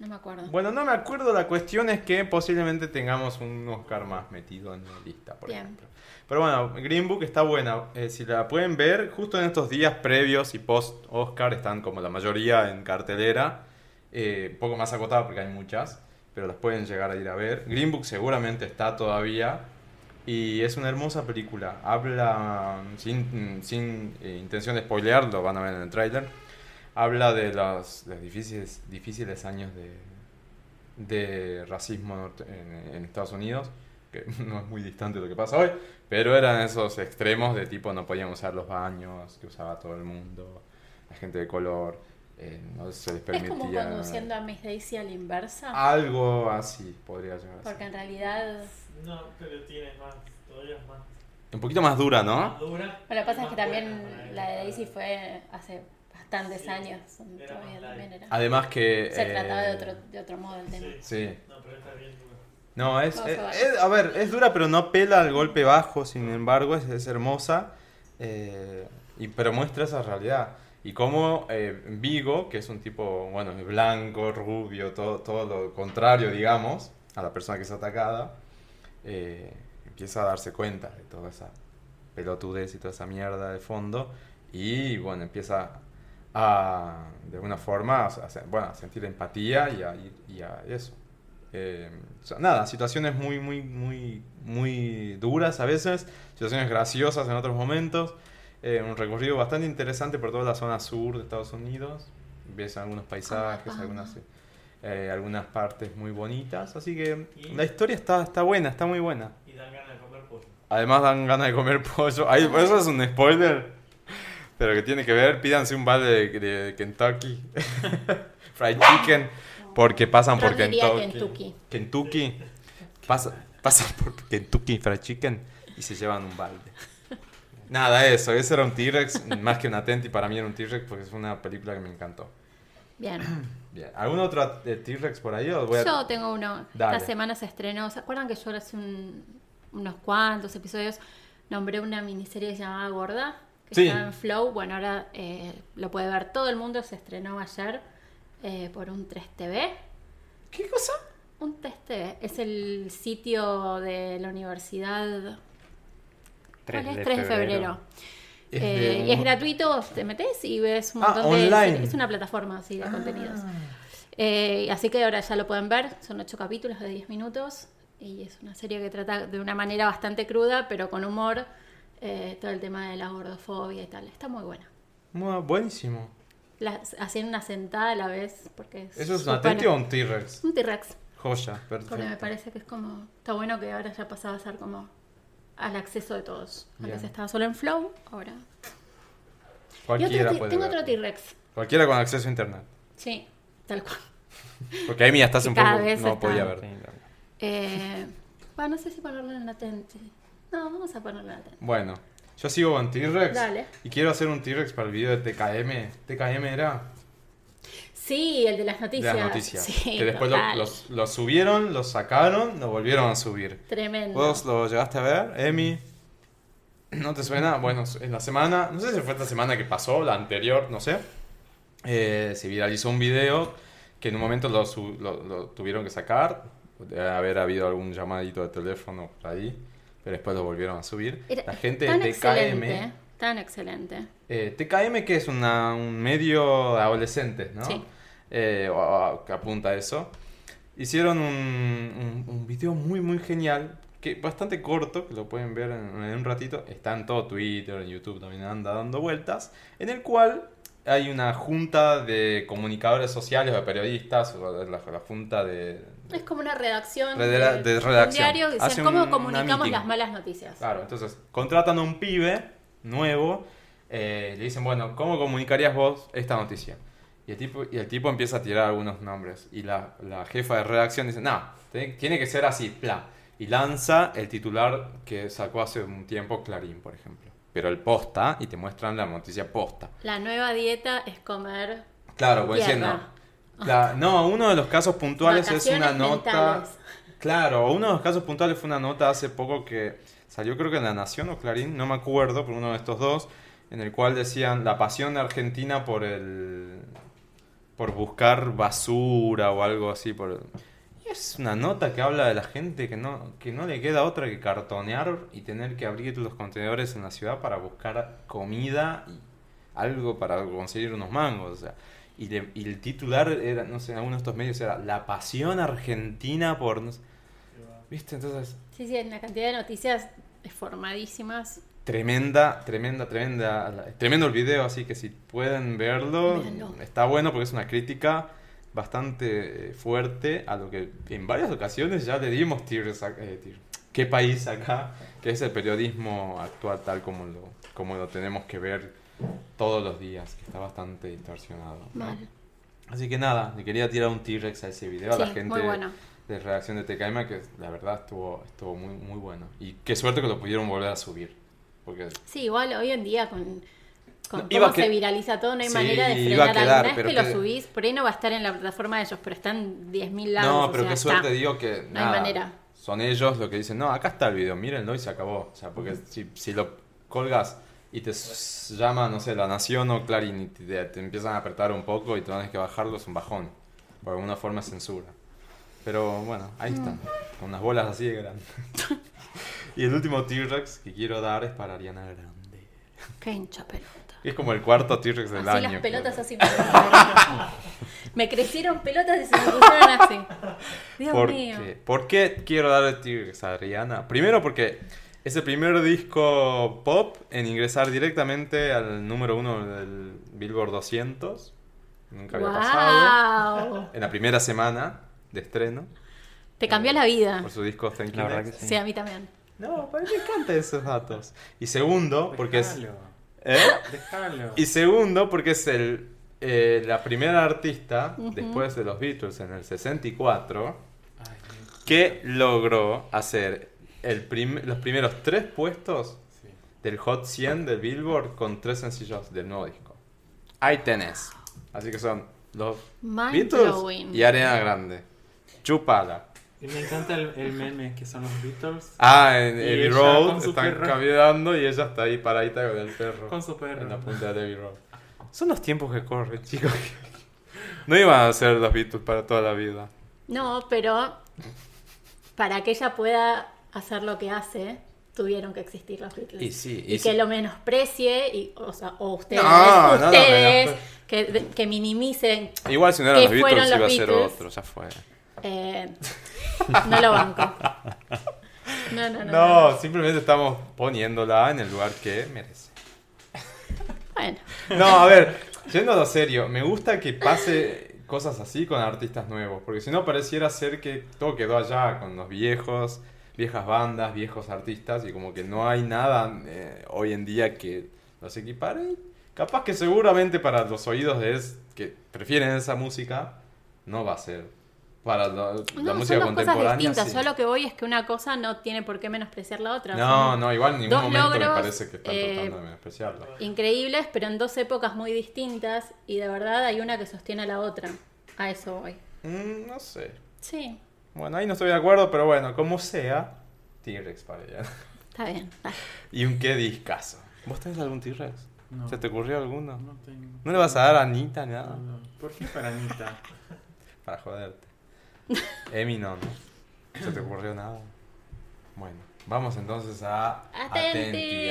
No me acuerdo.
Bueno, no me acuerdo, la cuestión es que posiblemente tengamos un Oscar más metido en la lista, por
Bien.
ejemplo. Pero bueno, Green Book está buena. eh, si la pueden ver, justo en estos días previos y post-Oscar están como la mayoría en cartelera. eh, poco más acotada porque hay muchas, pero las pueden llegar a ir a ver. Green Book seguramente está todavía. Y es una hermosa película. Habla, mm, sin, mm, sin eh, intención de spoilear, lo van a ver en el tráiler. Habla de los, de los difíciles, difíciles años de, de racismo norte- en, en Estados Unidos, que no es muy distante de lo que pasa hoy, pero eran esos extremos de tipo no podían usar los baños que usaba todo el mundo, la gente de color, eh, no se les
es como
permitía... Ah,
conduciendo a Miss Daisy a la inversa.
Algo así podría llegar a ser.
Porque en realidad.
No, pero tiene más, todavía es más
Un poquito más dura, ¿no?
madura.
Bueno, lo que pasa es que
más buena para
también
él.
la de Daisy fue hace bastantes
Sí,
años.
era
Todavía
más
también
light.
era.
Además que...
Se trataba de
Ah, eh,
otro, de otro modo el tema.
Sí.
Sí.
No, pero está bien dura.
No, es,
Vamos
es-
a ver.
es- a ver, es dura pero no pela al golpe bajo, sin embargo es, es hermosa, eh, y, pero muestra esa realidad. Y cómo eh, Vigo, que es un tipo, bueno, es blanco, rubio, todo, todo lo contrario, digamos, a la persona que es atacada, eh, empieza a darse cuenta de toda esa pelotudez y toda esa mierda de fondo, y bueno, empieza a, de alguna forma, a, se- bueno, a sentir empatía y a, y- y a eso. Eh, o sea, nada, situaciones muy, muy, muy, muy duras a veces, situaciones graciosas en otros momentos. Eh, un recorrido bastante interesante por toda la zona sur de Estados Unidos. Ves algunos paisajes,
Alabama.
algunas, eh, algunas partes muy bonitas. Así que
Y-
la historia está, está buena, está muy buena.
Y dan ganas de comer pollo.
Además dan ganas de comer pollo. Ay, eso es un spoiler. Pero que tiene que ver, pídanse un balde de, de Kentucky. Fried chicken. Porque pasan por
Ron diría
Kentucky.
Kentucky.
Kentucky. Pasa- pasan por Kentucky Fried Chicken y se llevan un balde. Nada, eso. Ese era un T-Rex. Más que un Atenti, para mí era un T-Rex porque es una película que me encantó.
Bien.
Bien. ¿Algún otro eh, T-Rex por ahí? o voy a-
Yo tengo uno.
Dale.
Esta semana se estrenó. ¿Se acuerdan que yo hace un- unos cuantos episodios nombré una miniserie llamada Gorda? Que
Sí.
estaba en Flow. Bueno, ahora eh, lo puede ver todo el mundo. Se estrenó ayer eh, por un 3TV.
¿Qué cosa?
Un 3TV. Es el sitio de la universidad
3
¿Cuál es?
de
3 de febrero.
Es
Eh,
de-
y es gratuito, te metes y ves un
Ah,
montón de.
online.
Es una plataforma así de contenidos. Eh, así que ahora ya lo pueden ver, son ocho capítulos de 10 minutos y es una serie que trata de una manera bastante cruda, pero con humor, eh, todo el tema de la gordofobia y tal. Está muy buena.
Mua, buenísimo.
La, hacen una sentada a la vez, porque es.
¿Eso es un
súper-
Atenti o un T-Rex?
Un T-Rex.
Joya,
Porque me
perfecto.
parece que es como. Está bueno que ahora ya pasaba a ser como al acceso de todos. Antes
Bien.
estaba solo en Flow, ahora. Y otro
Cualquiera
ti-
puede
tengo
ver.
otro T-Rex.
Cualquiera con acceso a internet.
Sí, tal cual.
Porque Amy hasta hace
Que
un
cada
poco
vez
no
está-
podía
Sí,
ver.
la-
Eh, bueno, no sé si ponerlo en latente. No, vamos a ponerlo en latente.
Bueno, yo sigo con T-Rex.
Dale.
Y quiero hacer un T-Rex para el video de TKM. TKM era
Sí, el de las
de
noticias.
las noticias.
Sí,
que después lo,
total.
los- lo subieron, lo sacaron, lo volvieron a subir.
Tremendo.
¿Vos lo llegaste a ver, Emi? ¿No te suena? Bueno, en la semana, no sé si fue esta semana que pasó, la anterior, no sé. eh, se viralizó un video que en un momento lo, su- lo- lo tuvieron que sacar. Debe haber habido algún llamadito de teléfono por ahí, pero después lo volvieron a subir.
Era
la gente
tan
de TKM.
excelente, tan excelente.
eh, TKM que es una- un medio de adolescentes, ¿no?
Sí.
Eh, o- o- que apunta a eso. Hicieron un, un- un video muy, muy genial, que bastante corto, que lo pueden ver en, en un ratito. Está en todo Twitter, en YouTube también anda dando vueltas. En el cual hay una junta de comunicadores sociales o de periodistas, o la, la junta de...
Es como una redacción
Redera- de redacción.
un diario que decían,
Hace
cómo
una
comunicamos
meeting.
las malas noticias.
Claro, entonces contratan a un pibe nuevo, eh, le dicen, bueno, ¿cómo comunicarías vos esta noticia? Y el tipo, y el tipo empieza a tirar algunos nombres. Y la, la jefa de redacción dice, no, te- tiene que ser así, plan. Y lanza el titular que sacó hace un tiempo Clarín, por ejemplo. Pero el posta, y te muestran la noticia posta.
La nueva dieta es comer
Claro, voy
Tierra.
diciendo. Cla- no, uno de los casos puntuales es una
Vacaciones
nota.
mentales.
Claro, uno de los casos puntuales fue una nota hace poco que salió, creo que en La Nación o Clarín, no me acuerdo, por uno de estos dos, en el cual decían la pasión de Argentina por el. por buscar basura o algo así. Por... y Es una nota que habla de la gente que no, que no le queda otra que cartonear y tener que abrir los contenedores en la ciudad para buscar comida y algo para conseguir unos mangos. O sea, y, le- y el titular era, no sé, en algunos de estos medios era La pasión argentina por. no sé". ¿Viste? Entonces,
Sí, sí, en la cantidad de noticias formadísimas.
tremenda, tremenda, tremenda. la- Tremendo el video, así que si pueden verlo,
Véanlo.
está bueno porque es una crítica bastante eh, fuerte a lo que en varias ocasiones ya le dimos tiers a- eh, tier- qué país acá, que es el periodismo actual tal como lo, como lo tenemos que ver todos los días, que está bastante distorsionado. ¿no?
Mal.
Así que nada, le quería tirar un T-Rex a ese video a la
Sí,
gente
muy bueno.
de redacción de TKM, que la verdad estuvo, estuvo muy, muy bueno. Y qué suerte que lo pudieron volver a subir. Porque
Sí, igual hoy en día con, con
No, iba
cómo
a que-
se viraliza todo, no hay
Sí,
manera de frenar.
iba a quedar,
Alguna vez
pero
que lo
que-
subís, por ahí no va a estar en la plataforma de ellos, pero están 10.000 lados.
No,
o
pero
sea,
qué suerte
está.
digo que
hay
nada,
manera.
son ellos los que dicen, no, acá está el video, mírenlo y se acabó. O sea, porque si, si lo colgas y te s- llama, no sé, La Nación o Clarín y te, te empiezan a apretar un poco y te tienes que bajarlo, es un bajón. Por alguna forma es censura. Pero bueno,
Mm.
ahí están, con unas bolas así de grandes. y el último T-Rex que quiero dar es para Ariana Grande.
Qué hincha pelota.
Es como el cuarto T-Rex del
Así
año.
las
creo.
pelotas así. me crecieron pelotas y se me pusieron así. Dios
¿Por
mío.
qué? ¿Por qué quiero darle T-Rex a Rihanna? Primero porque es el primer disco pop en ingresar directamente al número uno del Billboard 200. Nunca había pasado.
Wow.
En la primera semana de estreno.
Te cambió la vida.
Por su disco Thank You
La verdad que
Next.
sí. Pues
Sí, a mí también.
No, para mí me encantan esos datos. Y segundo, porque es...
Déjalo,
¿Eh?
déjalo.
Y segundo, porque es el, eh, la primera artista, después de los Beatles en el 64,
Ay,
que logró hacer el prim- los primeros tres puestos
sí.
del Hot 100 de Billboard con tres sencillos del nuevo disco. Ahí tenés. Así que son los
Mind
Beatles
blowing.
y Arena Grande. Chupala.
Y me encanta el, el meme que son los Beatles
Ah, en
Y
Abbey
ella
Road
con su
están
perro.
caminando y ella está ahí paradita con el perro.
con su perro.
En la punta de Abbey Road. Son los tiempos que corren, chicos. No iban a ser los Beatles para toda la vida.
No, pero para que ella pueda hacer lo que hace, tuvieron que existir los Beatles.
Y sí, y
Y,
sí.
que lo menosprecie, y, o, sea, o ustedes,
No, no lo
ustedes
menospre-
que, de- que minimicen,
Igual si no eran
Que
los Beatles
fueron
iba
los
a ser
Beatles.
otro, ya fue.
eh, no lo banco. No, no, no. no,
No,
no.
simplemente estamos poniéndola en el lugar que merece.
Bueno,
No, a ver, yendo a lo serio, me gusta que pase cosas así con artistas nuevos, porque si no pareciera ser que todo quedó allá con los viejos, viejas bandas, viejos artistas, y como que no hay nada eh, hoy en día que los equipare. Capaz que seguramente para los oídos es que prefieren esa música, no va a ser. Para la, la
no, son
música
dos
contemporánea.
cosas distintas.
sí.
Yo lo que voy es que una cosa no tiene por qué menospreciar la otra.
No,
Son
no, igual en ningún
Dos
momento me
logros,
parece que están
eh,
tratando de menospreciarlo.
Increíbles, pero en dos épocas muy distintas y de verdad hay una que sostiene a la otra. A eso voy.
Mm, no sé.
Sí,
Bueno, ahí no estoy de acuerdo, pero bueno, como sea, T-Rex para ella.
está bien. está.
Y un qué discazo. ¿Vos tenés algún T-Rex?
No.
¿Se te ocurrió alguno?
No tengo.
¿No le vas a dar a Anita nada?
No. ¿Por qué para Anita?
Para joderte. Emi no, ¿no? ¿Se te ocurrió nada? Bueno, vamos entonces a
Atenti.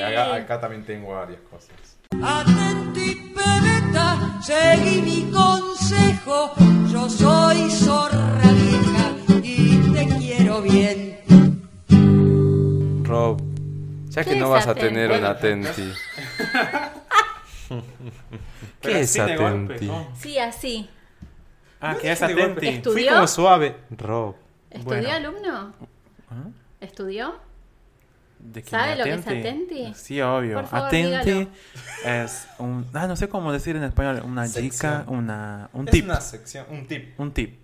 Atenti. Acá, acá también tengo varias cosas.
Atenti, pebeta, seguí mi consejo. Yo soy zorra vieja y te quiero bien.
Rob, ya
¿Qué
que no
es
vas a
Atenti?
tener un Atenti.
Pero
¿Qué es
así de golpe,
atenti?
¿no?
Sí, así.
Ah, que es
de golpe.
atenti.
Estudió.
Fui como suave. Rob.
¿Estudió
Bueno.
alumno?
¿Ah?
¿Estudió?
¿De que
¿Sabe
me
lo que es atenti?
Sí, obvio.
Por favor,
atenti
dígalo.
es un. Ah, no sé cómo decir en español. Una
Sección.
chica, una, un
Es
tip.
una sección, un tip.
Un tip.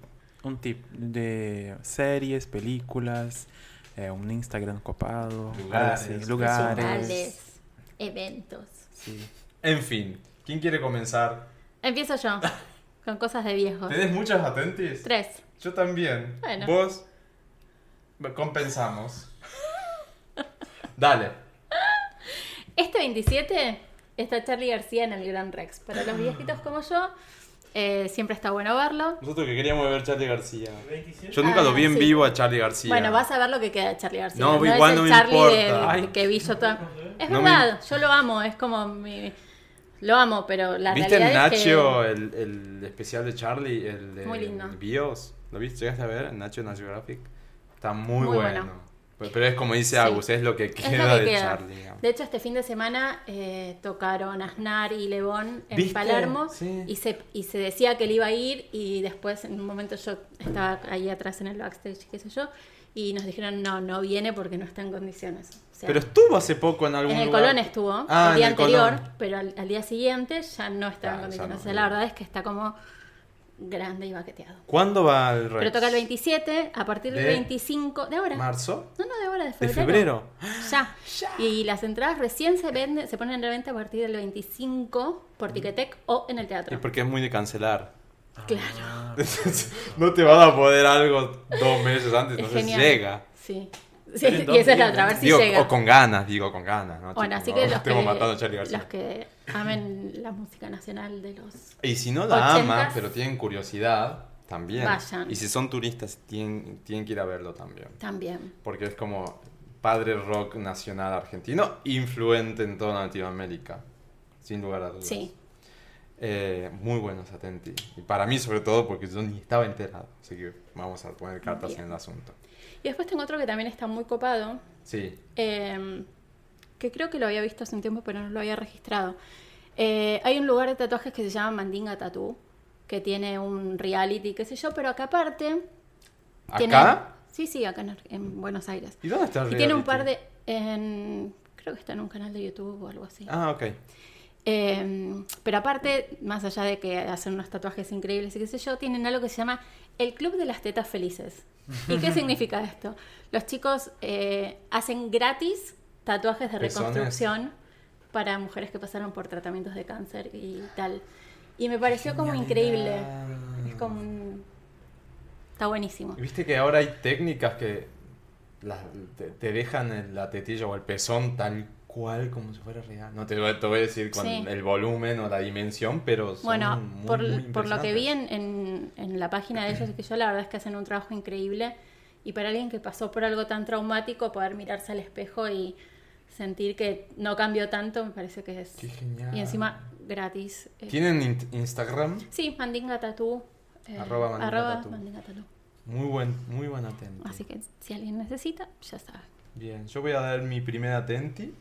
Un tip de series, películas, eh, un Instagram copado, algo
Lugares,
así,
personas.
lugares.
Tales, eventos.
Sí.
En fin, ¿quién quiere comenzar?
Empiezo yo, con cosas de viejos.
¿Tenés muchas atentis?
Tres.
Yo también.
Bueno.
Vos compensamos. Dale.
Este 27 está Charlie García en el Gran Rex. Para los viejitos como yo, eh, siempre está bueno verlo.
Nosotros que queríamos ver Charlie García.
27.
Yo nunca lo vi en
Ah, sí.
vivo a Charlie García.
Bueno, vas a ver lo que queda de Charlie García.
ah. No, igual
es
no me
el Charlie
importa.
del-
Ay.
que vi yo toda- Es
No me-
verdad, yo lo amo, es como mi... Lo amo, pero la
¿Viste el
realidad es que-
Nacho, el, el especial de Charlie, el de
Muy lindo.
Bios? ¿Lo viste? ¿Llegaste a ver? Nacho National Geographic. Está muy,
Muy
bueno.
bueno.
Pero- Pero es como dice
Sí.
Agus, es lo que
Es lo
queda
que
de
queda.
Charlie. digamos.
De hecho, este fin de semana eh, tocaron Aznar y Lebón en
¿Viste?
Palermo
Sí.
y, se, y se decía que él iba a ir y después en un momento yo estaba ahí atrás en el backstage, qué sé yo, y nos dijeron no, no viene porque no está en condiciones. O sea,
Pero estuvo hace poco en algún
en el
lugar.
Colón estuvo
Ah,
el día
en el Colón.
anterior, pero al, al día siguiente ya no estaba
Ah,
en
ya
condiciones.
no.
O sea, la verdad es que está como grande y baqueteado.
¿Cuándo va el Rex?
Pero toca el 27, a partir del
De
25 de ahora.
¿Marzo?
No, no, de ahora, de
¿De
febrero.
febrero?
Ya. Y las entradas recién se venden, se ponen en reventa a partir del 25 por Ticketek o en el
Y
teatro.
porque es muy de cancelar.
Claro.
no te van a poder algo dos meses antes,
Es
entonces
genial.
llega.
Sí. Sí,
Salen dos
y esa es la
días,
otra, a ver si
Ah. Digo,
llega.
o con ganas, digo, con ganas. ¿no,
Bueno,
chicos? No,
así que
no
los que,
estemos matando a Charlie García.
los que amen la música nacional de los...
Y si no la aman,
ochentas.
pero tienen curiosidad, también.
Vayan.
Y si son turistas, tienen, tienen que ir a verlo también.
También.
Porque es como padre rock nacional argentino, influente en toda Latinoamérica. Sin lugar a dudas.
Sí.
Eh, muy buenos Atenti. Y para mí, sobre todo, porque yo ni estaba enterado. Así que vamos a poner cartas
Bien.
en el asunto.
Y después tengo otro que también está muy copado,
Sí.
eh, que creo que lo había visto hace un tiempo, pero no lo había registrado. Eh, hay un lugar de tatuajes que se llama Mandinga Tattoo, que tiene un reality, qué sé yo, pero acá aparte...
¿Acá?
tiene- Sí, sí, acá en, Ar- en Buenos Aires.
¿Y dónde está el
Y tiene un
reality?
par de... en- creo que está en un canal de YouTube o algo así.
Ah, ok.
Eh, pero aparte, más allá de que hacen unos tatuajes increíbles y qué sé yo, tienen algo que se llama el Club de las Tetas Felices. ¿Y qué significa esto? Los chicos eh, hacen gratis tatuajes de
Pezones.
reconstrucción para mujeres que pasaron por tratamientos de cáncer y tal. Y me pareció como increíble. Es como un- Está buenísimo.
Ah. Viste que ahora hay técnicas que las- te, te dejan el- la tetilla o el pezón tal cual como si fuera real. No te, voy- te voy a decir con
Sí.
el volumen o la dimensión, pero son
Bueno,
muy,
por,
muy
por lo que vi
impresionantes.
en, en- en la página de ellos, es que yo la verdad es que hacen un trabajo increíble. Y para alguien que pasó por algo tan traumático, poder mirarse al espejo y sentir que no cambió tanto, me parece que es.
Qué genial.
Y encima gratis. eh.
¿Tienen in- Instagram?
Sí, Mandinga Tatú. eh,
Arroba Mandinga
arroba
Tatú.
Mandinga Tatú.
Muy buen, muy buen atento.
Así que si alguien necesita, ya sabe.
Bien, yo voy a dar mi primer atenti.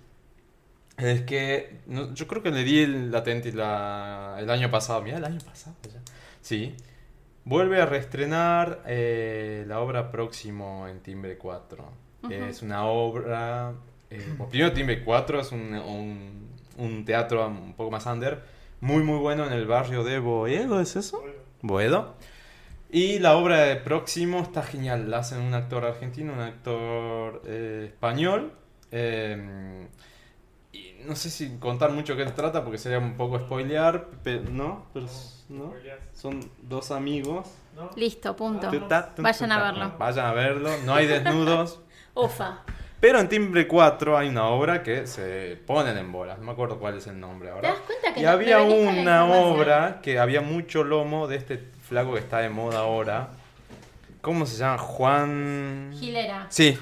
Es que no- yo creo que le di el atenti la- el año pasado. Mira, el año pasado ya. Sí. Vuelve a reestrenar eh, la obra próximo en Timbre 4.
Ujú.
Es una obra... eh, bueno, primero Timbre 4 es un, un- un teatro un poco más under. Muy, muy bueno en el barrio de Boedo, ¿es eso? Boedo. Y la obra de Próximo está genial. La hacen un actor argentino, un actor eh, español. Eh, y no sé si contar mucho qué se trata porque sería un poco spoilear, pero no, pero s- no. Son dos amigos.
Listo, punto.
Tu, ta, tu,
Vayan
tu,
a
ta.
verlo.
Vayan a verlo. No hay desnudos.
Ofa.
Pero en Timbre 4 hay una obra que se ponen en bolas. No me acuerdo cuál es el nombre
¿Te
ahora.
das cuenta que
Y
no- me
había
venís con la
una
información?
obra que había mucho lomo de este flaco que está de moda ahora. ¿Cómo se llama? Juan.
Gilera.
Sí.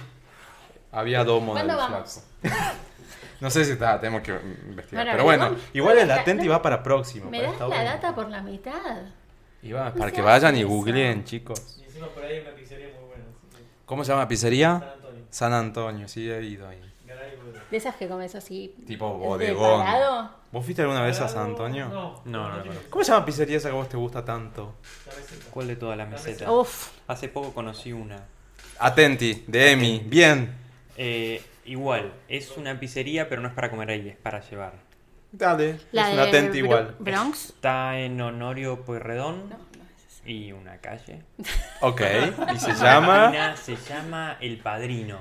Había domo del
¿Cuándo vamos?
flaco. no sé si está, tenemos que investigar.
Bueno,
Pero bueno,
igual-
igual el
no,
latente
no.
va para próximo.
Me
para
das
esta
la
obra.
data por la mitad.
Y va,
No
para que
seas
vayan y
eso.
googleen, chicos.
Y encima por ahí hay una pizzería muy buena. Así que,
¿Cómo se llama la pizzería?
San Antonio.
San Antonio, sí, he ido ahí.
Garay, boludo.
De esas que comes así.
Tipo
de
bodegón.
parado.
¿Vos fuiste alguna vez a San Antonio?
No,
No, no, no.
tiene-
¿Cómo se llama la pizzería esa que a vos te gusta tanto?
la receta.
¿Cuál de todas las mesetas?
Uf.
Hace poco conocí una.
Atenti, de Emi, bien.
Eh, igual, es una pizzería, pero no es para comer ahí, es para llevar.
Dale,
La
es
de
un atenti
Bro-
igual.
Bronx.
Está en Honorio Pueyrredón
No, no es esa.
y una calle.
Ok, y se llama...
Una se llama El Padrino.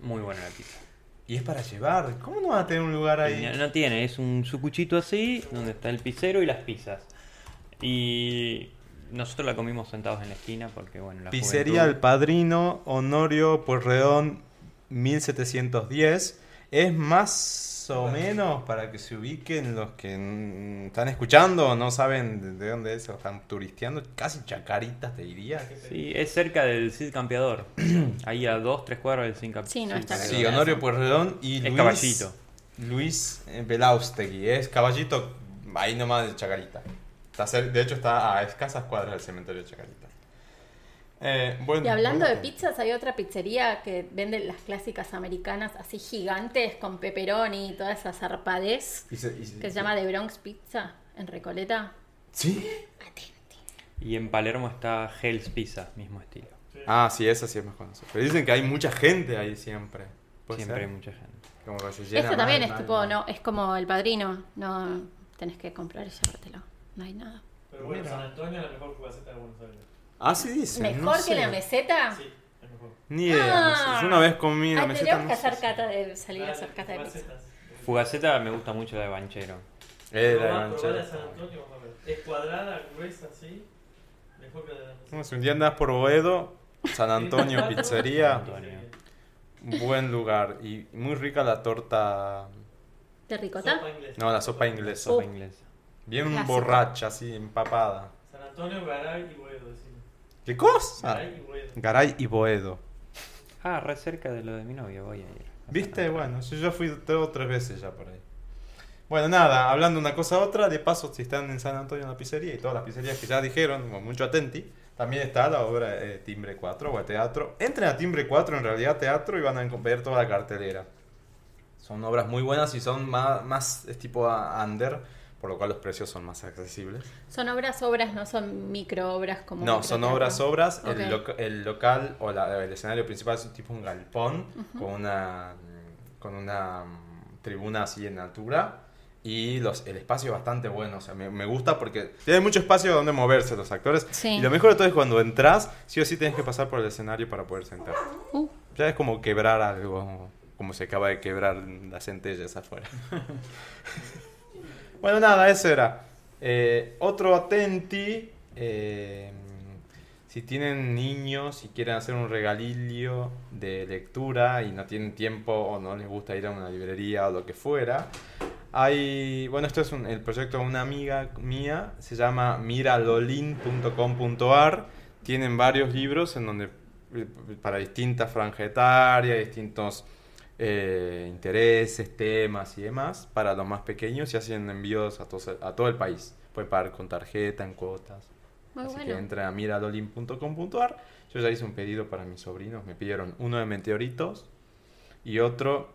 Muy buena la pizza.
Y es para llevar, ¿cómo no va a tener un lugar
Y No,
ahí?
no tiene, es un sucuchito así, donde está el pizzero y las pizzas. Y nosotros la comimos sentados en la esquina porque, bueno, la
Pizzería El
juventud-
Padrino, Honorio Pueyrredón, 1710. Es más o menos para que se ubiquen los que mm, están escuchando o no saben de dónde es o están turisteando. Casi chacaritas te diría.
Sí, es cerca del Cid Campeador. Ahí a dos, tres cuadras del Cid Campeador.
Sí, no está
Sí, Honorio Pueyrredón y
Es
Luis...
Caballito.
Luis eh, Belaustegui, es caballito ahí nomás de Chacarita. Está cer- de hecho está a escasas cuadras del cementerio de Chacarita. Eh, bueno,
Y hablando de
bueno.
pizzas, hay otra pizzería que vende las clásicas americanas así gigantes con pepperoni y toda esa zarpadez
Y se- y se-
que se llama The Bronx Pizza en Recoleta.
¿Sí?
Y en Palermo está Hell's Pizza, mismo estilo.
Ah, sí, esa sí es más conocida. Pero dicen que hay mucha gente ahí siempre. ¿Puede
Siempre hay
ser?
mucha gente.
Como que se llena
Esto
mal,
también es
mal,
tipo,
mal.
no, es como el padrino, no tenés que comprar y llevártelo. No hay nada.
Pero bueno,
Mira.
San Antonio es la mejor jugaceta de Buenos Aires.
Ah, sí dicen.
¿Mejor
no
que
sé.
la meseta?
Sí, es mejor.
Ni idea. no sé.
Ah.
Yo una vez comí una
Ay,
meseta.
tendríamos
no
que
sé
hacer
si-
cata de salir a
Dale,
hacer cata de pizza.
jugacetas.
Fugaceta me gusta mucho la de Banchero.
Eh, la de
Probá- probá
Manchero.
la San Antonio, vamos a ver. Es cuadrada, gruesa, así. Mejor que la de la
No,
receta.
Si un día andás por Boedo, San Antonio, pizzería,
Antonio.
Buen lugar y muy rica la torta.
¿De ricota?
Sopa inglesa.
No, la sopa inglesa.
Sopa inglesa.
Bien
Clásico.
borracha, así, empapada.
San Antonio, Garay y Boedo, decime.
¿Qué cosa?
Garay y Boedo.
Garay y Boedo.
Ah, re cerca de lo de mi novia, voy a ir.
¿Viste? Bueno, yo ya fui dos o tres veces ya por ahí. Bueno, nada, hablando una cosa a otra, de paso, si están en San Antonio en la pizzería y todas las pizzerías que ya dijeron, como mucho atenti, también está la obra eh, Timbre 4 o el teatro. Entren a Timbre 4, en realidad teatro, y van a ver toda la cartelera. Son obras muy buenas y son más, más es tipo ah, under, por lo cual los precios son más accesibles.
Son obras, obras, no son micro obras como.
No,
micro
son
teatro.
obras, obras. El,
Ok.
loca- el local o la- el escenario principal es un tipo un galpón con una con una mm, tribuna así en altura. Y los, el espacio es bastante bueno, o sea, me, me gusta porque tiene mucho espacio donde moverse los actores.
Sí.
Y lo mejor de todo es cuando entras, sí o sí tenés que pasar por el escenario para poder sentar.
Uh.
Ya es como quebrar algo, como se acaba de quebrar las centellas afuera. bueno, nada, eso era. Eh, otro atenti, eh, si tienen niños y quieren hacer un regalillo de lectura y no tienen tiempo o no les gusta ir a una librería o lo que fuera, hay, bueno, esto es un- el proyecto de una amiga mía, se llama miralolin.com.ar. eh, Tienen varios libros en donde para distintas franjas etarias, distintos eh, intereses, temas y demás para los más pequeños y hacen envíos a, tos- a todo el país. Pueden pagar con tarjeta, en cuotas.
Muy
Así que
bueno.
entra a miradolin.com.ar. Yo ya hice un pedido para mis sobrinos. Me pidieron uno de meteoritos y otro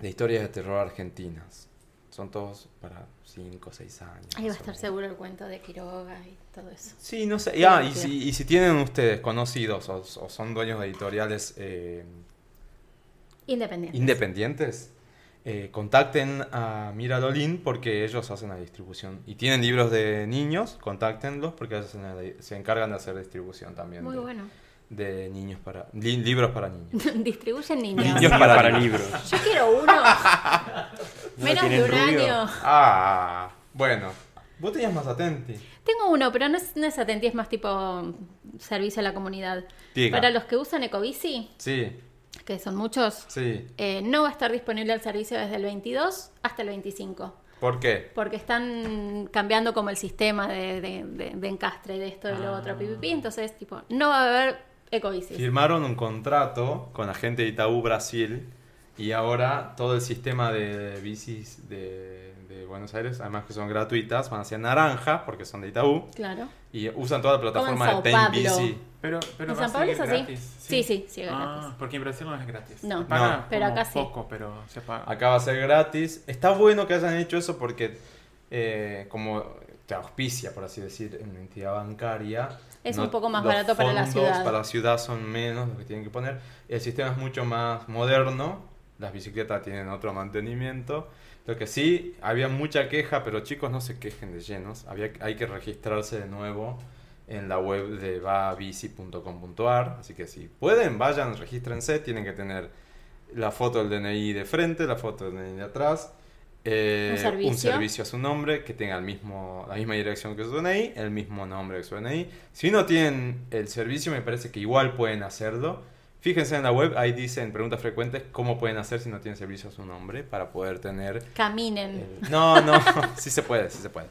de historias de terror argentinas. Son todos para 5 o 6 años.
Ahí va a
más o
estar
menos.
seguro el cuento de Quiroga y todo eso.
Sí, no sé. Y, ah, y
Gracias.
si, y si tienen ustedes conocidos o, o son dueños de editoriales eh,
Independiente.
independientes, eh, contacten a Miradolín porque ellos hacen la distribución. Y tienen libros de niños, contáctenlos porque ellos hacen la di- se encargan de hacer distribución también
Muy
de,
bueno.
de niños para li- libros para niños.
Distribuyen niños.
Niños para, libros.
libros.
Yo quiero uno.
¿No
Menos
tienen
de un
rubio?
año.
Ah, bueno. Vos tenías más atenti.
Tengo uno, pero no es, no es atenti, es más tipo servicio a la comunidad.
Diga.
Para los que usan Ecobici,
Sí,
que son muchos,
sí.
eh, no va a estar disponible el servicio desde el 22 hasta el 25.
¿Por qué?
Porque están cambiando como el sistema de, de- de- de encastre de esto, de lo otro, pipipi. Entonces, tipo, no va a haber Ecobici.
Firmaron un contrato con la gente de Itaú Brasil y ahora todo el sistema de bicis de, de Buenos Aires, además que son gratuitas, van hacia naranja porque son de Itaú
Claro.
y usan toda la plataforma
Como
de
en Sao
Pain
Pablo.
Bici.
Pero, pero
¿En
va a
San Pablo es
seguir
así?
gratis,
Sí, sí, sigue
Ah,
gratis.
porque en Brasil no es gratis.
No.
Se paga
No.
Pero
como
acá sí.
poco, pero se paga.
Acá va a ser gratis. Está bueno que hayan hecho eso porque eh, como te auspicia, por así decir, en una entidad bancaria.
Es un poco más
los
barato para la
fondos
ciudad.
Para la ciudad son menos los que tienen que poner. El sistema es mucho más moderno. Las bicicletas tienen otro mantenimiento. Lo que sí, había mucha queja, pero chicos, no se quejen de llenos. Había, hay que registrarse de nuevo en la web de vabici.com.ar. Así que si pueden, vayan, regístrense. Tienen que tener la foto del DNI de frente, la foto del DNI de atrás, eh,
Un servicio.
a su nombre, que tenga el mismo, la misma dirección que su DNI, el mismo nombre que su DNI. Si no tienen el servicio, me parece que igual pueden hacerlo. Fíjense en la web, ahí dicen preguntas frecuentes cómo pueden hacer si no tienen servicio a su nombre para poder tener...
Caminen.
el- No, no, sí se puede, sí se puede.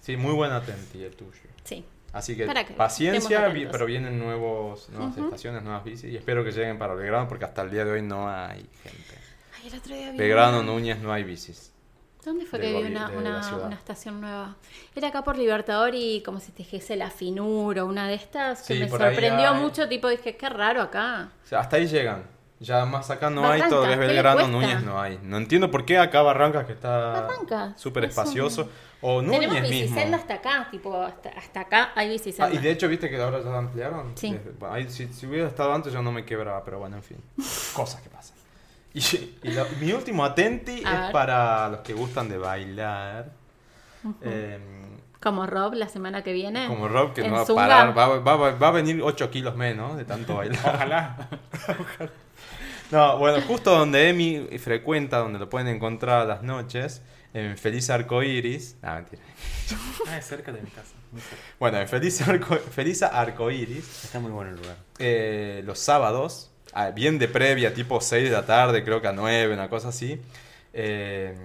Sí, muy buen atenti el tuyo.
Sí.
Así que
Para que
paciencia,
estemos
vi-
atentos.
pero vienen nuevos, nuevas
Ujú.
estaciones, nuevas bicis y espero que lleguen para Belgrano porque hasta el día de hoy no hay gente.
Ay, el otro día vi
Belgrano,
una-
Núñez, no hay bicis.
¿Dónde fue
de
que vi
gobi-
una,
de la
una-
ciudad.
una estación nueva? Era acá por Libertador y como si te dijese la finura, una de estas que
Sí,
me
por ahí
sorprendió
hay.
mucho, tipo dije, qué raro acá.
O sea, hasta ahí llegan. Ya más acá no hay,
Barrancas,
todavía es
¿qué le
Belgrano,
cuesta?
Núñez no hay. No entiendo por qué acá Barrancas que está
Barrancas,
súper
es un-
espacioso. O Núñez
Tenemos
mismo.
bicicelda hasta acá, tipo, hasta, hasta acá hay
Ah,
bicicelda.
y de hecho, viste que ahora ya la ampliaron.
Sí.
Desde- bueno, ahí, si, si hubiera estado antes, yo no me quebraba, pero bueno, en fin. Cosas que pasan. Y, y lo- mi último atenti
A
es
ver.
para los que gustan de bailar. Eh,
Como Rob la semana que viene.
como Rob, que
Eh, en
no va a
Zunga.
parar. Va, va- va- va a venir 8 kilos menos de tanto bailar.
Ojalá.
No, bueno, justo donde Emi frecuenta, donde lo pueden encontrar a las noches, en Feliz Arcoiris. No, mentira.
Ah, es cerca de mi casa. muy cerca.
Bueno, en Feliz Arco, Feliz Arcoiris,
Está muy bueno el lugar.
eh, los sábados, ah, bien de previa, tipo 6 de la tarde, creo que a 9, una cosa así. eh,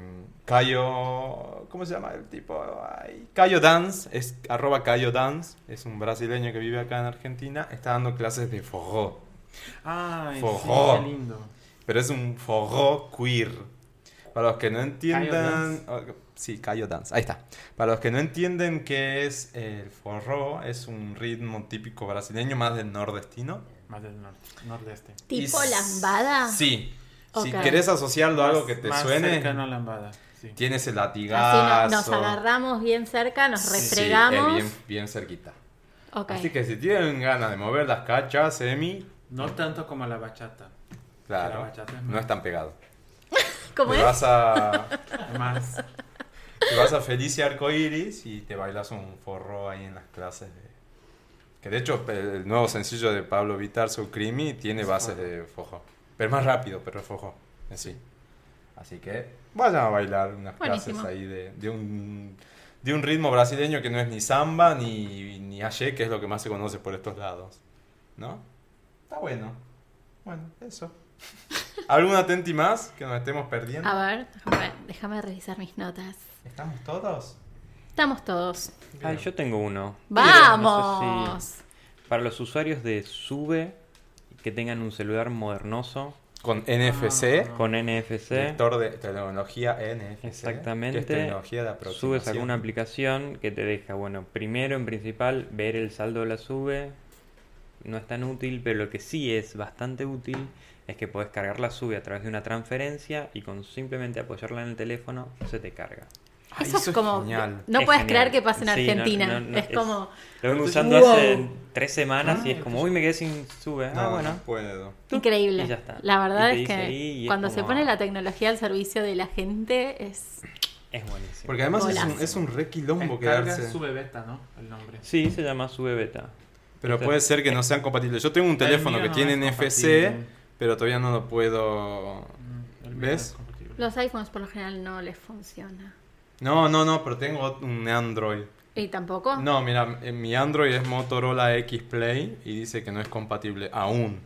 Cayo. ¿Cómo se llama el tipo? Ay, Cayo Dance, es arroba Cayo Dance, es un brasileño que vive acá en Argentina, está dando clases de forró.
Ay,
Fojó.
sí, qué lindo.
Pero es un forró queer. Para los que no entiendan. o- Sí, Cayo Dance. Ahí está. Para los que no entienden qué es el forró, es un ritmo típico brasileño, más del nordestino.
Más del norte, nordeste.
Tipo
Y s-
lambada.
Sí.
Ok.
Si querés asociarlo a algo
Más-
que te
más
suene,
cercano a Lambada. Sí.
tienes el latigazo.
Así no- nos agarramos bien cerca, nos
Sí, es
refregamos.
bien, bien cerquita.
Ok.
Así que si tienen ganas de mover las cachas, Emi,
No tanto como la bachata. La
claro,
bachata es
no
más-
es tan pegado.
¿Cómo
Te
es?
vas a
Más.
Te vas a Felicia Arcoiris y te bailas un forro ahí en las clases. de- Que de hecho el nuevo sencillo de Pablo Vitar, So Creamy, tiene bases de fojo. Pero más rápido, pero es fojo en sí. Así que vayan a bailar unas
Buenísimo.
clases ahí de, de un, de un ritmo brasileño que no es ni samba ni, ni haché, que es lo que más se conoce por estos lados. ¿No? Está bueno. Bueno, eso. ¿Algún atenti más que nos estemos perdiendo?
A ver, déjame, déjame revisar mis notas.
¿Estamos todos?
Estamos todos.
Ay, yo tengo uno.
¡Vamos!
No sé si- Para los usuarios de Sube que tengan un celular modernoso,
Con
Ah.
NFC,
Con NFC.
vector Ah. de tecnología NFC.
Exactamente.
que es tecnología de aproximación.
Subes alguna aplicación que te deja, bueno, primero en principal, ver el saldo de la sube. No es tan útil, pero lo que sí es bastante útil es que podés cargar la sube a través de una transferencia y con simplemente apoyarla en el teléfono se te carga.
Ay,
eso, es como.
genial.
No
Es
puedes
genial.
creer que pasa en
Sí, no,
Argentina.
no, no,
es, como.
Lo vengo usando hace tres semanas y es como, uy, me quedé sin sube.
Ah, No,
ah, bueno.
no puedo.
Increíble.
Y ya está.
La verdad
Y te
es que
dice ahí y es
cuando se
como-
pone la tecnología al servicio de la gente es.
Es buenísimo.
Porque además es un,
Golazo.
es un re quilombo
Carga
quedarse.
su bebeta, ¿no? El nombre.
Sí, se llama sube beta.
Pero puede ser que no sean compatibles. Yo tengo un teléfono
mío
que
no
tiene
es
NFC,
compatible.
pero todavía no lo puedo.
Mm, el mío
¿Ves?
es compatible.
Los iPhones por lo general no les funciona.
No, no, no, pero tengo un Android.
¿Y tampoco?
No, mira, eh, mi Android es Motorola X Play y dice que no es compatible aún.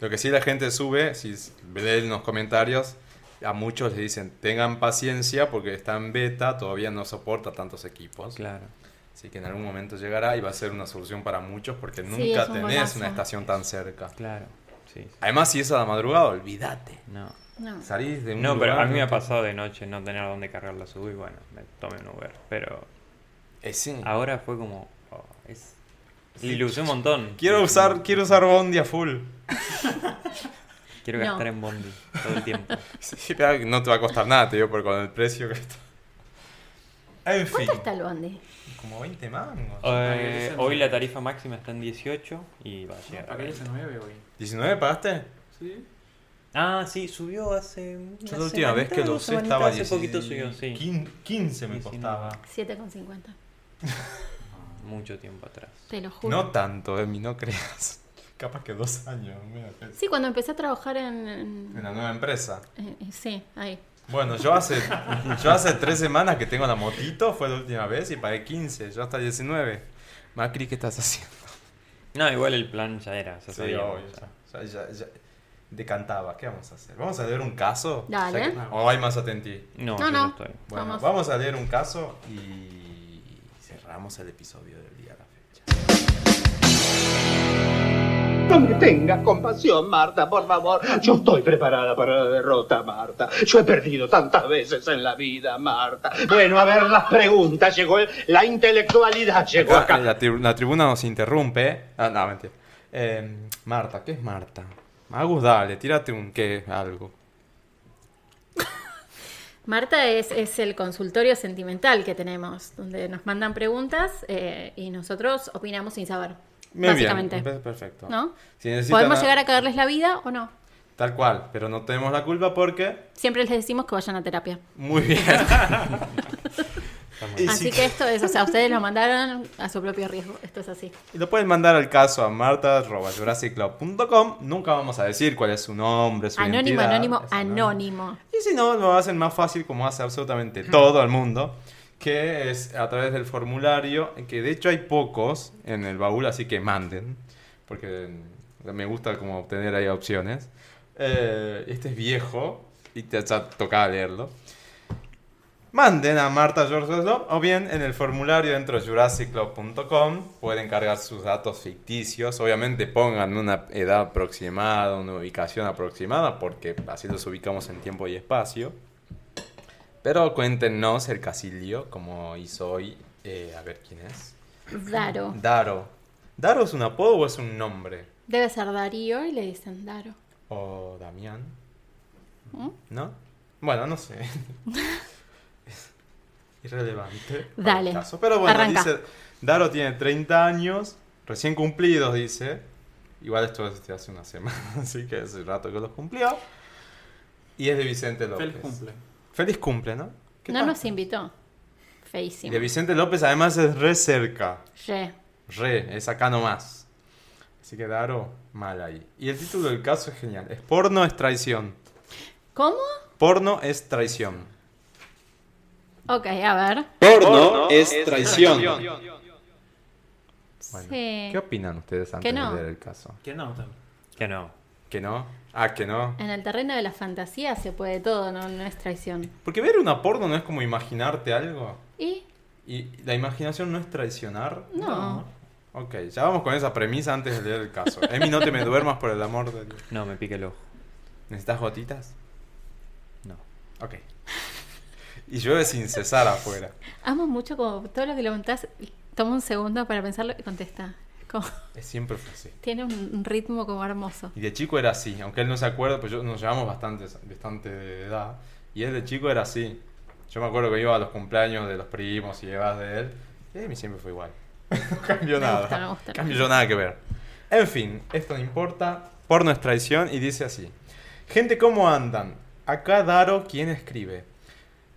Lo que sí la gente sube, si s- lee en los comentarios, a muchos le dicen tengan paciencia porque está en beta, todavía no soporta tantos equipos.
Claro.
Así que en algún momento llegará y va a ser una solución para muchos porque
Sí,
nunca
es un
tenés
golazo.
una estación tan cerca.
Claro. Sí. sí.
Además, si es a la madrugada, olvídate.
No.
No.
Salís de un
No, pero
lugar,
a mí me
no
ha
te-
pasado de noche no tener dónde cargar la sub y bueno, me tomé un Uber. Pero
Eh, sí.
ahora fue como. oh, es. Le ilusión un montón.
Quiero usar, quiero usar Bondi a full.
Quiero
No.
gastar en Bondi todo el tiempo.
Sí, pero no te va a costar nada, te digo, porque con el precio que está. En fin.
¿Cuánto está el bondi?
Como 20 mangos.
Eh, hoy la tarifa máxima está en 18 y va a
No,
llegar. a
para que
20.
se nueve, güey.
¿19 pagaste?
Sí.
Ah, sí, subió hace. una
Yo la última vez
semanita,
que lo
dos
usé
semanitas,
estaba
Hace
10.
poquito subió, sí.
15 me
19.
costaba.
7,50.
Mucho tiempo atrás.
Te lo juro.
No tanto, Emi, no creas. Capaz que dos años. mira, que-
Sí, cuando empecé a trabajar en. en-
En la nueva empresa.
eh, eh, sí, ahí.
Bueno, yo hace, yo hace tres semanas que tengo la motito, fue la última vez, y pagué 15, yo hasta 19. Macri, ¿qué estás haciendo?
No, igual el plan ya era, ya sabíamos,
obvio,
ya.
ya- ya- ya- decantaba, ¿qué vamos a hacer? ¿Vamos a leer un caso?
Dale.
O sea que- o Oh, hay más atentí.
No,
No,
yo
no.
no estoy.
Bueno,
Vamos.
vamos. a leer un caso y cerramos el episodio del día de la fecha.
No me tengas compasión, Marta, por favor. Yo estoy preparada para la derrota, Marta. Yo he perdido tantas veces en la vida, Marta. Bueno, a ver las preguntas. Llegó el- la intelectualidad, llegó
Acá, eh,
acá.
La, tri- la tribuna nos interrumpe. Ah, no, mentira. Eh, Marta, ¿qué es Marta? Agus, dale, tírate un qué, algo.
Marta es, es el consultorio sentimental que tenemos, donde nos mandan preguntas eh, y nosotros opinamos sin saber.
Muy bien,
básicamente.
pe- perfecto.
¿No?
Si necesitan
¿Podemos
a-
llegar a cagarles la vida o no?
Tal cual, pero no tenemos la culpa porque...
Siempre les decimos que vayan a terapia.
Muy bien. Y
así
si-
que esto es, o sea, ustedes lo mandaron a su propio riesgo. Esto es así.
Y lo pueden mandar al caso a marta.jurassicclub.com. Nunca vamos a decir cuál es su nombre, su
Anónimo,
identidad.
anónimo,
Es
anónimo.
Y si no, lo hacen más fácil como hace absolutamente todo el mundo, que es a través del formulario, que de hecho hay pocos en el baúl, así que manden, porque me gusta como obtener ahí opciones. Eh, este es viejo y te ya tocaba leerlo. Manden a Marta George Oslo, o bien en el formulario dentro de jurassicclub.com pueden cargar sus datos ficticios. Obviamente pongan una edad aproximada, una ubicación aproximada, porque así los ubicamos en tiempo y espacio. Pero cuéntenos el casilio, como hizo hoy, eh, a ver quién es.
Daro.
Daro. ¿Daro es un apodo o es un nombre?
Debe ser Darío y le dicen Daro.
¿O Damián?
¿Mm?
¿No? Bueno, no sé. Es Irrelevante. para
Dale,
el caso. Pero bueno,
arranca.
dice, Daro tiene 30 años, recién cumplidos, dice. Igual esto es de hace una semana, así que hace rato que los cumplió. Y es de Vicente López.
Feliz cumple.
Feliz cumple, ¿no? ¿Qué
No
tal?
nos invitó. Feísimo.
De Vicente López además es re cerca.
Re.
Re, es acá nomás. Así que Daro, mal ahí. Y el título del caso es genial. Es porno es traición.
¿Cómo?
Porno es traición.
Ok, a ver.
Porno es traición.
Bueno,
Sí.
¿Qué opinan ustedes antes
Que no.
de leer el caso?
Que no, también.
Que no.
¿Que no? Ah, que no.
En el terreno de la fantasía se puede todo, no, no es traición.
Porque ver una porno no es como imaginarte algo.
Y
¿Y la imaginación no es traicionar?
no.
Ok, ya vamos con esa premisa antes de leer el caso. Emi, no te me duermas por el amor de Dios.
No, me pique el ojo.
¿Necesitas gotitas? No. Ok. Y llueve sin cesar afuera.
Amo mucho como todo lo que lo contás, toma un segundo para pensarlo y contesta. Como-
Es- Siempre fue así.
tiene un ritmo como hermoso.
Y de chico era así, aunque él no se acuerda, pues yo, nos llevamos bastante, bastante de edad. Y él de chico era así. Yo me acuerdo que iba a los cumpleaños de los primos y llevas de él. Y a mí siempre fue igual. no cambió
Me
nada.
gusta, me gusta.
Cambió yo nada que ver. En fin, esto no importa. Porno es traición y dice así. Gente, ¿cómo andan? Acá Daro, quien escribe.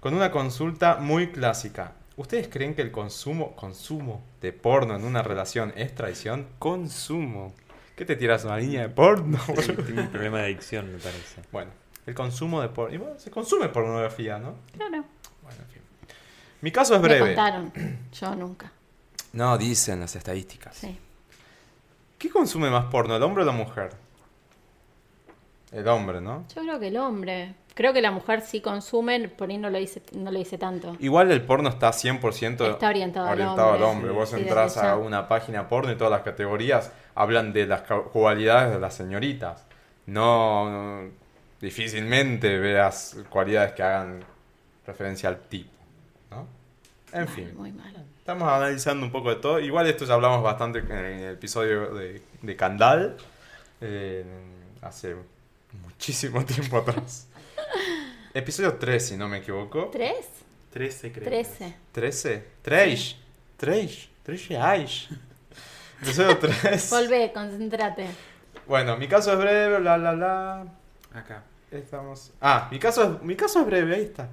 Con una consulta muy clásica. ¿Ustedes creen que el consumo, consumo de porno en una relación es traición? Consumo. ¿Qué te tiras una línea de porno?
Tiene un problema de adicción, me parece.
Bueno, el consumo de porno. Y bueno, se consume pornografía, ¿no?
Claro.
Mi caso es
Me
breve.
contaron. Yo nunca.
No, dicen las estadísticas.
Sí.
¿Qué consume más porno, el hombre o la mujer? El hombre, ¿no?
Yo creo que el hombre. Creo que la mujer sí consume, por ahí no lo dice, no lo dice tanto.
Igual el porno está 100%
Está orientado al
al
hombre.
hombre. Vos
Sí,
entras
desde
a
ya.
una página porno y todas las categorías hablan de las ca- cualidades de las señoritas. No, no- difícilmente veas cualidades que hagan referencia al tipo. ¿no? En fin.
Muy malo.
Estamos analizando un poco de todo. Igual esto ya hablamos bastante en el episodio de, de Candal. eh, hace muchísimo tiempo atrás. Episodio 3, si no me equivoco.
¿Tres?
13, creo.
Trece.
13. 3. 3. 13 años. Episodio 3.
Volvé, concéntrate.
Bueno, mi caso es breve, bla, bla, bla.
Acá.
Estamos. Ah, mi caso, es, mi caso es breve, ahí está.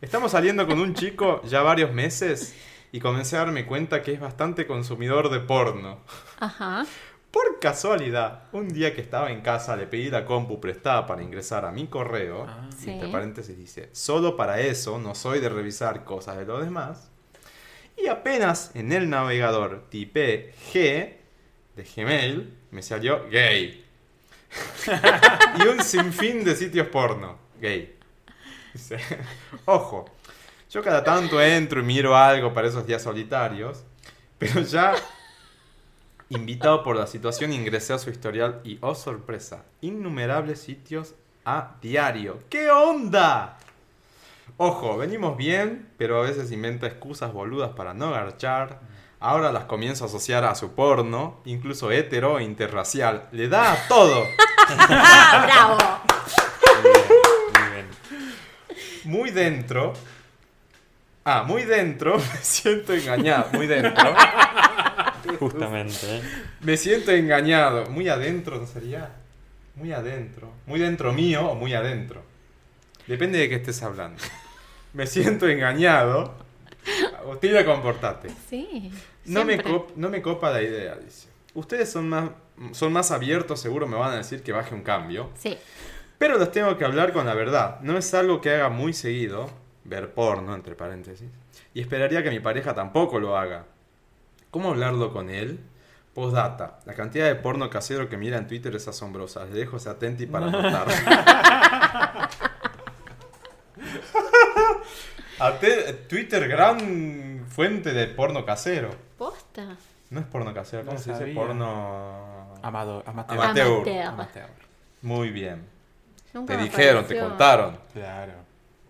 Estamos saliendo con un chico ya varios meses y comencé a darme cuenta que es bastante consumidor de porno.
Ajá.
Por casualidad, un día que estaba en casa le pedí la compu prestada para ingresar a mi correo.
Sí.
Entre paréntesis dice, solo para eso no soy de revisar cosas de los demás. Y apenas en el navegador tipé G de Gmail, me salió gay. y un sinfín de sitios porno. Gay. Dice, Ojo, yo cada tanto entro y miro algo para esos días solitarios, pero ya invitado por la situación ingresé a su historial y, oh sorpresa, innumerables sitios a diario. ¿Qué onda? Ojo, venimos bien, pero a veces inventa excusas boludas para no garchar. Ahora las comienzo a asociar a su porno, incluso hetero e interracial. Le da a todo.
Ah, ¡Bravo!
Muy bien.
Muy dentro. Ah, muy dentro. Me siento engañado. Muy dentro.
Justamente, ¿eh?
Me siento engañado. Muy adentro, ¿no sería? Muy adentro. Muy dentro mío o muy adentro. Depende de qué estés hablando. Me siento engañado. Tira, comportate.
Sí.
No me,
siempre.
cop- no me copa la idea, dice. Ustedes son más, son más abiertos, seguro me van a decir que baje un cambio.
Sí.
Pero los tengo que hablar con la verdad. No es algo que haga muy seguido, ver porno, entre paréntesis. Y esperaría que mi pareja tampoco lo haga. ¿Cómo hablarlo con él? Postdata. La cantidad de porno casero que mira en Twitter es asombrosa. Les dejo ese atenti para anotar. Ate- Twitter, gran fuente de porno casero.
Posta.
No es porno casero, ¿cómo
No
se dice?
sabía. Ah.
Porno...
Amado, amateur.
Amateur.
Amateur.
Muy bien.
Nunca
te
me
dijeron, te
pareció.
contaron.
Claro.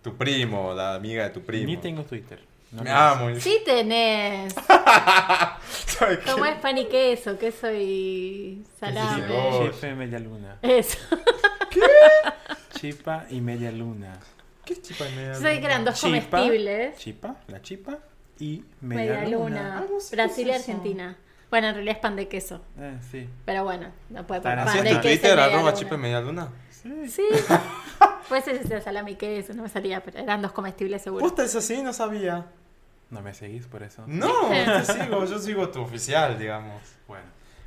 Tu primo, la amiga de tu primo. Ah,
Ni tengo Twitter. No
Me
lo
amo.
Sí tenés.
¿Sabes qué?
¿Cómo es pan y queso? Queso y salame.
llegó.
Chipa y media luna.
Eso.
Chipa y media luna.
¿Qué es chipa y media
Yo sabía que eran dos
Chipa,
comestibles.
Chipa, la chipa y media,
Media
Ah,
luna. Brasil y Argentina. Bueno, en realidad es pan de queso.
Eh, sí.
Pero bueno, no puede
Para
poner
¿Así
pan
es
de
tu
queso. y
Twitter,
media
arroba
luna.
chipa y media luna?
Sí. Pues ese sea salami y queso, no me salía, pero eran dos comestibles seguro.
Posta, es así, no sabía.
No me seguís por eso.
No,
¿Viste?
yo sigo, yo sigo tu oficial, digamos.
Bueno.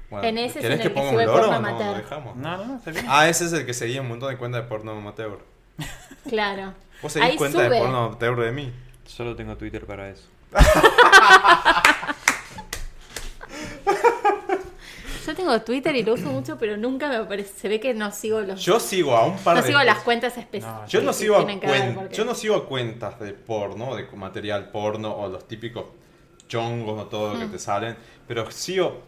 Bueno,
En ese es
¿querés
en
que
el que
ponga un
sube
loro
porno
o no? Lo
amateur.
dejamos.
No, no, no, está bien.
Ah, ese es el que seguía un montón de cuentas de porno amateur.
Claro.
¿Vos seguís
Ahí
cuenta
sube.
de porno amateur de mí?
Solo tengo Twitter para eso.
Yo tengo Twitter y lo uso mucho, pero nunca me aparece. Se ve que no sigo los.
Yo sigo a un par
no
de...
sigo las cuentas específicas.
No,
Yo no,
que
sigo a
tienen que ver,
cuen-
porque-
yo no sigo a cuentas de porno, de
Mm.
material porno o los típicos chongos o todo lo que te salen, pero sigo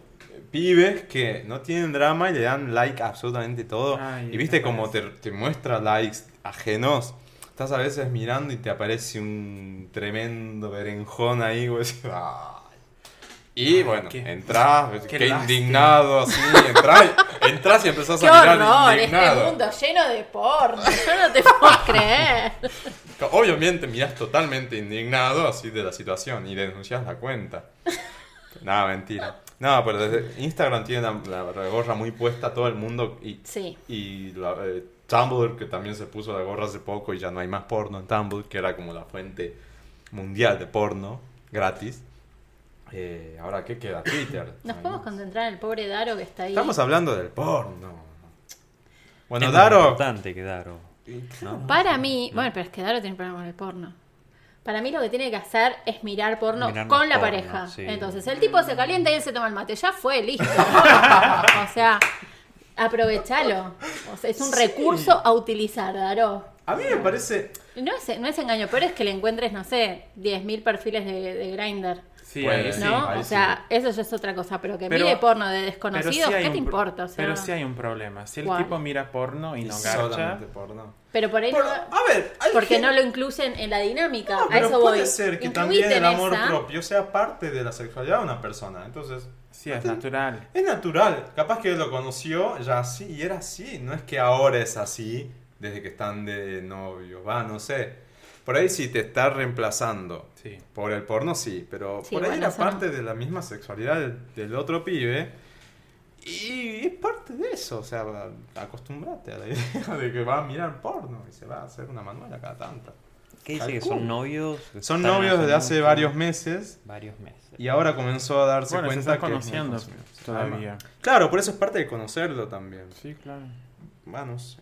pibes que no tienen drama y le dan like a absolutamente todo.
Ay,
y viste como te, te muestra likes ajenos. Estás a veces mirando y te aparece un tremendo berenjón ahí, güey. así, "Ay". Y bueno, entras, ves,
qué
qué,
lástima.
indignado así, entras, y- entras y empezás
¡Qué
a mirar
horror! Este
indignado.
mundo lleno de porno. Yo no te puedo creer.
Obviamente mirás totalmente indignado así de la situación y denuncias la cuenta. No, mentira. No, pero desde Instagram tiene la, la gorra muy puesta todo el mundo y,
Sí.
y la- eh, Tumblr que también se puso la gorra hace poco y ya no hay más porno en Tumblr, que era como la fuente mundial de porno gratis. Eh, ahora, ¿qué queda? Twitter.
Nos podemos concentrar en el pobre Daro que está ahí.
Estamos hablando del porno. Bueno,
Es más
Daro...
importante que Daro. ¿no?
Para mí, bueno, pero es que Daro tiene problema con el porno. Para mí lo que tiene que hacer es mirar porno
Mirar
con la
porno,
pareja.
sí.
Entonces, el tipo se calienta y él se toma el mate. Ya fue, listo. o sea, aprovechalo. O sea, es un
Sí.
recurso a utilizar, Daro.
A mí me parece...
No es, no es engaño, pero es que le encuentres, no sé, 10.000 perfiles de, de Grindr.
Sí,
Puede,
ahí sí.
¿No?
ahí
o
sí.
sea, eso ya es otra cosa, pero que
Pero-
mire porno de
Pero sí
desconocidos,
hay
¿qué
un
te
pro-
importa? O sea,
Pero sí hay un problema. Si el
¿Cuál?
tipo mira porno y no garcha,
solamente porno.
pero por ahí
Por-
no-
a ver, hay
porque
gente-
no lo incluyen en la dinámica.
No,
a
pero
eso voy.
puede ser que
Incluite
también el
en
amor
esa.
propio sea parte de la sexualidad de una persona. Entonces,
sí, es natural.
es natural. Capaz que lo conoció ya así y era así. No es que ahora es así desde que están de novios. Va, no sé. Por ahí sí te está reemplazando.
Sí.
Por el porno sí, pero
Sí,
por ahí
bueno,
era
eso no.
parte de la misma sexualidad del, del otro pibe. Y es parte de eso, o sea, va- acostumbrate a la idea de que va a mirar porno y se va a hacer una manuela cada tanto.
¿Qué dice que
Calculo.
son novios?
Son
Están
novios desde hace
mucho-
varios meses
Varios meses.
y ahora comenzó a darse
Bueno, se
cuenta
están
que es muy
conociendo
consumido.
todavía.
Además. Claro, por eso es parte de conocerlo también.
Sí, claro.
Bueno, no sé.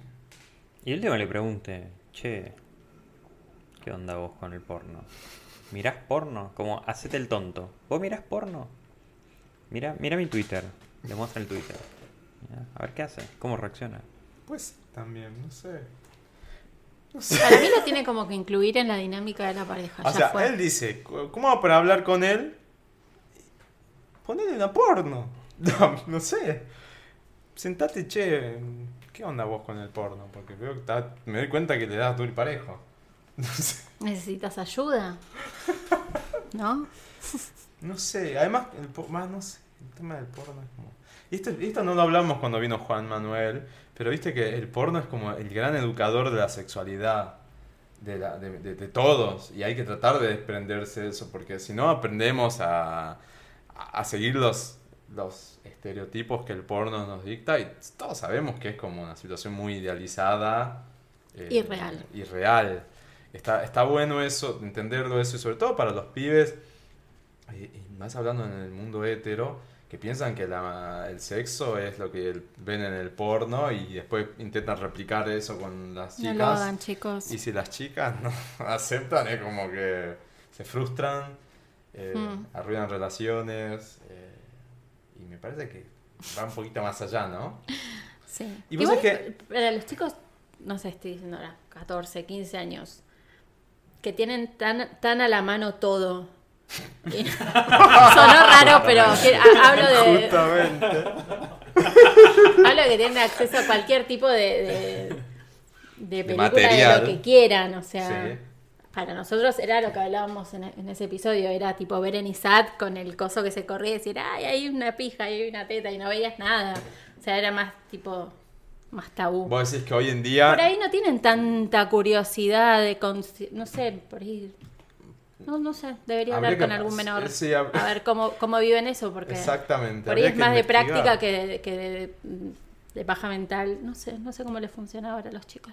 Y el tema le pregunte, che, ¿qué onda vos con el porno? ¿Mirás porno? Como, hacete el tonto. ¿Vos mirás porno? Mira, mira mi Twitter. Le muestra el Twitter. Mirá, A ver qué hace, cómo reacciona.
Pues también, no sé.
Para mí lo tiene como que incluir en la dinámica de la pareja.
O
Ah, ya
sea,
fue.
él dice, "C- ¿cómo hago para hablar con él? Ponele una porno. No, no sé. Sentate, che, ¿qué onda vos con el porno? Porque veo que está- me doy cuenta que le das duro y parejo. No sé.
¿Necesitas ayuda? ¿No?
No sé, además, el, po- más, no sé, el tema del porno es como... y Esto, y esto no lo hablamos cuando vino Juan Manuel, pero viste que el porno es como el gran educador de la sexualidad, de, la- de- de- de todos, y hay que tratar de desprenderse de eso, porque si no aprendemos a, a- a seguir los, los estereotipos que el porno nos dicta, y todos sabemos que es como una situación muy idealizada. eh,
Irreal.
Irreal. Está, está bueno eso, entenderlo eso, y sobre todo para los pibes y, y más hablando en el mundo hetero, que piensan que la- el sexo es lo que el- ven en el porno y después intentan replicar eso con las
No lo
chicas.
hagan, chicos.
y si las chicas no aceptan, es como que se frustran, eh,
Mm.
arruinan relaciones. eh, y me parece que va un poquito más allá, ¿no?
Sí.
Y vos
Igual eh,
sabés que-
para los chicos, no sé, estoy diciendo ahora, 14, 15 años, que tienen tan, tan a la mano todo. Y- Sonó raro, pero que- ha- hablo de,
Justamente.
hablo de que tienen acceso a cualquier tipo de, de, de película de,
material.
lo que quieran, o sea.
Sí.
Para nosotros era lo que hablábamos en, en ese episodio, era tipo ver en Isaac con el coso que se corría y decir, ay, hay una pija, ahí hay una teta y no veías nada. O sea, era más tipo, más tabú.
Vos decís que hoy en
Uh. Por
día
ahí no tienen tanta curiosidad de... consci- No sé, por ahí... No, no sé,
Habría
debería hablar con
que-
algún menor.
sí, hab-
A ver cómo, cómo viven eso, porque
Exactamente.
por ahí
habría
es
que
más de
investigar.
práctica que de, que de, de paja mental. No sé, no sé cómo les funciona ahora a los chicos.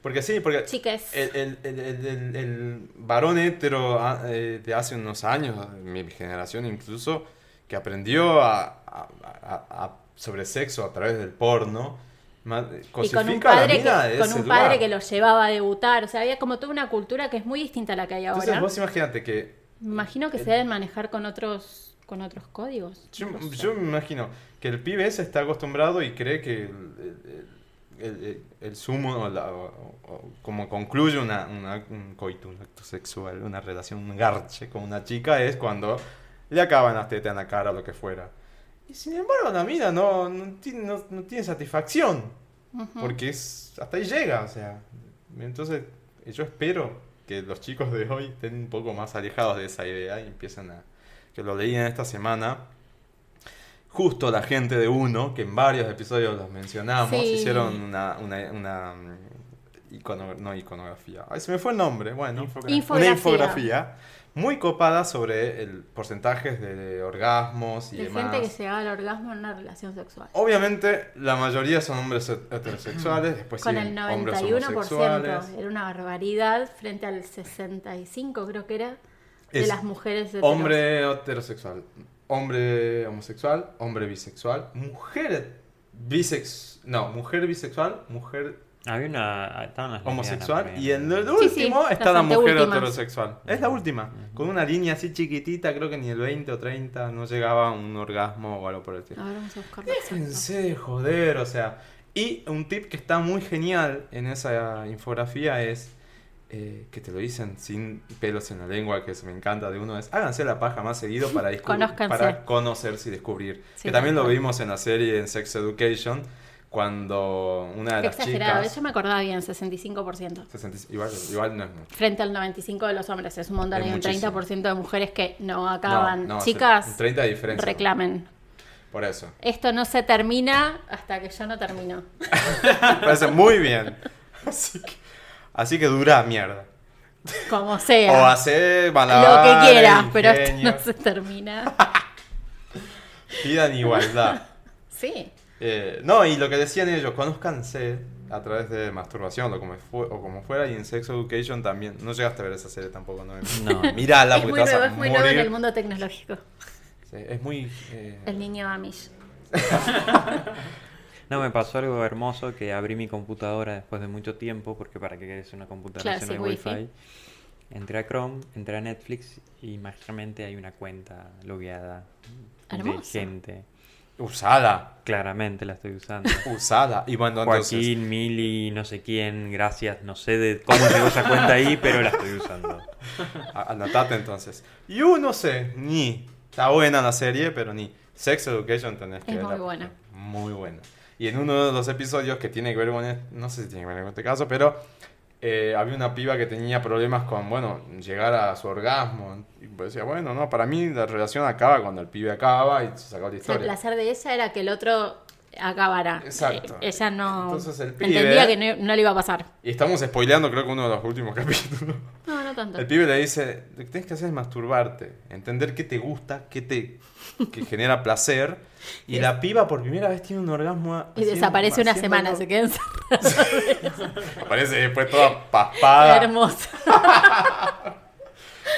Porque sí, porque
Chicas.
el, el- el- el- el- el varón hetero ah, eh, de hace unos años, mi generación incluso, que aprendió a, a- a- a- sobre sexo a través del porno, ma-
Y con un
cosifica a la
padre,
mina
que,
de
con
ese
un padre
lugar.
que los llevaba a debutar. O sea, había como toda una cultura que es muy distinta a la que hay ahora.
Entonces vos eh, imagínate que
Me Imagino que se deben manejar con otros con otros códigos.
Yo,
No sé.
yo me imagino que el pibe ese está acostumbrado y cree que el, el- el- el- el sumo, o la- o- o- como concluye una, una- un coito, un acto sexual, una relación, un garche con una chica, es cuando le acaban las tetas en la cara o lo que fuera. Y sin embargo, la mina no, no, tiene, no- no tiene satisfacción. Porque es, hasta ahí llega, o sea. Entonces, yo espero que los chicos de hoy estén un poco más alejados de esa idea y empiezan a... Que lo leí en esta semana. Justo la gente de Uno, que en varios episodios los mencionamos,
Sí.
hicieron una... una- una, mm, icono- no iconografía. Ay, se me fue el nombre, bueno.
Infografía.
Una infografía muy copada sobre el porcentajes de orgasmos y
De
demás.
gente que se llega al orgasmo en una relación sexual.
Obviamente, la mayoría son hombres heterosexuales, después
Con el
siguen hombres
91%
homosexuales.
era una barbaridad frente al 65 creo que era de
Es
las mujeres heteros.
Hombre heterosexual, hombre homosexual, hombre bisexual, mujer bisex... No, mujer bisexual, mujer
Había una. Estaban las
homosexual
lesbianas
y en el
también.
último está la
las
mujer
anteúltimas.
heterosexual. Es la última, con una línea así chiquitita, creo que ni el 20 o 30 no llegaba a un orgasmo o algo por el estilo.
A ver, vamos a buscar.
Déjense de joder, o sea. Y un tip que está muy genial en esa infografía es eh, que te lo dicen sin pelos en la lengua, que se me encanta de uno, es háganse la paja más seguido para, descu-
Conózcanse.
para conocerse y descubrir.
Sí,
que también lo
tal cual.
vimos en la serie en Sex Education, cuando una de
Qué
las
exagerado,
chicas...
yo me acordaba bien, 65%.
60 igual, igual no es mucho.
Frente al 95% de los hombres, es un montón.
Es
Hay un
muchísimo.
30% de mujeres que no acaban.
No, no,
Chicas,
un 30 de diferencia.
reclamen.
Por eso.
Esto no se termina hasta que yo no termino.
Me parece muy bien. Así que, así que dura mierda.
Como
O
sea.
hace
lo
malabares,
que quieras, pero esto
ingenios.
no se termina.
Pidan igualdad.
Sí.
Eh, no, y lo que decían ellos, conozcanse a través de masturbación o como, fue- o como fuera, y en Sex Education también. No llegaste a ver esa serie tampoco, ¿no?
No.
Mírala
es
porque
muy
te vas
nuevo,
a
es muy nuevo en
morir.
el mundo tecnológico.
Sí, es muy. eh,
El niño Amish.
No, me pasó algo hermoso que abrí mi computadora después de mucho tiempo, porque para que querés una computadora
Claro,
si no
sin
hay
wifi.
wifi. Entré a Chrome, entré a Netflix y mágicamente hay una cuenta logueada de
Hermoso.
gente.
Usada.
Claramente la estoy usando.
Usada. Y bueno, entonces-
Joaquín, Mili, no sé quién, gracias, no sé de cómo llegó esa cuenta ahí, pero la estoy usando.
a- Anotate entonces. Y uno sé, ni. Está buena la serie, pero ni. Sex Education tenés que
Es muy
verla
buena.
Muy buena. Y en uno de los episodios que tiene que ver con, e- no sé si tiene que ver con este caso, pero eh, había una piba que tenía problemas con, bueno, llegar a su orgasmo. Y pues decía, bueno, no, para mí la relación acaba cuando el pibe acaba y se sacó la
O sea, el
historia.
placer de ella era que el otro acabara.
Exacto.
Eh, ella no
Entonces el pibe-
entendía que no, no le iba a pasar.
Y estamos spoileando creo que uno de los últimos capítulos.
No, no tanto.
El pibe le dice, lo que tienes que hacer es masturbarte, entender qué te gusta, qué te que genera placer. Y la piba por primera vez tiene un orgasmo.
Y
haciendo-
desaparece una
haciéndolo.
semana, se queda encerrada.
Aparece después toda paspada.
Hermosa.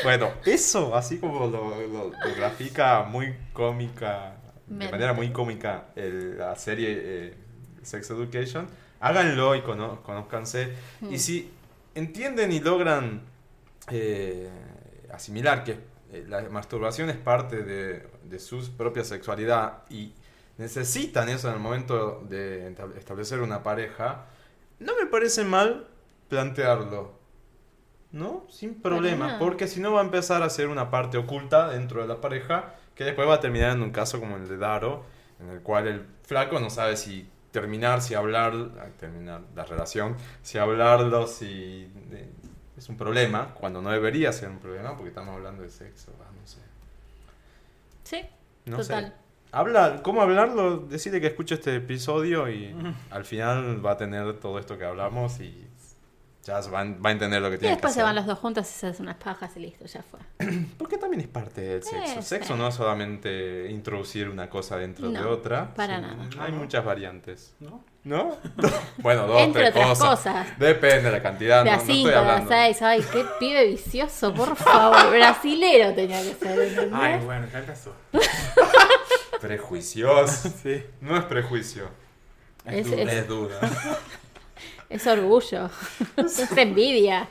Bueno, eso, así como lo, lo- lo grafica muy cómica, de
Men.
manera muy cómica el- la serie eh, Sex Education, háganlo y cono- conózcanse.
Mm.
Y si entienden y logran eh, asimilar que eh, la masturbación es parte de, de su propia sexualidad y necesitan eso en el momento de entab- establecer una pareja, no me parece mal plantearlo. ¿No? Sin
Para
problema.
nada.
Porque si no va a empezar a ser una parte oculta dentro de la pareja que después va a terminar en un caso como el de Daro, en el cual el flaco no sabe si terminar, si hablar, ay, terminar la relación, si hablarlo, si... eh, es un problema, cuando no debería ser un problema, porque estamos hablando de sexo, ah, no sé.
Sí,
No sé.
total.
Habla, ¿cómo hablarlo? Decirle que escuche este episodio y al final va a tener todo esto que hablamos y ya se van- va a entender lo que
Y
tiene que
después se
hacer.
van los dos juntos y se hacen unas pajas y listo, ya fue.
Porque también es parte del sexo.
Eh,
Sexo
sí.
no es solamente introducir una cosa dentro de
No,
otra.
para
Sí,
nada.
Hay muchas variantes.
¿No?
¿No? bueno, dos,
Entre
tres
otras
cosas.
cosas.
Depende de la cantidad.
de
no,
a
no
5,
estoy
de a
hablando.
6, ay, qué pibe vicioso, por favor. Brasilero tenía que ser, ¿entendés?
Ay, bueno, ya empezó.
Prejuicios.
Sí.
No es prejuicio.
Es- es-
es duda.
Es orgullo, es envidia.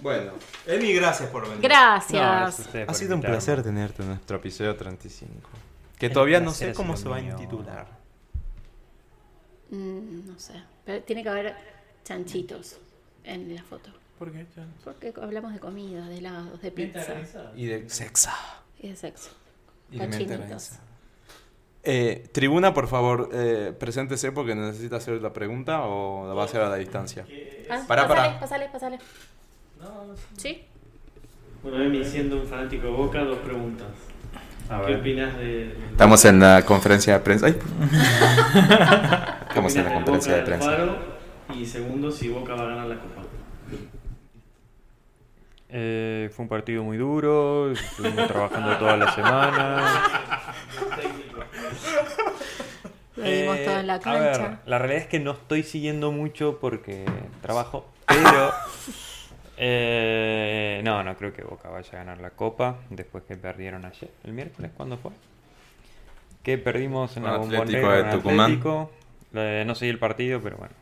Bueno, Emi, gracias por venir.
Gracias.
ustedes
ha
por
sido un
invitarme.
placer tenerte en nuestro episodio 35. Que
El
todavía no
placer
sé
ha
cómo se
sido
va a
mío.
intitular.
Mm, no sé, pero tiene que haber chanchitos en la foto.
¿Por qué? Ya.
Porque hablamos de comida, de helados, de pizza
organizada.
Y de sexa.
y de sexo. Cochinitos.
Eh, tribuna, por favor, eh, preséntese porque necesita hacer la pregunta o la va a hacer a la distancia.
Ah,
Pará,
pasale,
pará.
pasale, pasale.
No, no sé.
¿Sí?
Bueno, Emi, siendo un fanático de Boca, dos preguntas.
A
¿Qué
ver.
opinas de.
Estamos en la conferencia de prensa. Ay. Estamos en la conferencia
opinas del
de
Boca del
prensa.
Faro? Y segundo, si Boca va a ganar la Copa.
Eh, fue un partido muy duro, estuvimos trabajando toda la semana.
Lo dimos todo en la
Eh, a ver,
cancha.
la realidad es que no estoy siguiendo mucho porque trabajo, pero... eh, no, no creo que Boca vaya a ganar la copa después que perdieron ayer, el miércoles, ¿cuándo fue? Que perdimos en la
Con Atlético
bombonera
de
con
Tucumán.
Atlético. Eh, no seguí el partido, pero bueno.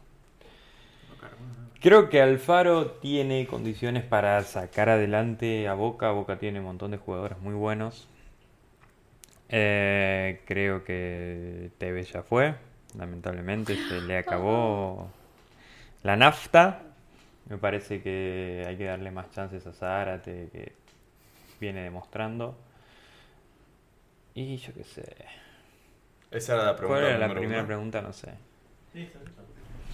Creo que Alfaro tiene condiciones para sacar adelante a Boca. Boca tiene un montón de jugadores muy buenos. Eh, creo que TV ya fue. Lamentablemente se le acabó la nafta. Me parece que hay que darle más chances a Zárate, que viene demostrando. Y yo qué sé.
Esa era la pregunta
¿Cuál era la
número
primera
uno?
pregunta? No sé.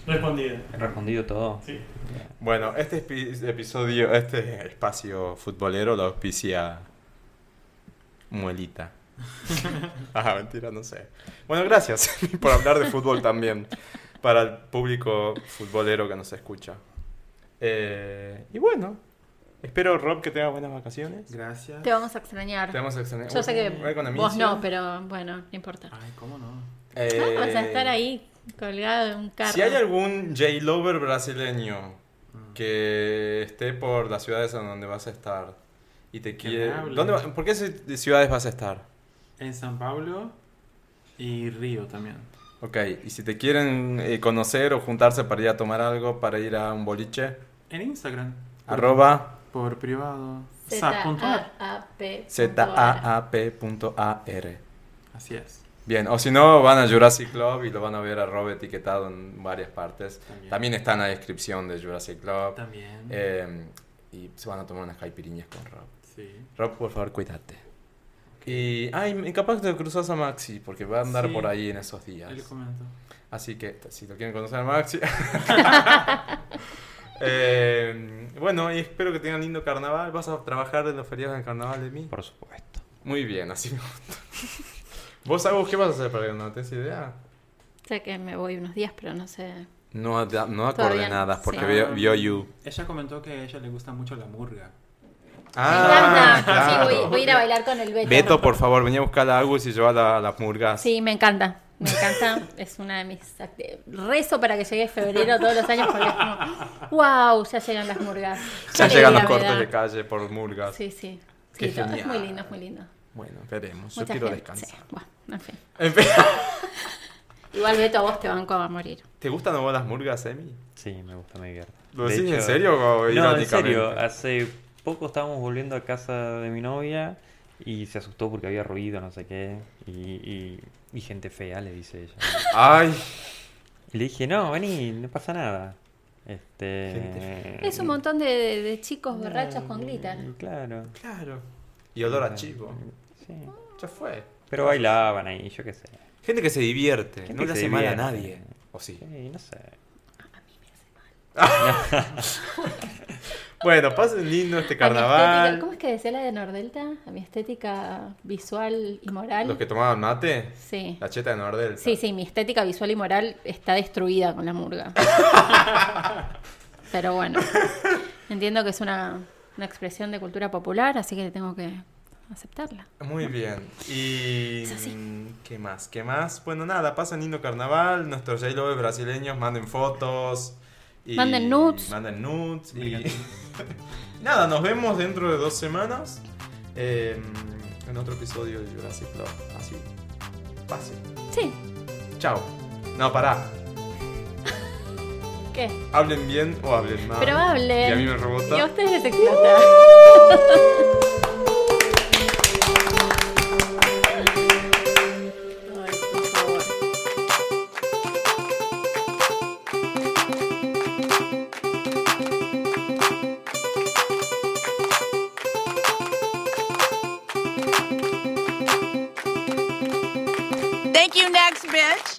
Respondido.
He respondido todo.
Sí.
Bueno, este espi- episodio, este espacio futbolero lo auspicia Muelita. ah, mentira, no sé. Bueno, gracias por hablar de fútbol también para el público futbolero que nos escucha. Eh, y bueno, espero Rob que tenga buenas vacaciones.
Gracias.
Te vamos a extrañar.
Te vamos a extrañar.
Yo sé que
Voy con
vos
Amicio.
no, pero bueno, no importa.
Ay, ¿cómo no?
Eh,
Vas a estar ahí colgado en un carro.
Si hay algún J-Lover brasileño que esté por las ciudades en donde vas a estar y te quiere...
hable.
¿Dónde va- ¿Por qué ci- ciudades vas a estar?
En San Pablo y Río también.
Ok, y si te quieren eh, conocer o juntarse para ir a tomar algo, para ir a un boliche,
En Instagram.
arroba
Por privado.
Ah.
Zap.ar.
Z-A-A-P.
zaap.ar.
Así es.
Bien, o si no, van a Jurassic Club y lo van a ver a Rob etiquetado en varias partes. También, está en la descripción de Jurassic Club.
También.
Eh, y se van a tomar unas caipiriñas con Rob.
Sí.
Rob, por favor, cuídate. Y, ay, capaz que te cruzas a Maxi, porque va a andar
Sí.
por ahí en esos días.
Él comenta.
Así que, t- si lo quieren conocer a Maxi. Eh, bueno, y espero que tengan lindo carnaval. ¿Vas a trabajar en los feriados del carnaval de mí?
Por supuesto.
Muy bien, así me gusta. ¿Vos, Agus, qué vas a hacer para que no tenés idea?
Sé que me voy unos días, pero no sé.
No, da- no da
Todavía
coordenadas,
no,
porque
sí.
vio, vio you.
Ah, Ella comentó que a ella le gusta mucho la murga.
me encanta.
Ah, claro.
Sí, voy, voy a ir a bailar con el Beto.
Beto, por favor, vení a buscar a Agus y llevarla a las murgas.
Sí, me encanta. Me encanta. es una de mis. acti- Rezo para que llegue febrero todos los años porque es como. ¡Wow! Ya llegan las murgas.
Ya
Qué
llegan los
alegría me
cortes
da.
de calle por murgas.
Sí, sí.
Qué
Sí, todo- es
genial.
muy lindo, es muy lindo.
Bueno, veremos. Yo
Mucha
quiero
gente,
descansar.
sí. Bueno, en fin.
En fin.
Igual Beto, a vos te banco a morir.
¿Te gustan a vos las murgas, Emi?
Sí, me gusta, me divierte.
¿Lo
De
decís en
hecho-
serio o
No, en
irónicamente?
serio. Hace poco estábamos volviendo a casa de mi novia y se asustó porque había ruido, no sé qué. Y, y- y gente fea, le dice ella.
Ay.
Y le dije, no, vení, no pasa nada. Este...
Es un montón de, de- de chicos borrachos con glitter.
Eh, Claro.
Claro. Y olor a chivo.
Sí.
Ya fue.
Pero bailaban ahí, yo qué sé.
Gente que se divierte.
Gente
no le
que se
hace mal a
divierte.
nadie. ¿O sí?
Sí, no sé.
Bueno, pasen lindo este
A mi estética-
carnaval.
¿Cómo es que decía la de Nordelta? A mi estética visual y moral.
Los que tomaban mate.
Sí.
La cheta de Nordel.
Sí, sí, mi estética visual y moral está destruida con la murga. Pero bueno, entiendo que es una, una expresión de cultura popular, así que tengo que aceptarla.
Muy bien. Y. mm,
Es así.
¿Qué más? ¿Qué más? Bueno, nada, pasen lindo carnaval. Nuestros j brasileños manden fotos. y-
Manden nudes.
Manden nudes. Y... nada, nos vemos dentro de dos semanas eh, en otro episodio de Jurassic Club. Así. Pase.
Sí,
Chao. No, pará.
¿qué?
Hablen bien o hablen mal.
Pero hablen.
Y a mí me rebota.
Y a ustedes les explota.
Thank you, next bitch.